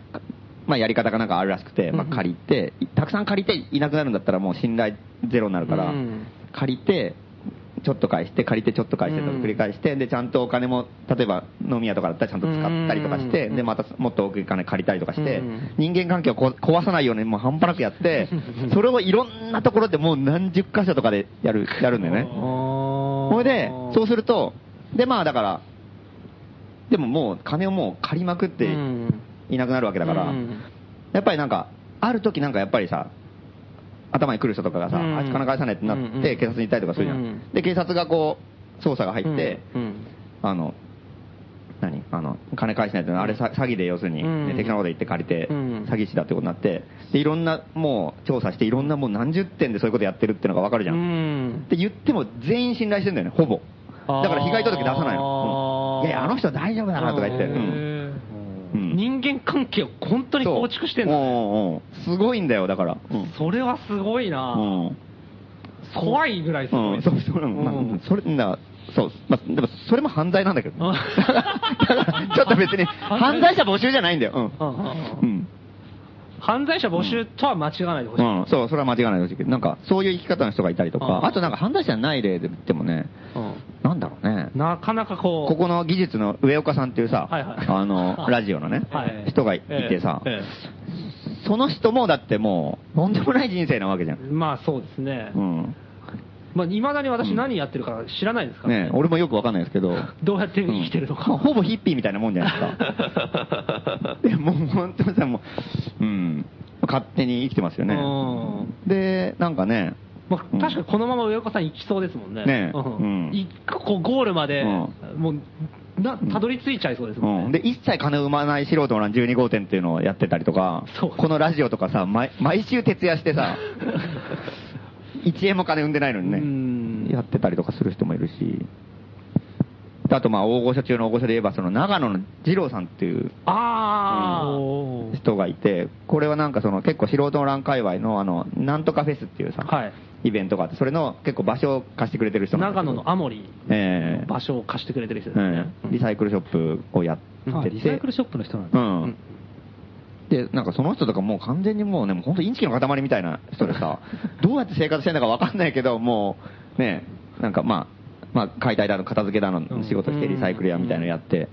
[SPEAKER 2] まあ、やり方がなんかあるらしくて、まあ、
[SPEAKER 1] うん
[SPEAKER 2] 借りて、いたくさん借りていなくなるんだったらもう信頼ゼロになるから、
[SPEAKER 1] うん
[SPEAKER 2] 借りて、ちょっと返して、借りてちょっと返してと
[SPEAKER 1] うん
[SPEAKER 2] 繰り返して、で、ちゃんとお金も、例えば飲み屋とかだったらちゃんと使ったりとかして、
[SPEAKER 1] うん
[SPEAKER 2] で、またもっと多く金借りたりとかして、
[SPEAKER 1] うん
[SPEAKER 2] 人間関係をこ壊さないようにもう半端なく やって、それをいろんなところでもう何十箇所とかでやる、やるんだよね。
[SPEAKER 1] ほ
[SPEAKER 2] ほいで、そうすると、で、まあだから、でももう金をもう借りまくっていなくなるわけだから、やっぱりなんか、ある時なんかやっぱりさ、頭に来る人とかがさ、
[SPEAKER 1] うん
[SPEAKER 2] あいつ金返さないってなって、
[SPEAKER 1] うん
[SPEAKER 2] 警察に行ったりとかするじゃん。
[SPEAKER 1] うん
[SPEAKER 2] で、警察がこう、捜査が入って、
[SPEAKER 1] うん
[SPEAKER 2] あの、何あの、金返しないってのはあれさ詐欺で要するに、
[SPEAKER 1] うん
[SPEAKER 2] ね適当なこと言って借りて、
[SPEAKER 1] うん
[SPEAKER 2] 詐欺師だってことになって、で、いろんな、もう、調査して、いろんなもう何十点でそういうことやってるってのがわかるじゃ。
[SPEAKER 1] うんん
[SPEAKER 2] って言っても全員信頼してんだよね、ほぼ。だから被害届出さないの。
[SPEAKER 1] あー
[SPEAKER 2] うんいやいや、あの人大丈夫だなとか言って。うん
[SPEAKER 1] へ
[SPEAKER 2] う
[SPEAKER 1] ー
[SPEAKER 2] ん
[SPEAKER 1] 人間関係を本当に構築してんだね
[SPEAKER 2] そううんうんすごいんだよ、だから。うん
[SPEAKER 1] それはすごいな
[SPEAKER 2] うん
[SPEAKER 1] 怖いぐらいすご
[SPEAKER 2] う
[SPEAKER 1] い
[SPEAKER 2] ん、そうそう、うんまあうんそれ、な、そう、まあ、でも、それも犯罪なんだけど。 だから、ちょっと別に、犯罪者募集じゃないんだよ。
[SPEAKER 1] うんうん
[SPEAKER 2] う
[SPEAKER 1] うん
[SPEAKER 2] ん。
[SPEAKER 1] 犯罪者募集とは間違わないでほし
[SPEAKER 2] う
[SPEAKER 1] い
[SPEAKER 2] ん。うん、そう、それは間違いないですけど、なんか、そういう生き方の人がいたりと
[SPEAKER 1] う
[SPEAKER 2] か、
[SPEAKER 1] ん
[SPEAKER 2] あとなんか犯罪者じゃない例で言ってもね、
[SPEAKER 1] う
[SPEAKER 2] なんだろうね
[SPEAKER 1] ん。なかなかこう
[SPEAKER 2] ここの技術の上岡さんっていうさ、
[SPEAKER 1] はいはい
[SPEAKER 2] あの、ラジオのね、
[SPEAKER 1] はい
[SPEAKER 2] 人がいてさ、
[SPEAKER 1] え
[SPEAKER 2] その人もだってもう、とんでもない人生なわけじゃ
[SPEAKER 1] え
[SPEAKER 2] ん。
[SPEAKER 1] まあそうですね
[SPEAKER 2] うん。
[SPEAKER 1] まあ、未だに私何やってるか知らないですからね。
[SPEAKER 2] ね俺もよくわかんないですけど、
[SPEAKER 1] どうやって生きてるのか。
[SPEAKER 2] うんほぼヒッピーみたいなもんじゃないですか。 でもう本当にさ、もう、うん、勝手に生きてますよね。
[SPEAKER 1] う
[SPEAKER 2] で、なんかね、
[SPEAKER 1] まあ、確かにこのまま上岡さん行きそうですもんね。
[SPEAKER 2] ねえ
[SPEAKER 1] うん
[SPEAKER 2] うん
[SPEAKER 1] 一個こうゴールまで、
[SPEAKER 2] うん
[SPEAKER 1] もう、な、たどり着いちゃいそうですも
[SPEAKER 2] うんん、
[SPEAKER 1] ね。
[SPEAKER 2] で一切金を生まない素人の12号店っていうのをやってたりとか
[SPEAKER 1] そう、
[SPEAKER 2] このラジオとかさ、毎毎週徹夜して さ、1円も金生んでないの
[SPEAKER 1] う
[SPEAKER 2] に
[SPEAKER 1] ん
[SPEAKER 2] ね、やってたりとかする人もいるし、であとまあ大御所中の大御所で言えば、その長野の二郎さんっていう
[SPEAKER 1] ああ、
[SPEAKER 2] 人がいて、これはなんかその結構素人の欄界隈のあの、なんとかフェスっていうさ、
[SPEAKER 1] はい
[SPEAKER 2] イベントがあって、それの結構場所を貸してくれてる人なん
[SPEAKER 1] 長
[SPEAKER 2] だけど
[SPEAKER 1] 野のアモリ
[SPEAKER 2] ええ
[SPEAKER 1] の場所を貸してくれてる人ですね
[SPEAKER 2] え。えリサイクルショップをやってて、
[SPEAKER 3] あリサイクルショップの人なん
[SPEAKER 2] う
[SPEAKER 3] だ。
[SPEAKER 2] ん。って、なんかその人とかもう完全にもうね、もう本当インチキの塊みたいな人でさ、どうやって生活してんだかわかんないけど、もう、ね、なんかまあ、まあ、解体だの、片付けだの、仕事してリサイクル屋みたいなのやって、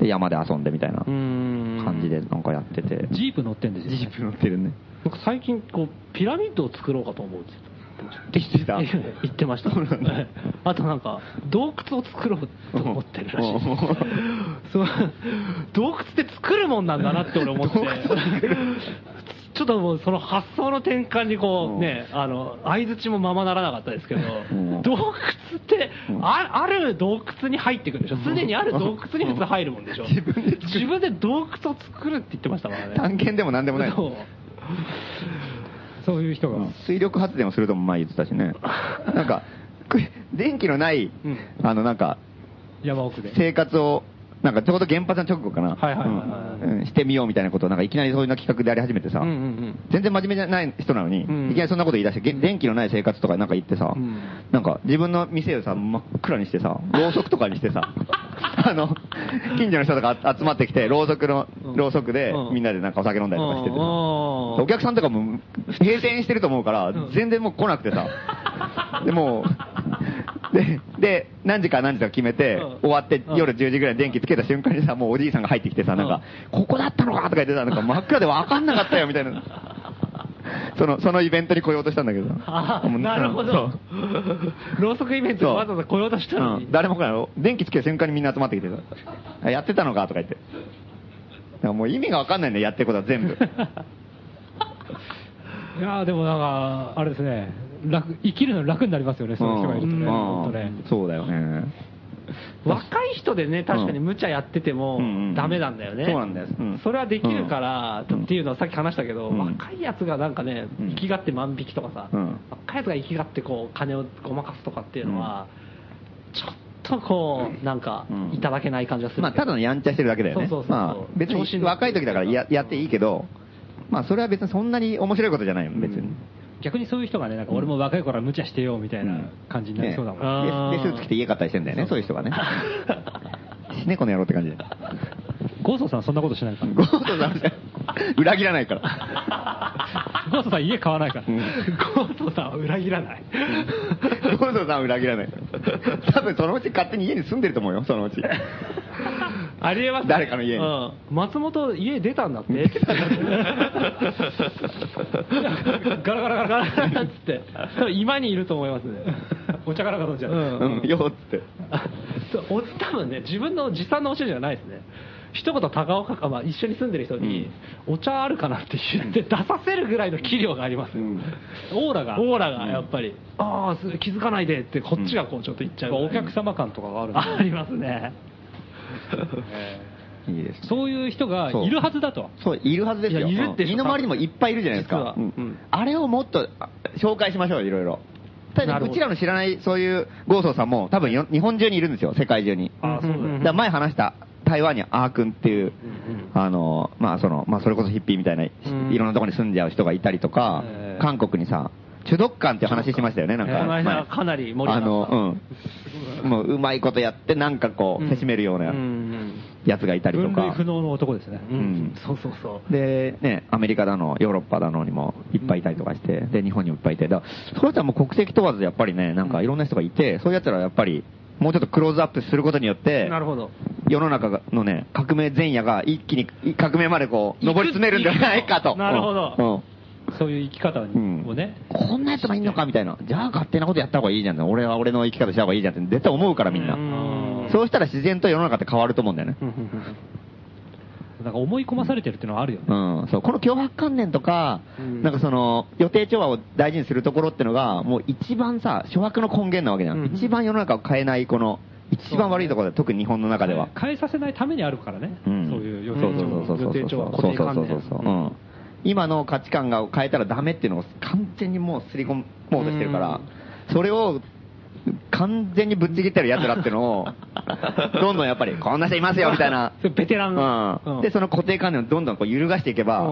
[SPEAKER 2] で、山で遊んでみたいな感じでなんかやってて。
[SPEAKER 3] ジープ乗ってんですよ、
[SPEAKER 2] ジープ乗ってるね。
[SPEAKER 1] 僕最近こうピラミッドを作ろうかと思うって
[SPEAKER 2] できてた。
[SPEAKER 1] 言ってました言ってましたはいあとなんか洞窟を作ろうと思ってるらしいです
[SPEAKER 2] うん
[SPEAKER 1] そう洞窟って作るもんなんだなって俺思ってちょっともうその発想の転換にこ
[SPEAKER 2] う
[SPEAKER 1] うんねあの相づちもままならなかったですけど
[SPEAKER 2] ん
[SPEAKER 1] 洞窟ってあある洞窟に入ってくるでしょすでにある洞窟に普通入るもんでしょ
[SPEAKER 2] 自分で作る
[SPEAKER 1] 自分で洞窟を作るって言ってましたからね
[SPEAKER 2] 探検でもなんでもない。
[SPEAKER 1] そう
[SPEAKER 3] そういう人が、
[SPEAKER 2] 水力発電をするとも前言ってたし ね。なんか、く電気のない、あのなんか、
[SPEAKER 3] 山奥で。
[SPEAKER 2] 生活を、なんかちょうど原発の直後かな、
[SPEAKER 1] はいはいはい
[SPEAKER 2] うんうんしてみようみたいなことを、なんかいきなりそういうな企画でやり始めてさ、
[SPEAKER 1] うんうんうん
[SPEAKER 2] 全然真面目じゃない人なのに、
[SPEAKER 1] ん
[SPEAKER 2] いきなりそんなこと言い出して、げ電気のない生活とかなんか言ってさ、
[SPEAKER 1] ん
[SPEAKER 2] なんか自分の店をさ、真っ暗にしてさ、ろうそくとか にしてさ、あの、近所の人とかあ集まってきて、ろうそくの、ろうそくで
[SPEAKER 1] うん
[SPEAKER 2] みんなでなんかお酒飲んだりとかしててさ、
[SPEAKER 1] うん
[SPEAKER 2] お客さんとかも閉店してると思うから、全然もう来なくてさ、でもう、で、で、何時から何時とか決めて、
[SPEAKER 1] うん
[SPEAKER 2] 終わって夜10時ぐらいに電気つけた瞬間にさ、もうおじいさんが入ってきてさ、なんか、ここだったのかとか言ってさ、なんか真っ暗で分かんなかったよみたいな。その、そのイベントに来ようとしたんだけど。
[SPEAKER 1] あ
[SPEAKER 2] もう
[SPEAKER 1] なるほ
[SPEAKER 2] そ
[SPEAKER 1] ど
[SPEAKER 2] う。
[SPEAKER 1] ろうそくイベントにわざわざ来ようとしたの
[SPEAKER 2] う
[SPEAKER 1] に
[SPEAKER 2] ん。誰も来ないの電気つけた瞬間にみんな集まってきてさ、やってたのかとか言って。だからもう意味が分かんないんだよ、やってること は全部。
[SPEAKER 3] いやーでもなんか、あれですね、楽、生きるの楽になりますよね、そういう人がいると
[SPEAKER 2] うん
[SPEAKER 3] ね。本当
[SPEAKER 2] う
[SPEAKER 3] ね
[SPEAKER 2] ん。そうだよね。
[SPEAKER 1] 若い人でね、確かに無茶やってても
[SPEAKER 2] うんうんうん
[SPEAKER 1] ダメなんだよね。
[SPEAKER 2] そうなんだようん
[SPEAKER 1] それはできるから、
[SPEAKER 2] うん
[SPEAKER 1] っていうのはさっき話したけど、
[SPEAKER 2] うん
[SPEAKER 1] 若いやつがなんかね
[SPEAKER 2] うん、
[SPEAKER 1] 生きがって万引きとかさ、
[SPEAKER 2] うん
[SPEAKER 1] 若いやつが生きがってこう、金をごまかすとかっていうのは、ちょっとこう、なんか
[SPEAKER 2] うん、
[SPEAKER 1] いただけない感じがする。
[SPEAKER 2] まあ、ただのやんちゃしてるだけだよね。
[SPEAKER 1] そうそうそうそう
[SPEAKER 2] まあ、別
[SPEAKER 1] 調子
[SPEAKER 2] に
[SPEAKER 1] に乗っ
[SPEAKER 2] 若い時だからややっていいけど、まあ、それは別にそんなに面白いことじゃないよ、別に。
[SPEAKER 3] 逆にそういう人がね、なんか俺も若い頃は無茶してよみたいな感じになりそうだもん。
[SPEAKER 1] ねあ
[SPEAKER 2] で
[SPEAKER 1] ー
[SPEAKER 2] でスーツ着て家買ったりしてんだよね、そういう人 がね。死ね、この野郎って感じで。
[SPEAKER 3] ゴーソーさんそんなことしないから。
[SPEAKER 2] ゴートさんみたいな裏切らないから。
[SPEAKER 3] ゴーソーさん家買わないから。
[SPEAKER 1] ゴートさんは裏切らない。
[SPEAKER 2] ゴートさんは裏切らないから。多分そのうち勝手に家に住んでると思うよ、そのうち。
[SPEAKER 1] ありえますね
[SPEAKER 2] 誰かの家に
[SPEAKER 1] うん松本家出たん だってガラガラガラガラっつって多分今にいると思いますね
[SPEAKER 3] お茶からか飲んじゃ
[SPEAKER 1] う
[SPEAKER 3] う。
[SPEAKER 2] うん、よーっつって。
[SPEAKER 1] あそう お多分ね自分の持参のお茶じゃないですね一言高岡か、まあ、一緒に住んでる人に、お茶あるかなって言って出させるぐらいの器量がありますよ、
[SPEAKER 3] オーラが、
[SPEAKER 1] オーラがやっぱり、ああす気づかないでってこっちがこうちょっと言っちゃうぐらい、
[SPEAKER 3] お客様感とかがあるんだよ
[SPEAKER 1] あありますね
[SPEAKER 2] いいですね
[SPEAKER 3] そういう人がいるはずだと。
[SPEAKER 2] そう、いるはずですよ。
[SPEAKER 1] いやいるって
[SPEAKER 2] 身の回りにもいっぱいいるじゃないです
[SPEAKER 1] 実は
[SPEAKER 2] か。うん
[SPEAKER 1] うん
[SPEAKER 2] あれをもっとあ紹介しましょうよ、いろいろ。た
[SPEAKER 1] な
[SPEAKER 2] だ、
[SPEAKER 1] るほ
[SPEAKER 2] う
[SPEAKER 1] ど
[SPEAKER 2] ちらの知らないそういうゴーソーさんも多分よ日本中にいるんですよ、世界中に。
[SPEAKER 1] あそうだよね
[SPEAKER 2] だから前話した台湾にあーくんっていう、あの、まあその、まあそれこそヒッピーみたいな、い
[SPEAKER 1] ん
[SPEAKER 2] ろんなとこに住んじゃう人がいたりとか
[SPEAKER 1] へ、ー
[SPEAKER 2] 韓国にさ、チュドッカンっていう話しましたよね、なん
[SPEAKER 1] え
[SPEAKER 2] か
[SPEAKER 1] ー
[SPEAKER 2] 前。
[SPEAKER 1] この間かなり盛り上がった
[SPEAKER 2] あの、うん。もううまいことやって、なんかこう、せしめるよう
[SPEAKER 1] う
[SPEAKER 2] なんやつがいたりと
[SPEAKER 3] 分
[SPEAKER 2] か。
[SPEAKER 3] 類不能の男ですね。
[SPEAKER 1] うん、
[SPEAKER 2] うん
[SPEAKER 1] そうそうそう
[SPEAKER 2] で、ね、アメリカだの、ヨーロッパだのにもいっぱいいたりとかして、で、日本にもいっぱいいて、だからそういう人はもう国籍問わずでやっぱりね、なんかいろんな人がいて、そういう奴らはやっぱり、もうちょっとクローズアップすることによって、
[SPEAKER 1] なるほど。
[SPEAKER 2] 世の中がのね、革命前夜が一気に、い革命までこう、上り詰めるんじゃないかと。
[SPEAKER 1] なるほど
[SPEAKER 2] うんうん
[SPEAKER 3] そういう生き方を
[SPEAKER 2] うん
[SPEAKER 3] ね。
[SPEAKER 2] こんな奴がいんのかみたいな。じゃあ勝手なことやった方がいいじゃん。俺は俺の生き方した方がいいじゃんって絶対思うからみんな。そうしたら自然と世の中って変わると思うんだよね。
[SPEAKER 3] なんか思い込まされてるっていうのはあるよね。
[SPEAKER 2] うん、そう、この脅迫観念とか、なんかその、予定調和を大事にするところってのが、もう一番さ、諸悪の根源なわけじゃん。一番世の中を変えない、この、一番悪いところだよ、特に日本の中では。
[SPEAKER 3] 変えさせないためにあるからね。そう
[SPEAKER 2] うん
[SPEAKER 3] いう予
[SPEAKER 2] そうそうそうそう
[SPEAKER 3] 定調和固定
[SPEAKER 2] そう
[SPEAKER 3] 観
[SPEAKER 2] そう
[SPEAKER 3] 念。
[SPEAKER 2] そうそうそう、うん今の価値観が変えたらダメっていうのを完全にもうすり込もうとしてるから、それを完全にぶっちぎってる奴らっていう のを、どんどんやっぱり、こんな人いますよみたいな。
[SPEAKER 1] それベテランの。
[SPEAKER 2] う、
[SPEAKER 1] うんん
[SPEAKER 2] で、その固定観念をどんどんこう揺るがしていけば、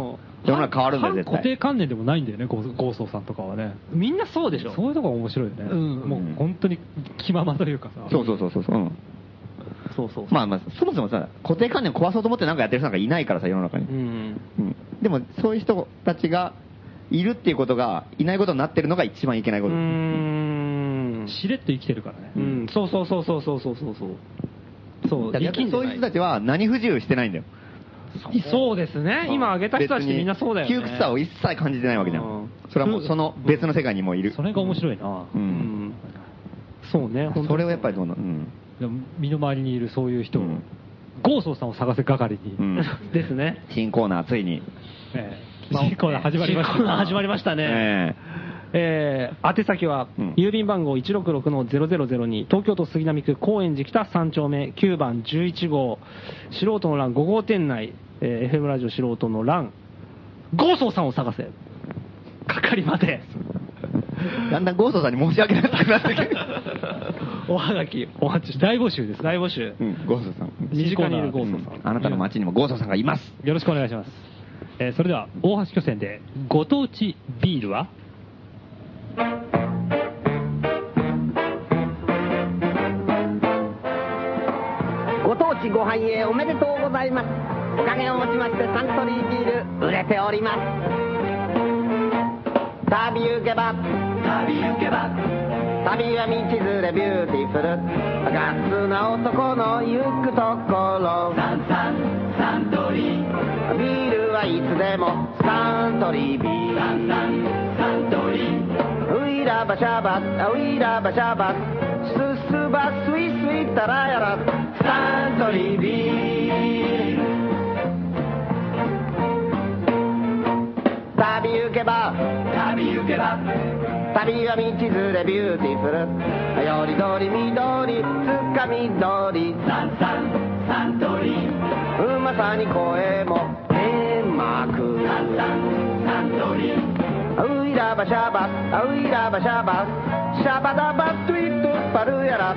[SPEAKER 2] 世の中変わるんだよ、
[SPEAKER 3] 反
[SPEAKER 2] 絶
[SPEAKER 3] 固
[SPEAKER 2] 対
[SPEAKER 3] 定。観念でもないんだよね、ゴーゴーソーさんとかはね。
[SPEAKER 1] みんなそうでしょ。
[SPEAKER 3] そういうとこが面白いよね。
[SPEAKER 1] ん
[SPEAKER 3] もう本当に気ままというかさ。
[SPEAKER 2] そうそうそうそうそう。うん
[SPEAKER 1] そうそうそう
[SPEAKER 2] まあまあ、そもそもさ、固定観念を壊そうと思ってなんかやってる人なんかいないからさ、世の中に。
[SPEAKER 1] うん。
[SPEAKER 2] うん。でも、そういう人たちがいるっていうことが、いないことになってるのが一番いけないこと
[SPEAKER 1] う
[SPEAKER 2] です。
[SPEAKER 1] ん
[SPEAKER 3] しれっと生きてるからね
[SPEAKER 1] う。んそうそうそうそうそうそうそうそうそう
[SPEAKER 2] だから逆にそういう人たちは何不自由してないんだよ。
[SPEAKER 1] そうですね今挙げた人たちってみんなそうだよね
[SPEAKER 2] 別に窮屈さを一切感じてないわけじゃ
[SPEAKER 1] うん
[SPEAKER 2] ん。それはもうその別の世界にもいる。
[SPEAKER 3] それが面白いな。
[SPEAKER 1] う
[SPEAKER 2] う。
[SPEAKER 1] んんそうね本当に
[SPEAKER 2] それをやっぱりどうな、うん。
[SPEAKER 3] でも身の回りにいるそういう人を
[SPEAKER 2] うん、
[SPEAKER 3] ゴーソーさんを探せ係に
[SPEAKER 2] う。ん。
[SPEAKER 1] ですね
[SPEAKER 2] 新コーナー、ついに。
[SPEAKER 3] ええ新コーナー始まり ました。
[SPEAKER 1] 新コーナー始まりましたね
[SPEAKER 2] え
[SPEAKER 1] えー宛先は、
[SPEAKER 2] うん
[SPEAKER 1] 郵便番号166-0002東京都杉並区高円寺北3丁目9番11号素人の欄5号店内、えー FM ラジオ素人の欄ゴーソーさんを探せ係まで
[SPEAKER 2] えだんだんゴーストさんに申し訳なくなってきて。
[SPEAKER 1] おはがきお待ちして
[SPEAKER 3] 大募集です。
[SPEAKER 1] 大募集
[SPEAKER 2] うん、ゴーストさん。
[SPEAKER 1] 身近にいるゴーソーさん、
[SPEAKER 2] うんあなたの街にもゴーストさんがいます。
[SPEAKER 3] よろしくお願いします。えーそれでは、大橋巨船で、ご当地ビールは
[SPEAKER 4] ご当地ご繁栄おめでとうございますおかげをもちましてサントリービール売れております旅行けば旅行けば旅は道連れビューティフルガスな男の行くところサンサンサントリービールはいつでもサントリービールサンサンサントリーウイラバシャバウイラバシャバススバスイスイタラヤラサントリービール旅行けば旅行けば旅は道連れビューティフルよりどり緑つかみどりサンサンサントリーうまさに声も天幕サンサンサントリーウイラバシャバウイラバシャバシャバダバトゥイトゥパルヤラ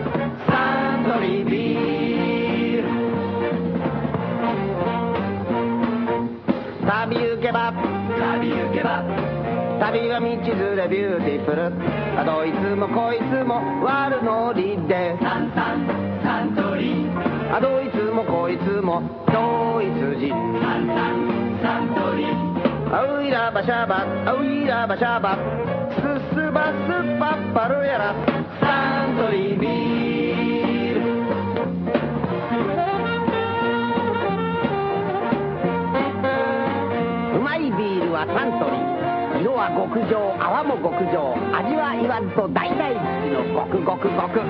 [SPEAKER 4] サントリービール旅行けば旅行けば旅は道連れビューティフルどいつもこいつも悪ノリでサンサンサントリーどいつもこいつもドイツ人サンサンサントリーウイラバシャバウイラバシャバススバスパッパルやらサントリービールうまいビールはサントリー色は極上泡も極上味は言わずと大大吉のごくごくごく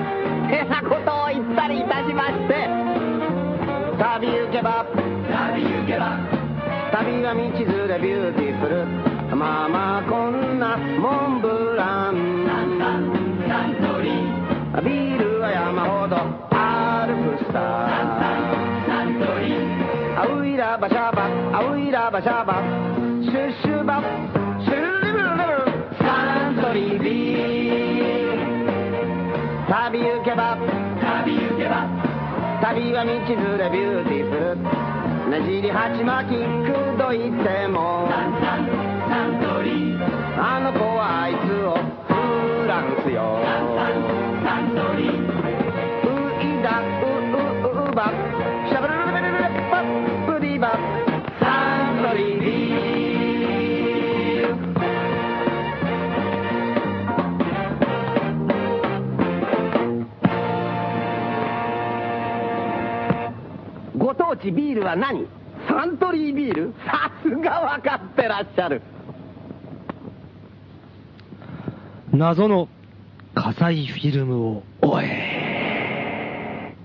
[SPEAKER 4] てなことを言ったりいたしまして旅行けば旅行けば旅が道連れビューティフルまあまあこんなモンブランサントリービールは山ほどアルプスターサントリーアウイラバシャバアウイラバシャバシュッシュバシュルルルルルサントリービール旅行けば旅行けば旅は道連れビューティフルねじり鉢巻きくどいてもサンサンサントリーあの子はあいつをフランスよサンサンサントリーういだうううばしゃばららららららばっぷりばサントリービールご当地ビールは何サントリービールさすが分かってらっしゃる
[SPEAKER 1] 謎の火災フィルムを追ええー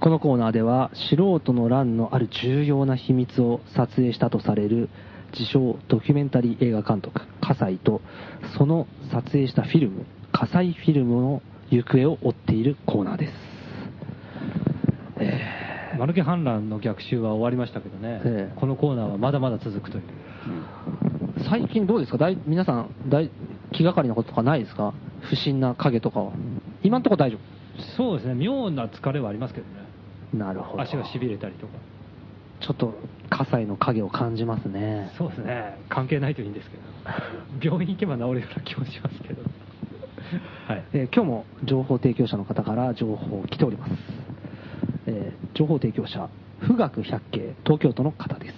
[SPEAKER 1] このコーナーでは素人の乱のある重要な秘密を撮影したとされる自称ドキュメンタリー映画監督葛西とその撮影したフィルム葛西フィルムの行方を追っているコーナーです、
[SPEAKER 3] マルケ反乱の逆襲は終わりましたけどね、
[SPEAKER 1] ええ
[SPEAKER 3] このコーナーはまだまだ続くという。
[SPEAKER 1] 最近どうですか大皆さん大気がかりなこととかないですか不審な影とかは今んとこ大丈
[SPEAKER 3] そうですね、妙な疲れはありますけどね。
[SPEAKER 1] 夫なるほど
[SPEAKER 3] 足がしびれたりとか。
[SPEAKER 1] ちょっと葛西の影を感じますね
[SPEAKER 3] そうですね、関係ないといいんですけど。病院行けば治るような気もしますけど。はい。
[SPEAKER 1] えー今日も情報提供者の方から情報来ております、えー情報提供者富岳百景東京都の方です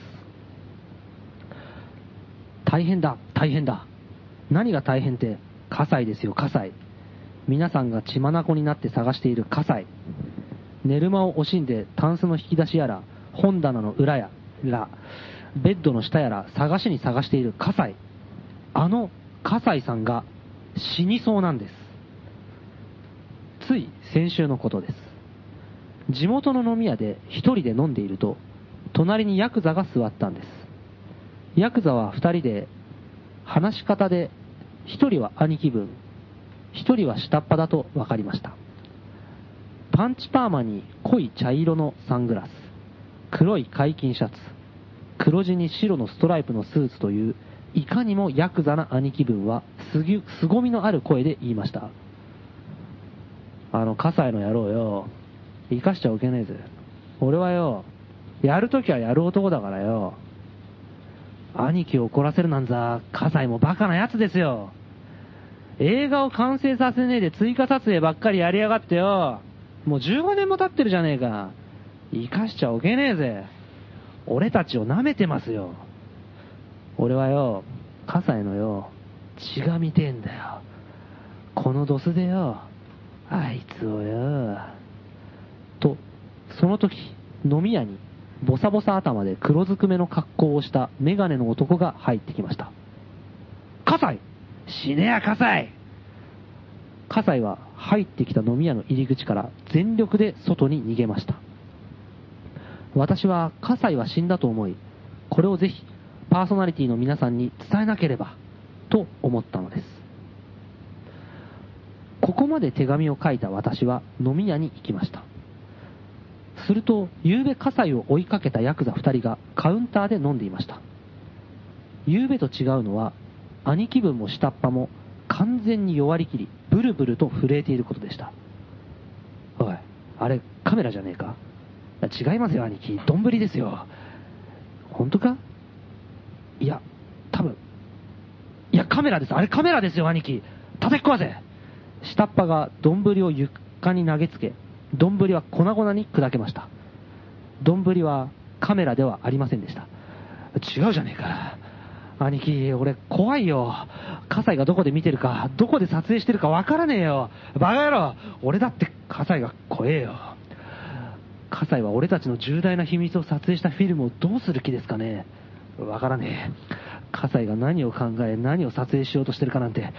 [SPEAKER 1] 大変だ大変だ何が大変って火災ですよ火災皆さんが血眼になって探している火災寝る間を惜しんでタンスの引き出しやら本棚の裏やらベッドの下やら探しに探している火災あの葛西さんが死にそうなんですつい先週のことです地元の飲み屋で一人で飲んでいると隣にヤクザが座ったんですヤクザは二人で話し方で一人は兄貴分一人は下っ端だと分かりましたパンチパーマに濃い茶色のサングラス黒い解禁シャツ黒地に白のストライプのスーツといういかにもヤクザな兄貴分はすぎ凄みのある声で言いましたあの葛西の野郎よ生かしちゃおけねえぜ俺はよやるときはやる男だからよ兄貴を怒らせるなんざ葛西もバカなやつですよ映画を完成させねえで追加撮影ばっかりやりやがってよもう15年も経ってるじゃねえか生かしちゃおけねえぜ俺たちを舐めてますよ俺はよ、葛西のよ、血が見てえんだよ。このドスでよ、あいつをよ。と、その時、飲み屋に、ボサボサ頭で黒ずくめの格好をしたメガネの男が入ってきました。葛西死ねや葛西葛西は入ってきた飲み屋の入り口から全力で外に逃げました。私は葛西は死んだと思い、これをぜひパーソナリティの皆さんに伝えなければと思ったのです。ここまで手紙を書いた私は飲み屋に行きました。すると、夕べ葛西を追いかけたヤクザ2人がカウンターで飲んでいました。夕べと違うのは、兄貴分も下っ端も完全に弱りきり、ブルブルと震えていることでした。おい、あれカメラじゃねえか違いますよ、兄貴。丼ですよ。本当かいや、多分。いや、カメラです。あれカメラですよ、兄貴。叩き壊せ。下っ端が丼を床に投げつけ、丼は粉々に砕けました。丼はカメラではありませんでした。違うじゃねえか。兄貴、俺怖いよ。葛西がどこで見てるか、どこで撮影してるかわからねえよ。バカ野郎俺だって葛西が怖えよ。葛西は俺たちの重大な秘密を撮影したフィルムをどうする気ですかねわからねえ。葛西が何を考え、何を撮影しようとしてるかなんて、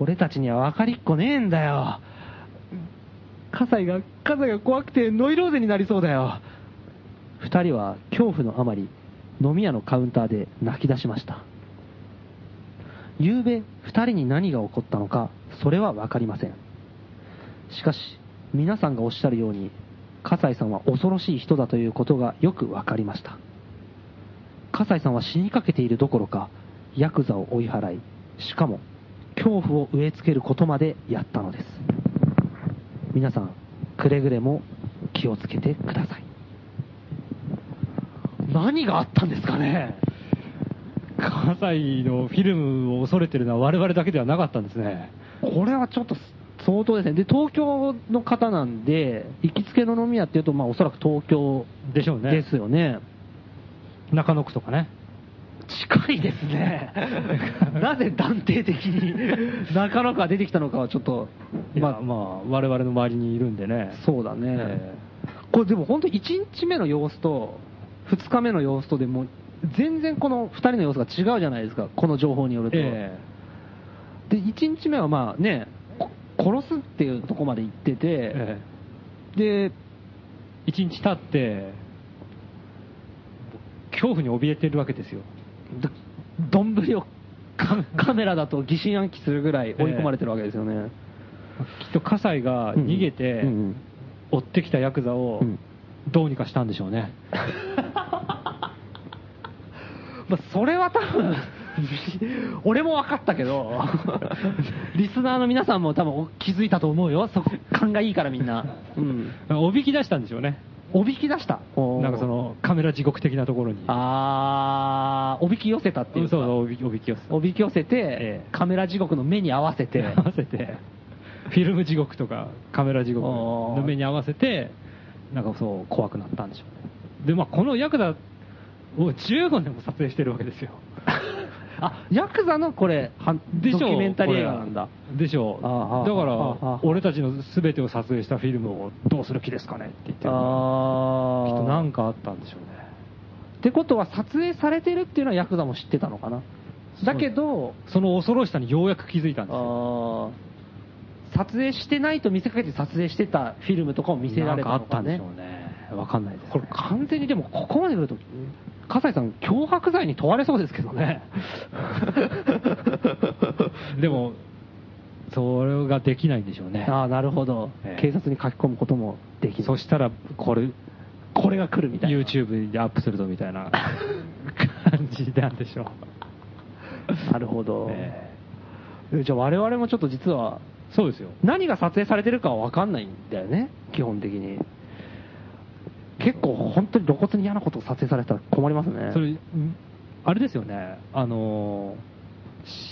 [SPEAKER 1] 俺たちにはわかりっこねえんだよ。葛西が、葛西が怖くてノイローゼになりそうだよ。二人は恐怖のあまり、飲み屋のカウンターで泣き出しました。夕べ、二人に何が起こったのか、それはわかりません。しかし、皆さんがおっしゃるように、葛西さんは恐ろしい人だということがよくわかりました。葛西さんは死にかけているどころか、ヤクザを追い払い、しかも、恐怖を植え付けることまでやったのです。皆さん、くれぐれも気をつけてください。何があったんですかね
[SPEAKER 3] 葛西のフィルムを恐れてるのは我々だけではなかったんですね。
[SPEAKER 1] これはちょっと相当ですね。で、東京の方なんで、行きつけの飲み屋っていうと、まあおそらく東京
[SPEAKER 3] でしょうね。
[SPEAKER 1] ですよね。
[SPEAKER 3] 中野区とかね。
[SPEAKER 1] 近いですね。 なぜ断定的に中野が出てきたのかはちょっと、
[SPEAKER 3] まあ、まあ、我々の周りにいるんでね。
[SPEAKER 1] そうだね、
[SPEAKER 3] え
[SPEAKER 1] これでも本当1日目の様子と2日目の様子とでもう全然この2人の様子が違うじゃないですかこの情報によると、
[SPEAKER 3] え
[SPEAKER 1] で1日目はまあねこ殺すっていうとこまで行ってて、
[SPEAKER 3] ええ
[SPEAKER 1] で
[SPEAKER 3] え一日経って、恐怖に怯えてるわけですよ。
[SPEAKER 1] ど丼をカ カメラだと疑心暗鬼するぐらい追い込まれてるわけですよね、
[SPEAKER 3] きっと葛西が逃げて、
[SPEAKER 1] うんうん
[SPEAKER 3] 追ってきたヤクザを
[SPEAKER 1] うん
[SPEAKER 3] どうにかしたんでしょうね。
[SPEAKER 1] まあ、それは多分 俺も分かったけど リスナーの皆さんも多分気づいたと思うよそこ勘がいいからみんな、うん、
[SPEAKER 3] おびき出したんでしょうね。
[SPEAKER 1] おびき出した
[SPEAKER 3] なんかそのカメラ地獄的なところに。
[SPEAKER 1] あーおびき寄せたってい
[SPEAKER 3] うん
[SPEAKER 1] う
[SPEAKER 3] そ
[SPEAKER 1] か
[SPEAKER 3] うそう、おびおびき寄せ
[SPEAKER 1] おびき寄せて、
[SPEAKER 3] ええ
[SPEAKER 1] カメラ地獄の目に合わせて
[SPEAKER 3] 合わせて、フィルム地獄とかカメラ地獄の目に合わせて、なんかそう、怖くなったんでしょうね。で、まあ、このヤクザを15年も撮影してるわけですよ。
[SPEAKER 1] あヤクザのこれは
[SPEAKER 3] でしょ
[SPEAKER 1] ドキュメンタリー映画なんだ
[SPEAKER 3] これでしょう
[SPEAKER 1] ああああ
[SPEAKER 3] だ
[SPEAKER 1] ああ
[SPEAKER 3] か
[SPEAKER 1] ああ
[SPEAKER 3] ら俺たちの全てを撮影したフィルムをどうする気ですかねって言ってる
[SPEAKER 1] あ
[SPEAKER 3] きっと
[SPEAKER 1] な
[SPEAKER 3] 何
[SPEAKER 1] ん
[SPEAKER 3] かあったんでしょうね
[SPEAKER 1] ってことは撮影されてるっていうのはヤクザも知ってたのかなだけど
[SPEAKER 3] その恐ろしさにようやく気づいたんですよ
[SPEAKER 1] あー撮影してないと見せかけて撮影してたフィルムとかを見せられたのかね
[SPEAKER 3] なんかあったんでしょうねわかんないですね
[SPEAKER 1] これ完全にでもここまで来ると葛西さん脅迫罪に問われそうですけどね
[SPEAKER 3] でもそれができないんでしょう ね
[SPEAKER 1] ああなるほど、
[SPEAKER 3] ええ
[SPEAKER 1] 警察に書き込むこともできる
[SPEAKER 3] そしたらこれ
[SPEAKER 1] これが来るみたいな
[SPEAKER 3] YouTube でアップするぞみたいな 感じなんでしょう
[SPEAKER 1] なるほど、
[SPEAKER 3] え
[SPEAKER 1] じゃあ我々もちょっと実は
[SPEAKER 3] そうですよ
[SPEAKER 1] 何が撮影されてるかは分かんないんだよね基本的に結構本当に露骨に嫌なことを撮影されてたら困りますね
[SPEAKER 3] それ、んあれですよね、あのー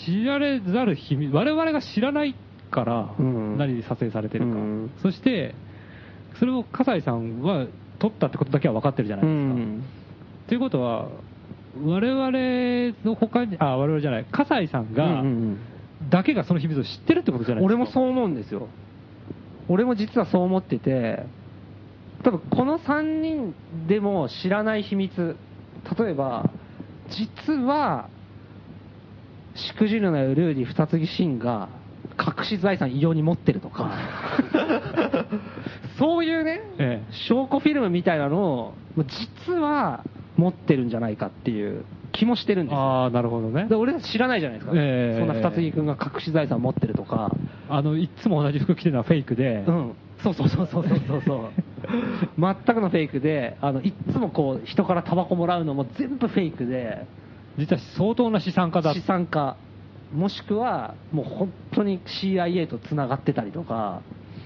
[SPEAKER 3] 知られざる秘密、我々が知らないから、
[SPEAKER 1] うん
[SPEAKER 3] 何で撮影されてるか、
[SPEAKER 1] うん
[SPEAKER 3] そして、それを葛西さんは撮ったってことだけは分かってるじゃな
[SPEAKER 1] う
[SPEAKER 3] いですか。
[SPEAKER 1] ん
[SPEAKER 3] ということは、我々の他に、あ、我々じゃない、葛西さんが、
[SPEAKER 1] うんうん
[SPEAKER 3] だけがその秘密を知ってるってことじゃ
[SPEAKER 1] うん
[SPEAKER 3] ないです
[SPEAKER 1] 俺
[SPEAKER 3] か。
[SPEAKER 1] もそう思うんですよ俺も実はそう思ってて多分この3人でも知らない秘密例えば実はしくじるなよルーリー二つぎシンが隠し財産異様に持ってるとか そういうね
[SPEAKER 3] ええ
[SPEAKER 1] 証拠フィルムみたいなのをもう実は持ってるんじゃないかっていう気もしてるんですよ
[SPEAKER 3] ああ、なるほどね
[SPEAKER 1] で。俺たち知らないじゃないですか、
[SPEAKER 3] ええ
[SPEAKER 1] そんな二つ木君が隠し財産持ってるとか、
[SPEAKER 3] あの、いつも同じ服着てるのはフェイクで、
[SPEAKER 1] うん、そうそうそうそうそうそう そう全くのフェイクであのいっつもこう人からタバコもらうのも全部フェイクで
[SPEAKER 3] 実は相当な資産家だっ
[SPEAKER 1] 資産家もしくはもう本当に CIA とつながってたりとか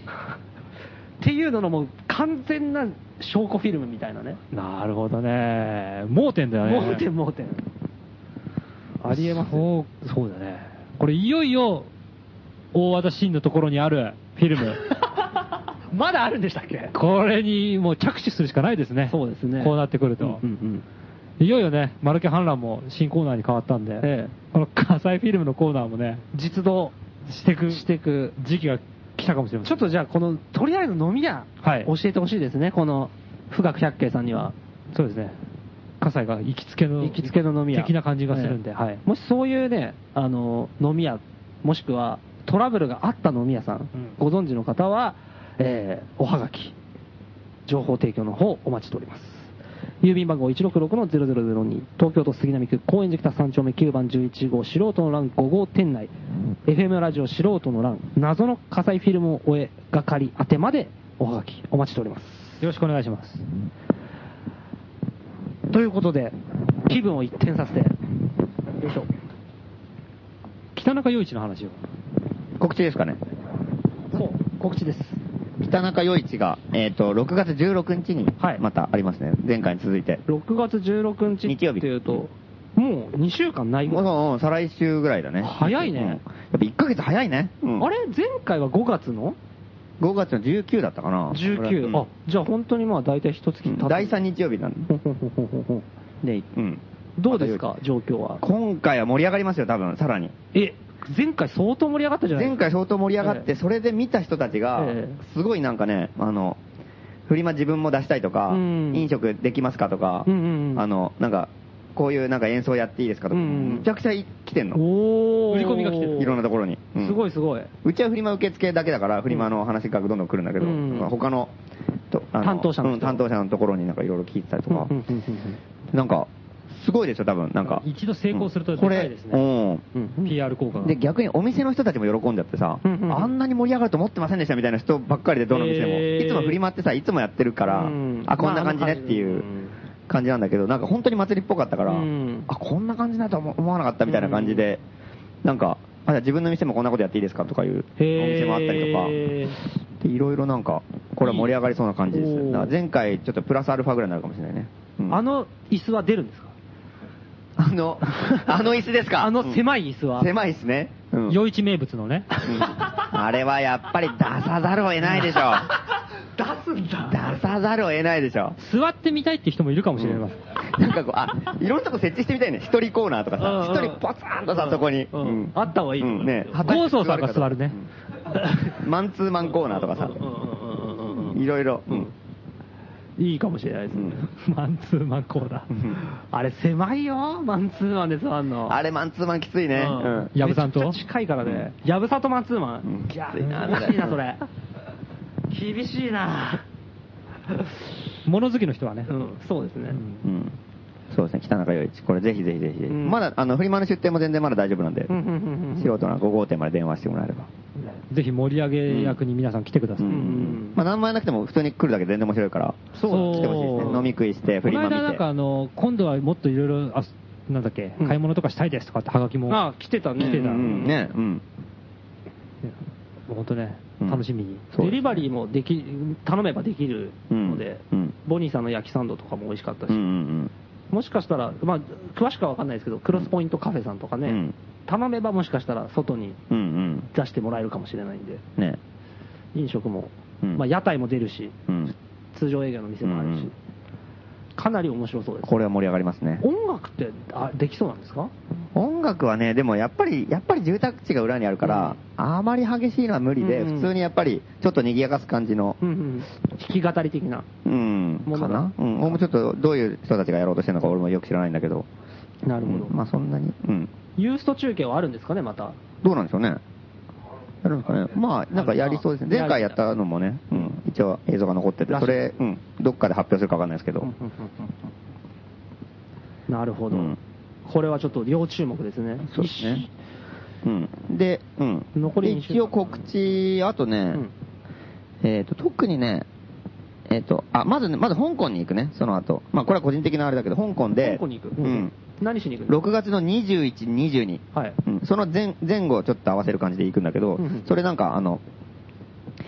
[SPEAKER 1] っていうののもう完全な証拠フィルムみたいなね
[SPEAKER 3] なるほどね。盲点だよね。
[SPEAKER 1] 盲点盲点ありえますよ
[SPEAKER 3] そう、そうだね。これいよいよ、大和田真のところにあるフィルム。
[SPEAKER 1] まだあるんでしたっけ
[SPEAKER 3] これにもう着手するしかないですね。
[SPEAKER 1] そうですね
[SPEAKER 3] こうなってくると。
[SPEAKER 1] うんうん
[SPEAKER 3] いよいよね、マルケ反乱も新コーナーに変わったんで、
[SPEAKER 1] ええ
[SPEAKER 3] この火災フィルムのコーナーもね、
[SPEAKER 1] 実動
[SPEAKER 3] してく
[SPEAKER 1] していく
[SPEAKER 3] 時期が来たかもしれま
[SPEAKER 1] ち
[SPEAKER 3] せ
[SPEAKER 1] ょ
[SPEAKER 3] ん。
[SPEAKER 1] っとじゃあこのとりあえず飲み屋、
[SPEAKER 3] はい
[SPEAKER 1] 教えてほしいですねこの富岳百景さんには
[SPEAKER 3] そうですね。火災が行きつけの、
[SPEAKER 1] 行きつけの飲み屋
[SPEAKER 3] 的な感じがするんで、
[SPEAKER 1] ええ
[SPEAKER 3] はい。
[SPEAKER 1] もしそういうねあの飲み屋もしくはトラブルがあった飲み屋さん、ご存知の方は、えーおはがき情報提供の方お待ちしております郵便番号166-0002東京都杉並区高円寺北3丁目9番11号素人の欄5号店内 FM ラジオ素人の欄謎の火災フィルムを終えがかり宛てまでおはがきお待ちしております
[SPEAKER 3] よろしくお願いします。
[SPEAKER 1] ということで気分を一転させてよいしょ
[SPEAKER 3] 北中陽一の話を。
[SPEAKER 2] 告知ですかね。
[SPEAKER 1] そう告知です
[SPEAKER 2] 北中陽一が、えっ、と、6月16日に
[SPEAKER 1] はい、
[SPEAKER 2] またありますね。前回に続いて。
[SPEAKER 1] 6月16日
[SPEAKER 2] 日曜日
[SPEAKER 1] っていうと、もう2週間ない
[SPEAKER 2] もうもう再来週ぐらいだね。
[SPEAKER 1] 早いね
[SPEAKER 2] うんやっぱ1ヶ月早いね。うん
[SPEAKER 1] あれ前回は5月の
[SPEAKER 2] ?5 月の19だったかな。
[SPEAKER 1] 19、
[SPEAKER 2] うん
[SPEAKER 1] あじゃあ本当にまあ大体一月経
[SPEAKER 2] う
[SPEAKER 1] っ
[SPEAKER 2] ん
[SPEAKER 1] た、
[SPEAKER 2] 第3日曜日なんで。
[SPEAKER 1] ほんほんほんほんほんほんで
[SPEAKER 2] うん。
[SPEAKER 1] どうですか状況は
[SPEAKER 2] 今回は盛り上がりますよ、多分、さらに。
[SPEAKER 1] え前回相当盛り上がったじゃないで
[SPEAKER 2] 前
[SPEAKER 1] すか
[SPEAKER 2] 回相当盛り上がっ
[SPEAKER 1] ええ
[SPEAKER 2] て、それで見た人たちが
[SPEAKER 1] え、
[SPEAKER 2] すごいなんかね、あの、フリマ自分も出したいとか、
[SPEAKER 1] うん
[SPEAKER 2] 飲食できますかとか、
[SPEAKER 1] うんうんうん
[SPEAKER 2] あの、なんか、こういうなんか演奏やっていいですかとか、
[SPEAKER 1] うんうん
[SPEAKER 2] むちゃくちゃい来てんの。
[SPEAKER 1] おお
[SPEAKER 3] 売り込みが来てる
[SPEAKER 2] いろんなところに。うん
[SPEAKER 1] すごいすごいう
[SPEAKER 2] ちはフリマ受付だけだから、フリマの話がどんどん来るんだけど、
[SPEAKER 1] うん
[SPEAKER 2] 他のとあの
[SPEAKER 1] 担当者の人
[SPEAKER 2] うん担当者のところになんかいろいろ聞いてたりとか、
[SPEAKER 1] うんうん
[SPEAKER 2] なんか、すごいですよ、多分なんか。
[SPEAKER 3] 一度成功すると
[SPEAKER 2] うんこ
[SPEAKER 3] でか
[SPEAKER 2] れ
[SPEAKER 3] いですね
[SPEAKER 2] う
[SPEAKER 1] うんうん
[SPEAKER 3] PR 効果が
[SPEAKER 2] ん。。で、逆にお店の人たちも喜んじゃってさ、
[SPEAKER 1] うんうんうん
[SPEAKER 2] あんなに盛り上がると思ってませんでしたみたいな人ばっかりで、どの店も。
[SPEAKER 3] へー
[SPEAKER 2] いつもフリマってさ、いつもやってるから、
[SPEAKER 1] うん
[SPEAKER 2] あ、こんな感じねっていう感じなんだけど、なんか本当に祭りっぽかったから、
[SPEAKER 1] うん
[SPEAKER 2] あ、こんな感じだとは思思わなかったみたいな感じで、なんか、あじゃあ自分の店もこんなことやっていいですかとかいうお店もあったりとか。
[SPEAKER 1] へー
[SPEAKER 2] でいろいろなんか、これは盛り上がりそうな感じです
[SPEAKER 1] いいねおー
[SPEAKER 2] よ。だから前回、ちょっとプラスアルファぐらいになるかもしれないね。うん
[SPEAKER 1] あ、の椅子は出るんですか
[SPEAKER 2] あの、あの椅子です か
[SPEAKER 1] あの
[SPEAKER 2] い、
[SPEAKER 1] 狭い椅子
[SPEAKER 2] う
[SPEAKER 1] は
[SPEAKER 2] ん狭いですね。うん
[SPEAKER 3] 陽一名物のね。
[SPEAKER 2] うんあれはやっぱり出さざるを得ないでしょ。出すんだ。出さらざるを得ないでしょ。
[SPEAKER 3] 座ってみたいって人もいるかもしれません。
[SPEAKER 2] なんかこう、あ、いろんなとこ設置してみたいね。一人コーナーとかさ、一人ポツンとさ、そこに。
[SPEAKER 1] うん
[SPEAKER 2] うん
[SPEAKER 1] あった方がいいと思いますよ
[SPEAKER 2] ね。果たして
[SPEAKER 3] ゴーソーさんが座るね
[SPEAKER 2] うん。マンツーマンコーナーとかさ、いろいろ。うん
[SPEAKER 1] いいかもしれないですね。
[SPEAKER 3] マンツーマンコーナー。
[SPEAKER 1] あれ狭いよ、マンツーマンで座んの。
[SPEAKER 2] あれマンツーマンきついね。うん
[SPEAKER 3] やぶさんと
[SPEAKER 1] めっちゃ近いからね。やぶさとマンツーマ
[SPEAKER 2] うん
[SPEAKER 1] ン。いや
[SPEAKER 2] きついな
[SPEAKER 1] 厳しいな、それ。厳しいな。
[SPEAKER 3] 物好きの人はね
[SPEAKER 1] う。ん、そうですね。
[SPEAKER 2] うんそうですね、北中陽一。これぜひぜひぜひ。
[SPEAKER 1] ん
[SPEAKER 2] まだ、あの、フリマの出店も全然まだ大丈夫なんで、
[SPEAKER 1] うんうんうんうん
[SPEAKER 2] 素人な5号店まで電話してもらえれば。
[SPEAKER 3] ぜひ盛り上げ役に皆さん来てください。
[SPEAKER 1] ん
[SPEAKER 2] まあ、何もやらなくても普通に来るだけで全然面白いから、
[SPEAKER 3] そう
[SPEAKER 2] 来てほしいですね。飲み食いして、
[SPEAKER 3] こ
[SPEAKER 2] フリ
[SPEAKER 3] の
[SPEAKER 2] マ見
[SPEAKER 3] 間なん
[SPEAKER 2] て
[SPEAKER 3] か。あの、今度はもっといろいろ、あなんだっけ、買い物とかしたいですとかってハガキも、
[SPEAKER 1] あ、来てたね。
[SPEAKER 3] 来てた
[SPEAKER 2] うん、ね、うん。
[SPEAKER 3] 本当ね
[SPEAKER 2] うん、
[SPEAKER 3] 楽しみに。
[SPEAKER 2] そう
[SPEAKER 1] デリバリーもでき、頼めばできるので、
[SPEAKER 2] うんうん
[SPEAKER 1] ボニーさんの焼きサンドとかも美味しかったし、
[SPEAKER 2] うんうん
[SPEAKER 1] もしかしたら、まあ、詳しくは分かんないですけど、クロスポイントカフェさんとかね、
[SPEAKER 2] うん
[SPEAKER 1] 頼めばもしかしたら外に
[SPEAKER 2] うん。うん
[SPEAKER 1] 出してもらえるかもしれないんで、
[SPEAKER 2] うん。ね。
[SPEAKER 1] 飲食も、
[SPEAKER 2] うん
[SPEAKER 1] まあ、屋台も出るし、
[SPEAKER 2] うん。
[SPEAKER 1] 通常営業の店もあるし、
[SPEAKER 2] うんうん
[SPEAKER 1] かなり面白そうです。
[SPEAKER 2] これは盛り上がりますね。
[SPEAKER 1] 音楽ってあできそうなんですか
[SPEAKER 2] 音楽はね、でもやっぱり、やっぱり住宅地が裏にあるから、あまり激しいのは無理で、
[SPEAKER 1] うんうん
[SPEAKER 2] 普通にやっぱり、ちょっと賑やかす感じの、
[SPEAKER 1] うんうん、弾き語り的な。
[SPEAKER 2] うん、
[SPEAKER 1] もの
[SPEAKER 2] か
[SPEAKER 1] が
[SPEAKER 2] な。うん。俺もちょっと、どういう人たちがやろうとしてるのか俺もよく知らないんだけど、
[SPEAKER 1] なるほど。
[SPEAKER 2] うんまあそんなに、うん。
[SPEAKER 1] ユースト中継はあるんですかね、また。
[SPEAKER 2] どうなんでしょうね。やるんですかね。まあ、なんかやりそうですね。前回やったのもね、うん、一応映像が残ってて、
[SPEAKER 1] らし
[SPEAKER 2] そ
[SPEAKER 1] い
[SPEAKER 2] れ、うん、どっかで発表するかわかんないですけど、
[SPEAKER 1] なるほど、
[SPEAKER 2] うん
[SPEAKER 1] これはちょっと要注目ですね。
[SPEAKER 2] そうですね。うん。で、うん。
[SPEAKER 1] 残り
[SPEAKER 2] で
[SPEAKER 1] 二週間
[SPEAKER 2] 一応告知、あとね、えっ、と、特にね、えっ、と、あ、まずね、まず香港に行くね、その後。まあ、これは個人的なあれだけど、香港で、
[SPEAKER 1] 香港に行く、
[SPEAKER 2] うん。
[SPEAKER 1] 何しに行くの
[SPEAKER 2] 6月の21、22。
[SPEAKER 1] はい
[SPEAKER 2] うんその前前後をちょっと合わせる感じで行くんだけど、
[SPEAKER 1] うんうん
[SPEAKER 2] それなんか、あの、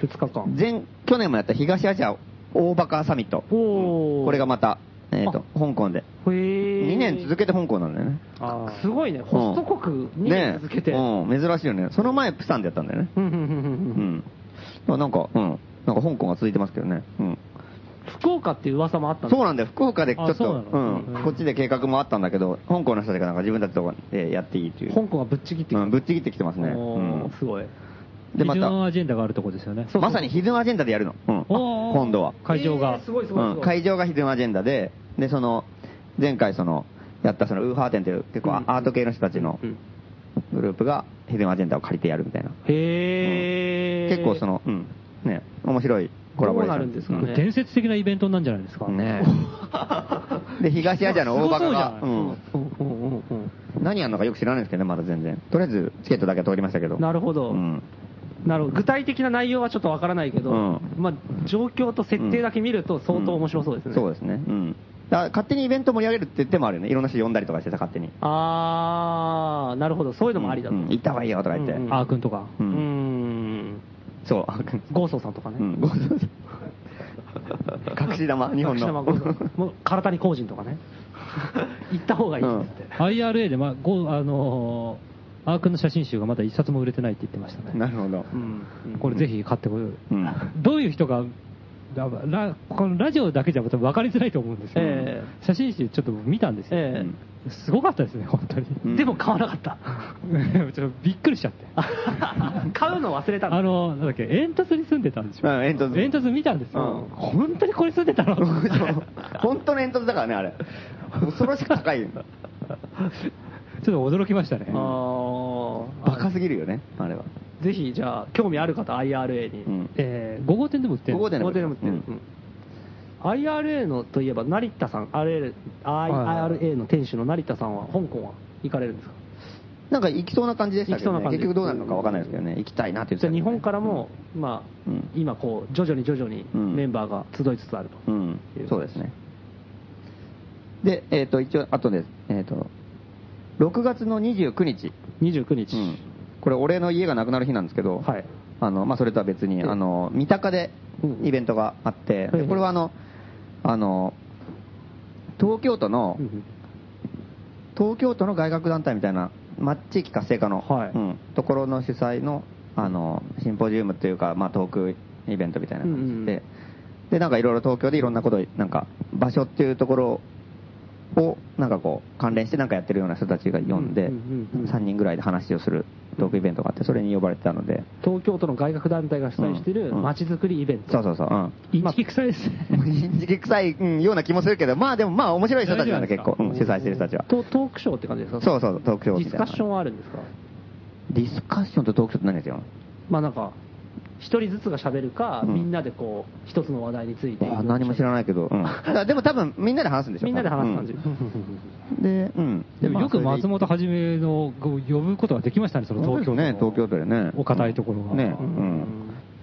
[SPEAKER 1] 2日間。
[SPEAKER 2] 前、去年もやった東アジア大バカサミット。
[SPEAKER 1] おー
[SPEAKER 2] これがまた、えっ、と、香港で。
[SPEAKER 1] へー
[SPEAKER 2] 2年続けて香港なんだよね。
[SPEAKER 1] あすごいね、ホスト国2
[SPEAKER 2] ね
[SPEAKER 1] 年続けて。
[SPEAKER 2] うん、珍しいよね。その前、プサンでやったんだよね。
[SPEAKER 1] うんうんうんう
[SPEAKER 2] うん
[SPEAKER 1] うん
[SPEAKER 2] ん。まあなんか、うん。なんか香港が続いてますけどね。うん。
[SPEAKER 1] 福岡っていう噂もあったんだ
[SPEAKER 2] そうなんだよ。福岡でちょっ
[SPEAKER 3] あそう
[SPEAKER 2] と、
[SPEAKER 3] な
[SPEAKER 2] う
[SPEAKER 3] のうん
[SPEAKER 2] ん。こっちで計画もあったんだけど、香港の人たちがなんか自分たちのとこでやっていいっていう。
[SPEAKER 1] 香港はぶっちぎって
[SPEAKER 2] うん、ぶっちぎってきてますね。う
[SPEAKER 1] お
[SPEAKER 2] ん
[SPEAKER 1] ーすごい。
[SPEAKER 2] で、ま
[SPEAKER 3] ビジョン
[SPEAKER 2] た、
[SPEAKER 3] アジェンダがあるとこですよね。
[SPEAKER 2] まさにヒズンアジェンダでやるの。うん。
[SPEAKER 3] おー
[SPEAKER 2] 今度は。
[SPEAKER 3] 会場が
[SPEAKER 1] えーすごいすごいす
[SPEAKER 2] う
[SPEAKER 1] ごい。
[SPEAKER 2] ん、会場がヒズンアジェンダで、で、その、前回その、やったそのウーハーテンっていう結構アアート系の人たちの
[SPEAKER 1] うん
[SPEAKER 2] グループがヒズンアジェンダを借りてやるみたいな。
[SPEAKER 1] へー
[SPEAKER 2] 結構そ、の、うん、ね、面白いコラボレーション。
[SPEAKER 1] どうなるんですかね
[SPEAKER 2] う
[SPEAKER 3] 伝説的なイベントなんじゃないですか。
[SPEAKER 2] ね で、東アジアの大バカが、
[SPEAKER 3] すごそうじゃ
[SPEAKER 2] う
[SPEAKER 3] ない
[SPEAKER 2] ん、
[SPEAKER 1] うんうんうんうん
[SPEAKER 2] 何やるのかよく知らないんですけどね、まだ全然。とりあえず、チケットだけは通りましたけど。
[SPEAKER 1] なるほど、
[SPEAKER 2] うん。
[SPEAKER 1] なるほど具体的な内容はちょっとわからないけど、
[SPEAKER 2] うん
[SPEAKER 1] まあ、状況と設定だけ見ると、相当面白そうですね、
[SPEAKER 2] そうですね。うん。だから勝手にイベント盛り上げるって手もあるよね。いろんな人呼んだりとかしてさ、勝手に。
[SPEAKER 1] あー、なるほど、そういうのもありだと、
[SPEAKER 2] うんうん行った方がいいよとか言って。
[SPEAKER 1] うん
[SPEAKER 3] あーくんとか。
[SPEAKER 2] う
[SPEAKER 1] うんん、
[SPEAKER 2] そう。
[SPEAKER 1] ゴーソーさんとかね、
[SPEAKER 2] うん、ご存知隠し 玉、日本
[SPEAKER 1] 隠し玉
[SPEAKER 2] の。
[SPEAKER 1] ゴーソーもう唐谷公人とか ね、行った方がいいっつって、
[SPEAKER 3] IRA で、まあ、ごあのー、アークの写真集がまだ一冊も売れてないって言ってましたね。
[SPEAKER 2] なるほど。
[SPEAKER 1] うん
[SPEAKER 3] これぜひ買ってこよ
[SPEAKER 2] うん。
[SPEAKER 3] どういう人が、だラこのラジオだけじゃ多分分かりづらいと思うんですけど、
[SPEAKER 1] え
[SPEAKER 3] 写真集ちょっと見たんですよ、
[SPEAKER 1] え
[SPEAKER 3] すごかったですね、本当に。
[SPEAKER 2] うん
[SPEAKER 1] でも買わなかった、
[SPEAKER 3] ちょっとびっくりしちゃって。
[SPEAKER 1] 買うの忘れたんだ
[SPEAKER 3] あの、なんだっけ、煙突に住んでたんですよ。
[SPEAKER 2] うん煙突
[SPEAKER 3] 煙突見たんですよ。
[SPEAKER 2] うん
[SPEAKER 3] 本当にこれ住んでたの
[SPEAKER 2] そう本当の煙突だからね、あれ。恐ろしく高い。
[SPEAKER 3] ちょっと驚きましたね。
[SPEAKER 1] あ
[SPEAKER 2] バカすぎるよね、あれは。
[SPEAKER 1] ーぜひじゃあ、興味ある方、IRA に。
[SPEAKER 2] うん。
[SPEAKER 3] えー、5号店でも売ってる
[SPEAKER 2] ここでね。
[SPEAKER 1] モデルも売ってる、
[SPEAKER 2] うん
[SPEAKER 1] IRA のといえば成田さん RL IRA の店主の成田さんは香港は行かれるんですか
[SPEAKER 2] なんか行きそうな感じでしたけ
[SPEAKER 1] 行きそ
[SPEAKER 2] ど
[SPEAKER 1] うな
[SPEAKER 2] ね。
[SPEAKER 1] 感じ
[SPEAKER 2] 結局どうなるのかわかんないですけどね。行きたいなって言って
[SPEAKER 1] じ
[SPEAKER 2] た
[SPEAKER 1] ゃあ
[SPEAKER 2] けどね
[SPEAKER 1] 日本からも、まあ
[SPEAKER 2] うん
[SPEAKER 1] 今こう徐々に徐々に
[SPEAKER 2] うん
[SPEAKER 1] メンバーが集いつつあると、
[SPEAKER 2] うん、そうですね。で、えっ、と、一応、あとで、えっ、と、6月の29日、
[SPEAKER 1] 29日、
[SPEAKER 2] うんこれ、俺の家がなくなる日なんですけど、
[SPEAKER 1] はい
[SPEAKER 2] あのまあ、それとは別に、あの三鷹で
[SPEAKER 1] うん
[SPEAKER 2] イベントがあって、
[SPEAKER 1] はいはい
[SPEAKER 2] でこれはあの、あの、東京都の、
[SPEAKER 1] うん
[SPEAKER 2] 東京都の外学団体みたいな、まあ、地域活性化の、
[SPEAKER 1] はい
[SPEAKER 2] うんところの主催のあのシンポジウムというか、まあ、トークイベントみたいな感じで、
[SPEAKER 1] うんうん
[SPEAKER 2] で、なんかいろいろ東京でいろんなこと、なんか場所っていうところを、なんかこう、関連してなんかやってるような人たちが呼んで、
[SPEAKER 1] うんうんうんうん
[SPEAKER 2] 3人ぐらいで話をするトークイベントがあって、それに呼ばれてたので、
[SPEAKER 1] 東京都の外郭団体が主催している
[SPEAKER 2] うんうん
[SPEAKER 1] まちづくりイベント。
[SPEAKER 2] そうそうそう、うん。
[SPEAKER 3] インチキ臭いですね。
[SPEAKER 2] インチキ臭い、うん、ような気もするけど、まあでもまあ面白い人たちなんだ
[SPEAKER 3] 大丈
[SPEAKER 2] 結
[SPEAKER 3] 夫
[SPEAKER 2] 構、うん、主催してる人たちは。
[SPEAKER 1] トトークショーって感じですか
[SPEAKER 2] そうそう、トークショー
[SPEAKER 1] デ
[SPEAKER 2] み
[SPEAKER 1] ィス
[SPEAKER 2] たい
[SPEAKER 1] カ
[SPEAKER 2] な。
[SPEAKER 1] ッションはあるんですか
[SPEAKER 2] ディスカッションとトークショーって何ですよ
[SPEAKER 1] まあなんか、一人ずつが喋るか、
[SPEAKER 2] うん
[SPEAKER 1] みんなでこう、一つの話題について。
[SPEAKER 2] あ何も知らないけど、うん、だからでも多分みんなで話すんでしょ
[SPEAKER 1] みんなで話す感じ。
[SPEAKER 2] うんで、うん。
[SPEAKER 3] でもよく松
[SPEAKER 2] 本
[SPEAKER 3] 本はじめのこう呼ぶことができましたね、その東京都の
[SPEAKER 2] ね、東京都でね。
[SPEAKER 3] お堅いところが。
[SPEAKER 2] ね、うん。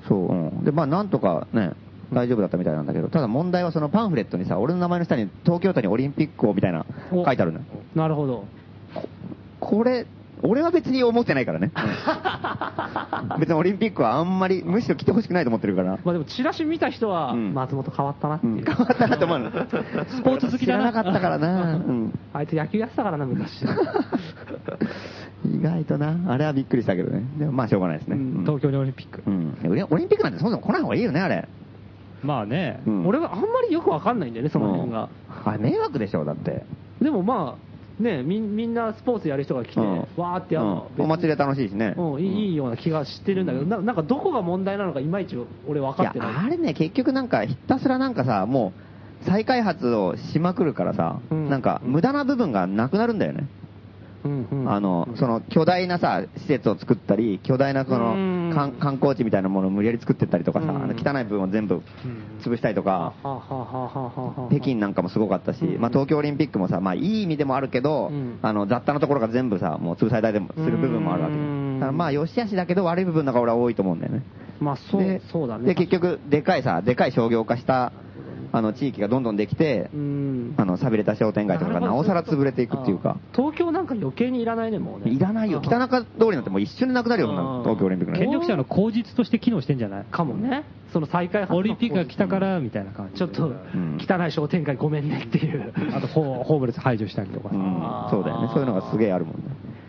[SPEAKER 2] そう、うん。で、まあなんとかね、大丈夫だったみたいなんだけど、ただ問題はそのパンフレットにさ、俺の名前の下に東京都にオリンピックをみたいな、書いてあるのよ。
[SPEAKER 1] なるほど。
[SPEAKER 2] これ、俺は別に思ってないからね。別にオリンピックはあんまり、むしろ来てほしくないと思ってるから。
[SPEAKER 1] まあでも、チラシ見た人は、
[SPEAKER 2] うん
[SPEAKER 1] 松本 変わったなって
[SPEAKER 2] う
[SPEAKER 1] い
[SPEAKER 2] ん
[SPEAKER 1] う。
[SPEAKER 2] 変わったなと思うの。ス
[SPEAKER 3] ポーツ好きだな
[SPEAKER 2] 知らなかったからな。うん
[SPEAKER 1] あいつ野球やってたからな、昔。
[SPEAKER 2] 意外とな、あれはびっくりしたけどね。でもまあしょうがないですね。うん
[SPEAKER 3] 東京にオリンピック。
[SPEAKER 2] うん。オリオリンピックなんてそもそも来ない方がいいよね、あれ。
[SPEAKER 3] まあね、
[SPEAKER 2] うん
[SPEAKER 1] 俺はあんまりよくわかんないんだよね、その辺が。
[SPEAKER 2] うんあれ迷惑でしょ、だって。
[SPEAKER 1] でもまあ、ねみん、みんなスポーツやる人が来て、
[SPEAKER 2] うん
[SPEAKER 1] わーってやるの、
[SPEAKER 2] うんお祭りは楽しいしね。
[SPEAKER 1] うん、いいいいような気がしてるんだけど、ななんかどこが問題なのか、いまいち俺分
[SPEAKER 2] い
[SPEAKER 1] かっ
[SPEAKER 2] や
[SPEAKER 1] て、ない。
[SPEAKER 2] あれね、結局なんか、ひたすらなんかさ、もう、再開発をしまくるからさ、
[SPEAKER 1] うん
[SPEAKER 2] なんか、無駄な部分がなくなるんだよね。
[SPEAKER 1] うんうん
[SPEAKER 2] あの、その、巨大なさ、施設を作ったり、巨大なその、
[SPEAKER 1] うん
[SPEAKER 2] 観観光地みたいなものを無理やり作ってったりとかさ、
[SPEAKER 1] うん
[SPEAKER 2] あの汚い部分を全部潰したりとか、
[SPEAKER 1] はあはあはあはあはあはあ
[SPEAKER 2] 北京なんかもすごかったし、
[SPEAKER 1] うん
[SPEAKER 2] まあ、東京オリンピックもさ、まあ、いい意味でもあるけど、
[SPEAKER 1] うん
[SPEAKER 2] あの雑多なところが全部さ、もう潰されたりでもする部分もあるわけじゃ
[SPEAKER 1] うん
[SPEAKER 2] んだからまあ、よしあしだけど、悪い部分の方が俺は多いと思うんだよね。
[SPEAKER 1] まあそう
[SPEAKER 2] で
[SPEAKER 1] そうだね。
[SPEAKER 2] で、結局、でかいさ、でかい商業化した、あの、地域がどんどんできて
[SPEAKER 1] う、ん、
[SPEAKER 2] あの、寂れた商店街とかがなおさら潰れていくっていう
[SPEAKER 1] あ
[SPEAKER 2] か、
[SPEAKER 1] 東京なんか余計にいらないね、もうね。
[SPEAKER 2] いらないよ。北中通りなんてもう一瞬でなくなるよ、こんな
[SPEAKER 1] うん
[SPEAKER 2] の東京オリンピック
[SPEAKER 3] 権
[SPEAKER 2] ね。
[SPEAKER 3] 力者の口実として機能してんじゃない
[SPEAKER 1] かもね。その再開発の
[SPEAKER 3] オリンピックが来たからみたいな感じ
[SPEAKER 1] ちょっと
[SPEAKER 2] ん
[SPEAKER 1] 汚い商店街ごめんねっていう。
[SPEAKER 3] あとホーホームレス排除したりとか
[SPEAKER 2] う
[SPEAKER 3] さ、
[SPEAKER 2] ん、そうだよね。そういうのがすげえあるもんね。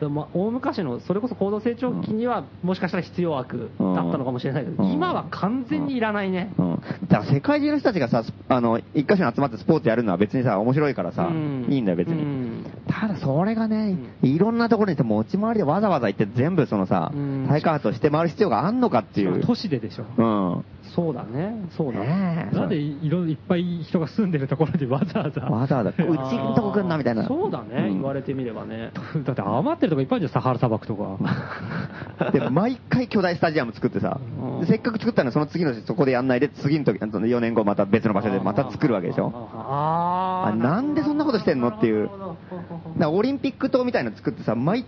[SPEAKER 1] でもまあ大昔の、それこそ高度成長期には、もしかしたら必要悪
[SPEAKER 2] うん
[SPEAKER 1] だったのかもしれないけど、
[SPEAKER 2] うん
[SPEAKER 1] 今は完全にいらないね。
[SPEAKER 2] うん。だから世界中の人たちがさ、スあの、一箇所に集まってスポーツやるのは別にさ、面白いからさ、
[SPEAKER 1] うん
[SPEAKER 2] いいんだよ別
[SPEAKER 1] う
[SPEAKER 2] に。
[SPEAKER 1] ん
[SPEAKER 2] ただそれがね、いろんなところに行って持ち回りでわざわざ行って全部そのさ
[SPEAKER 1] うん、
[SPEAKER 2] 再開発をして回る必要があんのかっていう。
[SPEAKER 3] 都市ででしょ。
[SPEAKER 2] うん。
[SPEAKER 1] そうだね、そうだね。
[SPEAKER 2] ねえ
[SPEAKER 3] なんでいろいっぱい人が住んでるところでわざわざ、
[SPEAKER 2] わざわざ、うちのとこ来んなみたいな。
[SPEAKER 1] そうだね、
[SPEAKER 2] うん
[SPEAKER 1] 言われてみればね。
[SPEAKER 3] だって余ってるとこいっぱいあるじゃん、サハラ砂漠と か。
[SPEAKER 2] で、毎回巨大スタジアム作ってさ、でせっかく作ったのにその次の日そこでやんないで、次の時、あの4年後また別の場所でまた作るわけでしょ。
[SPEAKER 1] あ
[SPEAKER 2] あ、なんでそんなことしてんのっていう。だ
[SPEAKER 1] なる
[SPEAKER 2] か
[SPEAKER 1] ほど
[SPEAKER 2] らオリンピック島みたいなの作ってさ、毎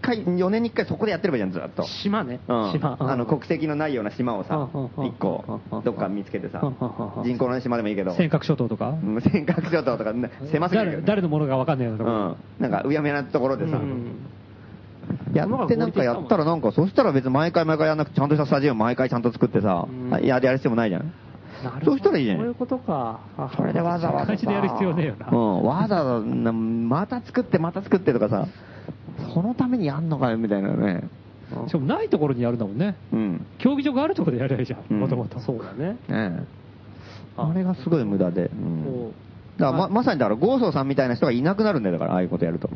[SPEAKER 2] 回4年に1回そこでやってればいいじゃん、ずっと。
[SPEAKER 1] 島ね、
[SPEAKER 2] うん
[SPEAKER 1] 島。
[SPEAKER 2] あの国籍のないような島をさ、
[SPEAKER 1] うんうんうん
[SPEAKER 2] 1個
[SPEAKER 1] うん、
[SPEAKER 2] どっか見つけてさ
[SPEAKER 1] うんうんうん、
[SPEAKER 2] 人口の島でもいいけど、
[SPEAKER 3] 尖閣諸島とか、
[SPEAKER 2] うん尖閣諸島とかね、狭すぎるけ
[SPEAKER 3] 誰
[SPEAKER 2] どね
[SPEAKER 3] 誰のものがわかんないような
[SPEAKER 2] う
[SPEAKER 3] ところ。
[SPEAKER 2] ん、なんかうやむやなところで
[SPEAKER 1] う
[SPEAKER 2] さ、
[SPEAKER 1] ん
[SPEAKER 2] やってなんかやったらなんか、そしたら別に毎回毎回やんなくて、ちゃんとしたスタジオ毎回ちゃんと作ってさ
[SPEAKER 1] うん、
[SPEAKER 2] あやるやる必要もないじゃん。
[SPEAKER 1] なるほど
[SPEAKER 2] そうしたらいいじゃ
[SPEAKER 1] そういう
[SPEAKER 2] ない
[SPEAKER 1] ことか。あ
[SPEAKER 2] それでわざわざ
[SPEAKER 3] 会社
[SPEAKER 2] さ。
[SPEAKER 3] でやる必要ねえよな
[SPEAKER 2] うん、わざわざな、また作ってまた作ってとかさ、そのためにやんのかよみたいなね。
[SPEAKER 3] しかもないところにやるんだもんね。
[SPEAKER 2] うん。
[SPEAKER 3] 競技場があるところでやればいいじゃ、
[SPEAKER 2] うんん
[SPEAKER 3] もともと。
[SPEAKER 1] そうだね。
[SPEAKER 2] ねえあれがすごい無駄で。うん
[SPEAKER 1] こ
[SPEAKER 2] だからままさにだから、ゴーソーさんみたいな人がいなくなるんだよ、だから、ああいうことやると。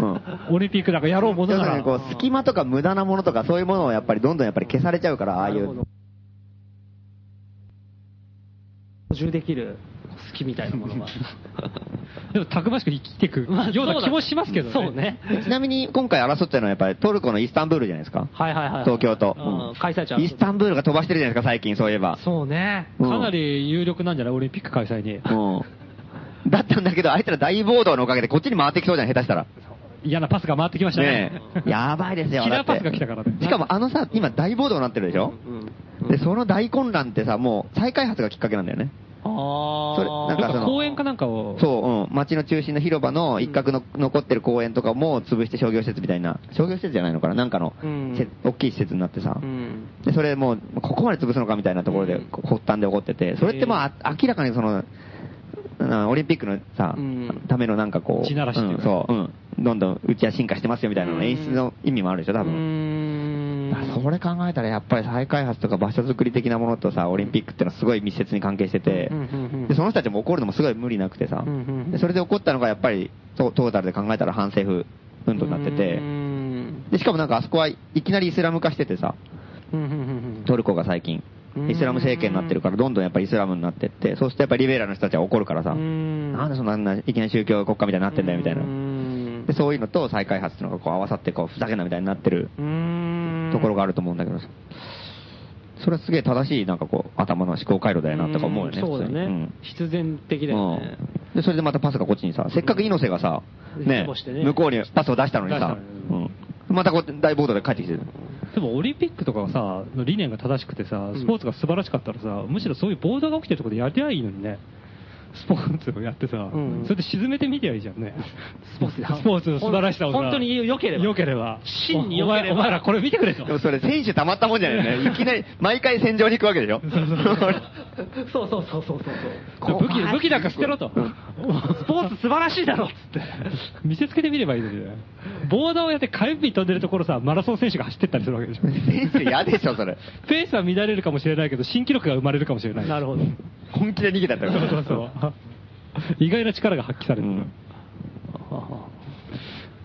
[SPEAKER 2] うん。
[SPEAKER 3] オリンピックなんかやろうもの
[SPEAKER 2] 要
[SPEAKER 3] な
[SPEAKER 2] する
[SPEAKER 3] ら
[SPEAKER 2] に。こう、隙間とか無駄なものとか、そういうものをやっぱりどんどんやっぱり消されちゃうから、ああい
[SPEAKER 1] なるほ
[SPEAKER 2] う
[SPEAKER 1] ど。う補充できる好きみたいなも のが。
[SPEAKER 3] でもたくましく生きていくような気もしますけどね。
[SPEAKER 1] そうね。
[SPEAKER 2] ちなみに今回争ってるのはやっぱりトルコのイスタンブールじゃないですか。
[SPEAKER 1] はいはいはい。
[SPEAKER 2] 東京都
[SPEAKER 1] うん
[SPEAKER 2] うん
[SPEAKER 1] 開催地は
[SPEAKER 2] イスタンブールが飛ばしてるじゃないですか、最近そういえば。
[SPEAKER 1] そうね。
[SPEAKER 2] うん
[SPEAKER 3] かなり有力なんじゃないオリンピック開催に。
[SPEAKER 2] うん。だったんだけど、あいつら大暴動のおかげでこっちに回ってきそうじゃん、下手したら。
[SPEAKER 3] 嫌なパスが回ってきましたね
[SPEAKER 2] ね。え。やばいですよ、
[SPEAKER 3] キラー
[SPEAKER 2] だ
[SPEAKER 3] パ
[SPEAKER 2] っ
[SPEAKER 3] ス
[SPEAKER 2] て
[SPEAKER 3] が来たからね。
[SPEAKER 2] しかもあのさ、今大暴動になってるでしょ
[SPEAKER 1] うん。
[SPEAKER 2] で、その大混乱ってさ、もう再開発がきっかけなんだよね。
[SPEAKER 1] あ
[SPEAKER 2] それ
[SPEAKER 1] あ。
[SPEAKER 2] なんかその
[SPEAKER 3] 公園かなんかを。
[SPEAKER 2] そう、うん。街の中心の広場の一角の残ってる公園とかも潰して商業施設みたいな、商業施設じゃないのかななんかの、
[SPEAKER 1] うん
[SPEAKER 2] せ大きい施設になってさ
[SPEAKER 1] う。ん。
[SPEAKER 2] で、それもう、ここまで潰すのかみたいなところで、こ発端で起こってて、それってまあ、あ明らかにその、うんオリンピックのさ、
[SPEAKER 1] うん
[SPEAKER 2] ためのなんかこう、
[SPEAKER 3] 地ならしっていううんか
[SPEAKER 2] そう、うん。どんどんうちは進化してますよみたいなの演出の意味もあるでしょ、多分。
[SPEAKER 1] う
[SPEAKER 2] それ考えたらやっぱり再開発とか場所づくり的なものとさ、オリンピックってのはすごい密接に関係してて、でその人たちも怒るのもすごい無理なくてさ、でそれで怒ったのがやっぱりトトータルで考えたら反政府運動になってて、でしかもなんかあそこはいきなりイスラム化しててさ、トルコが最近。イスラム政権になってるから、どんどんやっぱりイスラムになってって、そうするとやっぱりリベラルの人たちは怒るからさ、なんでそんなあんないきなり宗教国家みたいになってんだよみたいな。でそういうのと再開発っていうのがこう合わさってこうふざけんなみたいになってるところがあると思うんだけどさそれはすげえ正しいなんかこう頭の思考回路だよなとか思うよね
[SPEAKER 7] そうだね、
[SPEAKER 2] 普
[SPEAKER 7] 必然的
[SPEAKER 2] 通に
[SPEAKER 7] だ
[SPEAKER 2] うん
[SPEAKER 7] よね、
[SPEAKER 2] うんでそれでまたパスがこっちにさせっかく猪瀬がさ、ね
[SPEAKER 7] こぼしてね
[SPEAKER 2] 向こうにパスを出したのにさ、うんまたこう大ボードで帰ってきてる
[SPEAKER 3] でもオリンピックとかはさ、の理念が正しくてさ、スポーツが素晴らしかったらさ、むしろそういう暴動が起きてるところでやりゃいいのにね。スポーツをやってさ、
[SPEAKER 7] んうん
[SPEAKER 3] それで沈めてみりゃいいじゃんね。スポーツの素晴らしさをさ。
[SPEAKER 7] 本当に良ければ
[SPEAKER 3] 良ければ。
[SPEAKER 7] 真に良ければ
[SPEAKER 3] お前お前らこれ見てくれと
[SPEAKER 2] で。もそれ選手たまったもんじゃない よねいきなり毎回戦場に行くわけでしょ
[SPEAKER 7] そうそうそうそうそう
[SPEAKER 3] 武器、武器なんか捨てろと。スポーツ素晴らしいだろっつって。見せつけてみればいいのにね。ボーダーをやって火曜日に飛んでるところさ、マラソン選手が走ってったりするわけでしょ。
[SPEAKER 2] 選手嫌でしょそれ
[SPEAKER 3] ペースは乱れるかもしれないけど、新記録が生まれるかもしれな い。
[SPEAKER 7] なるほど
[SPEAKER 2] 本気で逃げたんだから
[SPEAKER 3] そうそうそう。意外な力が発揮され
[SPEAKER 2] う
[SPEAKER 3] てる。
[SPEAKER 2] ん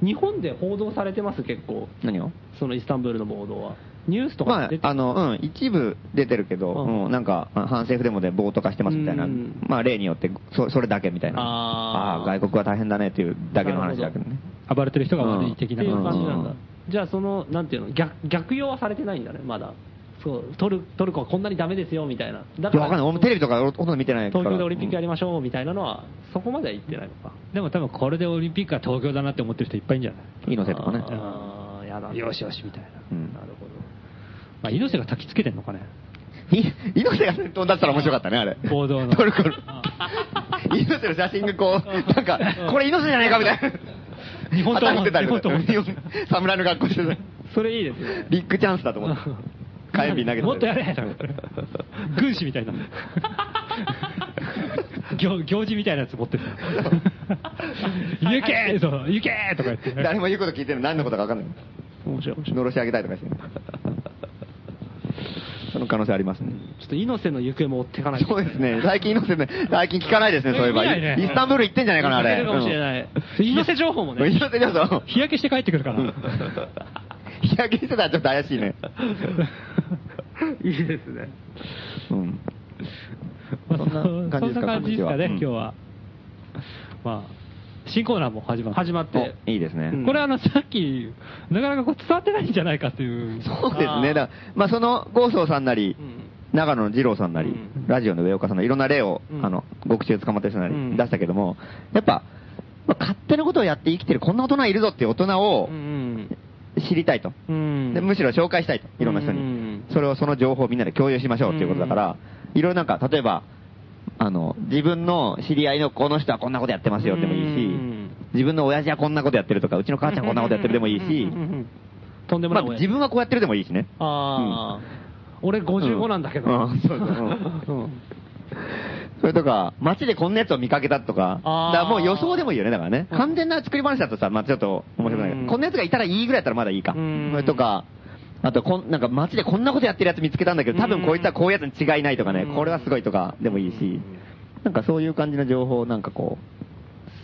[SPEAKER 7] 日本で報道されてます結構
[SPEAKER 2] 何を
[SPEAKER 7] そのイスタンブールの暴動はニュースとか
[SPEAKER 2] ま
[SPEAKER 7] 出て
[SPEAKER 2] あ、あの、うん、一部出てるけど、
[SPEAKER 7] うん
[SPEAKER 2] うんなんか、まあ反政府デモで暴徒化してますみたいな
[SPEAKER 7] うん、
[SPEAKER 2] まあ、例によってそ、それだけみたいな。
[SPEAKER 7] あー
[SPEAKER 2] あー、外国は大変だねっていうだけの話だけどね。
[SPEAKER 3] 暴れてる人が悪い的
[SPEAKER 7] っ
[SPEAKER 3] な
[SPEAKER 7] ていう感じなんだ、
[SPEAKER 2] うん
[SPEAKER 7] じゃあそのなんていうの逆逆用はされてないんだねまだそうトルトルコはこんなにダメですよみたいなだ
[SPEAKER 2] いや、わかんない。俺もテレビとかほとんど見てないから。
[SPEAKER 7] 東京でオリンピックや
[SPEAKER 2] り
[SPEAKER 7] りましょうみたいなのは、そこまでは言ってないのか
[SPEAKER 3] でも多分これでオリンピックは東京だなって思ってる人いっぱいいるんじゃ
[SPEAKER 2] 猪瀬とかね。
[SPEAKER 7] ああやだ
[SPEAKER 3] よしよしみたいな
[SPEAKER 2] うん
[SPEAKER 7] なるほど
[SPEAKER 3] ないまあ、猪瀬が焚きつけてんのかね。
[SPEAKER 2] い猪瀬が先頭だったら面白かったね、あれ。
[SPEAKER 3] 暴動の
[SPEAKER 2] トルコの。猪瀬の写真がこう、なんか、これ猪瀬じゃないかみたいな。
[SPEAKER 3] 日本刀
[SPEAKER 2] 刀ってたりとか
[SPEAKER 3] 日本
[SPEAKER 2] 侍の格好してた。
[SPEAKER 7] それいいですね
[SPEAKER 2] ビッグチャンスだと思って。火曜日に投げてた
[SPEAKER 3] もっとやれとか 軍師みた いな。行行事みたいなやつ持 ってる。行けそう行けとか言って。
[SPEAKER 2] 誰も言うこと聞いてるの何のことか分かんない。
[SPEAKER 7] 面白い面白い
[SPEAKER 2] のろし上げたいとかして。その可能性ありますね。
[SPEAKER 7] ちょっと猪瀬の行方も追っていかないと
[SPEAKER 2] そうですね。最近猪瀬ね、最近聞かないですね、そういえば。
[SPEAKER 3] 見ないね
[SPEAKER 2] イスタンブール行ってんじゃないかな、あれ。
[SPEAKER 7] 行ってるかもしれない
[SPEAKER 2] うん
[SPEAKER 7] 猪瀬情報もね
[SPEAKER 2] 猪瀬情報。
[SPEAKER 3] 日焼けして帰ってくるから。
[SPEAKER 2] 日焼けしてたらちょっと怪しいね。
[SPEAKER 7] いいですね
[SPEAKER 2] うん。
[SPEAKER 3] まあ
[SPEAKER 2] そんな感じですか
[SPEAKER 3] そんな感じですかね、
[SPEAKER 2] 今
[SPEAKER 3] 今
[SPEAKER 2] 日
[SPEAKER 3] 日
[SPEAKER 2] は
[SPEAKER 3] は。まあ、新コーナーも始まって。
[SPEAKER 7] 始まって
[SPEAKER 2] おいいですね。
[SPEAKER 7] うん
[SPEAKER 3] これあの、さっき、なかなかこう伝わってないんじゃないかっていう。
[SPEAKER 2] そうですね。だからまあ、その、ゴーソーさんなり、長野の二郎さんなり、
[SPEAKER 7] うん
[SPEAKER 2] ラジオの上岡さんなり、いろんな例を、
[SPEAKER 7] うん
[SPEAKER 2] あの、獄中捕まってる人なり
[SPEAKER 7] うん
[SPEAKER 2] 出したけども、やっぱ、まあ勝手なことをやって生きてる、こんな大人いるぞっていう大人を
[SPEAKER 7] うん
[SPEAKER 2] 知りたいと。
[SPEAKER 7] うん
[SPEAKER 2] でむしろ紹介したいと、いろんな人
[SPEAKER 7] うん
[SPEAKER 2] に。それを、その情報をみんなで共有しましょうっていうことだから、いろいろなんか、例えば、あの、自分の知り合いのこの人はこんなことやってますよでもいいし
[SPEAKER 7] うん、
[SPEAKER 2] 自分の親父はこんなことやってるとか、うちの母ちゃんこんなことやってるでもいいし、
[SPEAKER 7] とんでも
[SPEAKER 2] ま
[SPEAKER 7] な
[SPEAKER 2] あ
[SPEAKER 7] い、親
[SPEAKER 2] 自分はこうやってるでもいいしね。
[SPEAKER 7] ああ、俺55なんだけど、
[SPEAKER 2] うんそうそううん
[SPEAKER 7] うん
[SPEAKER 2] それとか、街でこんなやつを見かけたとか、だ
[SPEAKER 7] あー
[SPEAKER 2] からもう予想でもいいよね、だからね。完全な作り話だとさ、まあちょっと面白くないけ
[SPEAKER 7] うん
[SPEAKER 2] ど、こんなやつがいたらいいぐらいだったらまだいいか。そ
[SPEAKER 7] うん
[SPEAKER 2] れとか、あとこん、なんか街でこんなことやってるやつ見つけたんだけど、多分こいつはこういうやつに違いないとかね、これはすごいとかでもいいし、なんかそういう感じの情報をなんかこ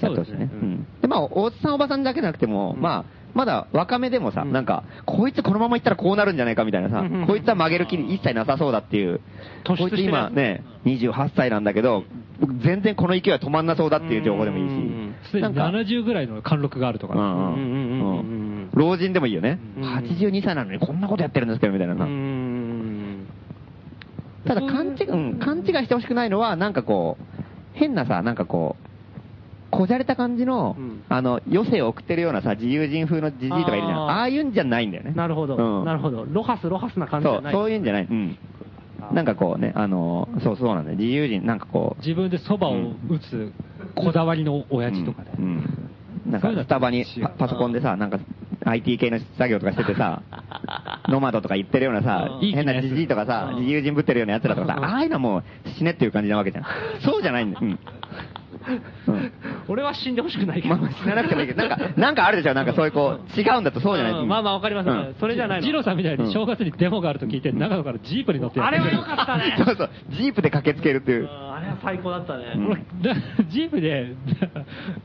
[SPEAKER 2] う、やってほしいね。うんで、まあ、大津さんおばさんだけじゃなくても、まあ、まだ若めでもさ、なんか、こいつこのままいったらこうなるんじゃないかみたいなさ、こいつは曲げる気一切なさそうだっていう、
[SPEAKER 7] 突出
[SPEAKER 2] こい
[SPEAKER 7] してる
[SPEAKER 2] つ今ね、28歳なんだけど、全然この勢いは止まんなそうだっていう情報でもい
[SPEAKER 7] うん
[SPEAKER 2] い
[SPEAKER 3] す
[SPEAKER 2] し、
[SPEAKER 3] で
[SPEAKER 2] な
[SPEAKER 3] に
[SPEAKER 2] んか、
[SPEAKER 3] 70ぐらいの貫禄があるとか
[SPEAKER 2] う
[SPEAKER 3] ね、
[SPEAKER 2] んう
[SPEAKER 7] う
[SPEAKER 2] ん
[SPEAKER 7] んうんうん
[SPEAKER 2] うん老人でもいいよね。82歳なのにこんなことやってるんですけど、みたいな
[SPEAKER 7] う
[SPEAKER 2] さ。
[SPEAKER 7] ん
[SPEAKER 2] ただ勘違い、うん、勘違いしてほしくないのは、なんかこう、変なさ、なんかこう、こじゃれた感じの、
[SPEAKER 7] うん
[SPEAKER 2] あの、余生を送ってるようなさ、自由人風のじじいとかいるじゃん。
[SPEAKER 7] あー
[SPEAKER 2] ああいうんじゃないんだよね。
[SPEAKER 7] なるほど、
[SPEAKER 2] うん
[SPEAKER 7] なるほど、ロハス、ロハスな感じじ
[SPEAKER 2] そ
[SPEAKER 7] ゃ
[SPEAKER 2] う
[SPEAKER 7] な、い、
[SPEAKER 2] そういうんじゃない。うん。なんかこうね、あの、そうそうなんだよ。自由人、なんかこう、
[SPEAKER 3] 自分でそばを打つこだわりの親父とかね、
[SPEAKER 2] うんなんかスタバにパパソコンでさ、なんか IT 系の作業とかしててさ、ノマドとか言ってるようなさ、
[SPEAKER 3] うんいい気
[SPEAKER 2] 変
[SPEAKER 3] な
[SPEAKER 2] な
[SPEAKER 3] やつ
[SPEAKER 2] じじいとかさ、自由人ぶってるようなやつらとかさ、ああいうのはもう死ねっていう感じなわけじゃん。そうじゃないんだよ。うんうん
[SPEAKER 7] 俺は死んでほしくないけど
[SPEAKER 2] まあ、死ななくてもいいけど、なんか、なんかあるでしょ、なんかそういうこう、違うんだと そうじゃない、
[SPEAKER 7] うんまあまあわかります、
[SPEAKER 2] うん
[SPEAKER 7] それじゃないの
[SPEAKER 3] ジローさんみたいに正月にデモがあると聞いて、長野からジープに乗ってや
[SPEAKER 7] あ
[SPEAKER 3] って
[SPEAKER 7] れ
[SPEAKER 3] く
[SPEAKER 7] は
[SPEAKER 3] る
[SPEAKER 7] 良かったね
[SPEAKER 2] そうそう、ジープで駆けつけるっていうう。
[SPEAKER 7] んあれは最高だったね、
[SPEAKER 2] うん
[SPEAKER 3] だ ジープで、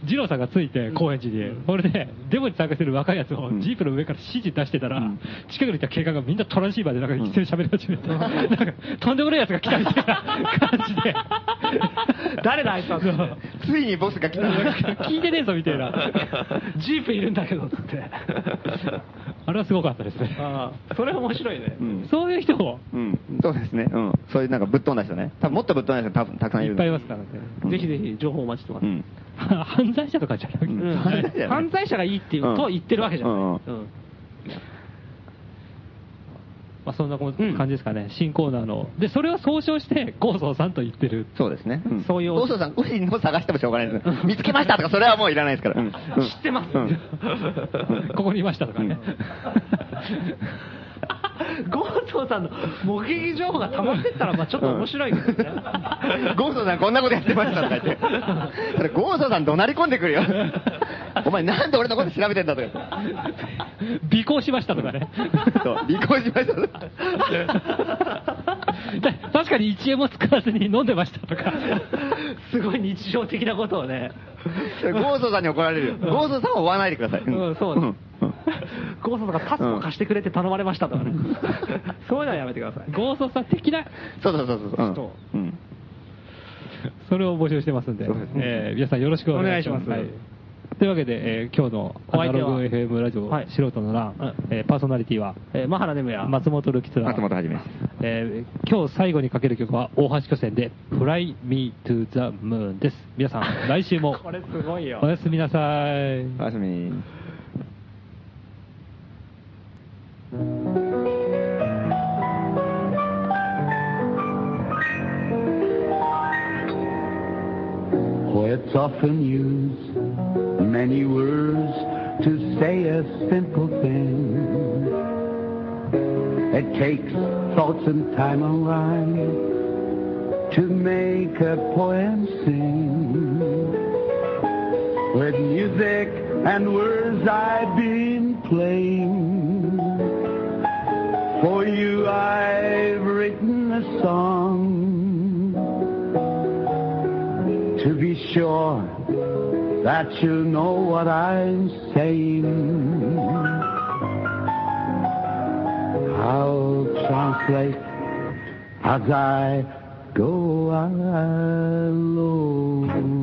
[SPEAKER 3] ジローさんがついて、高円寺に、それで、デモに参加する若いやつを、
[SPEAKER 2] ん
[SPEAKER 3] ジープの上から指示出してたら、
[SPEAKER 2] うん
[SPEAKER 3] 近くにいた警官がみんなトランシーバーで、なんか一斉に喋り始めて、なんか、とんでもないやつが来たみたいな感じ で、
[SPEAKER 7] 誰だあいつは
[SPEAKER 3] そう
[SPEAKER 2] ついにボスが来た。
[SPEAKER 3] 聞いてねえぞみた いな、ジープいるんだけどっつって、あれはすごかったですね。
[SPEAKER 7] ああそれ面白いね、
[SPEAKER 2] うん
[SPEAKER 3] そういう人も
[SPEAKER 2] うん、そうですね。うん。そういうなんかぶっ飛んだ人ね。多分もっとぶっ飛んだ人たたくさんい
[SPEAKER 3] い
[SPEAKER 2] る。
[SPEAKER 3] っぱいいますからね。
[SPEAKER 2] うん
[SPEAKER 7] ぜひぜひ情報お待ちしてます、
[SPEAKER 2] うん。
[SPEAKER 3] 犯罪者とかじゃなくて、
[SPEAKER 2] うん
[SPEAKER 7] うん
[SPEAKER 2] 犯罪者だよね
[SPEAKER 7] 犯罪者がいいっていう、
[SPEAKER 2] うん
[SPEAKER 7] と言ってるわけじゃない、
[SPEAKER 2] う
[SPEAKER 7] うんん
[SPEAKER 2] うん
[SPEAKER 3] まあ、そんなこ感じですかね、新コーナーの。で、それを総称して、ゴーソーさんと言っ てる。
[SPEAKER 2] そうですね。ん
[SPEAKER 3] そういう
[SPEAKER 2] 放送さん、個人の探してもしょうがないですね。見つけましたとか、それはもういらないですから。知ってます。うん
[SPEAKER 3] ここにいましたとかね。
[SPEAKER 7] ゴートーさんの目撃情報が溜まってったら、まあちょっと面白いけどね。
[SPEAKER 2] ゴーソさんこんなことやってましたとか言って。それゴーソさん怒鳴り込んで くるよ。お前なんで俺のこと調べてんだとか言って。
[SPEAKER 3] 尾行しましたとかね。
[SPEAKER 2] そう、離婚しましたとか。
[SPEAKER 3] で 確かに1円も使わずに飲んでましたとか。
[SPEAKER 7] すごい日常的なことをね。
[SPEAKER 2] それゴーソさんに怒られるよ。ゴーソさんは追わないでください。
[SPEAKER 7] うん、そうね
[SPEAKER 2] うん。
[SPEAKER 7] ゴートーさんがパスを貸してくれって頼まれましたとかね。そういうのはやめてください。
[SPEAKER 3] ゴーソーさん的な、
[SPEAKER 2] そうそうそうそううん。うん
[SPEAKER 3] それを募集してますんで、
[SPEAKER 2] そうですね
[SPEAKER 3] えー皆さんよろしくお願いします。
[SPEAKER 7] お願いし
[SPEAKER 3] はいというわけで、えー今日のアナログ
[SPEAKER 7] お相手
[SPEAKER 3] FM ラジオ、
[SPEAKER 7] はい
[SPEAKER 3] 素人の欄、
[SPEAKER 7] うん
[SPEAKER 3] えーパーソナリティは、
[SPEAKER 7] えー、マハラネムヤ。
[SPEAKER 3] 松本るきつら。
[SPEAKER 2] 松本はじめです
[SPEAKER 3] えー今日最後にかける曲は大橋巨泉で「Fly Me to the Moon」です皆さん来週も
[SPEAKER 7] これすごいよ
[SPEAKER 3] お。やすみなさい
[SPEAKER 2] おやすみ。
[SPEAKER 4] Oh, it's often used, many words to say a simple thing. It takes thoughts and time and rhyme to make a poem sing. With music and words I've been playing. For you I've written a song. to be sure that you know what I'm saying. I'll translate as I go along.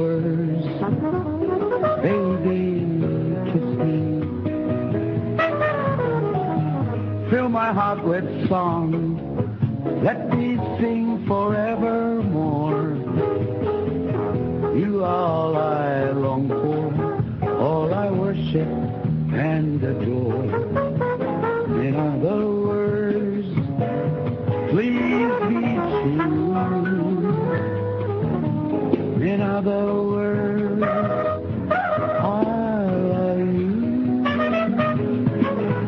[SPEAKER 4] words, baby, kiss me. Fill my heart with song. Let me sing forevermore. You are all I long for, all I worship and adore. In other words, please be true. In other words, I love you.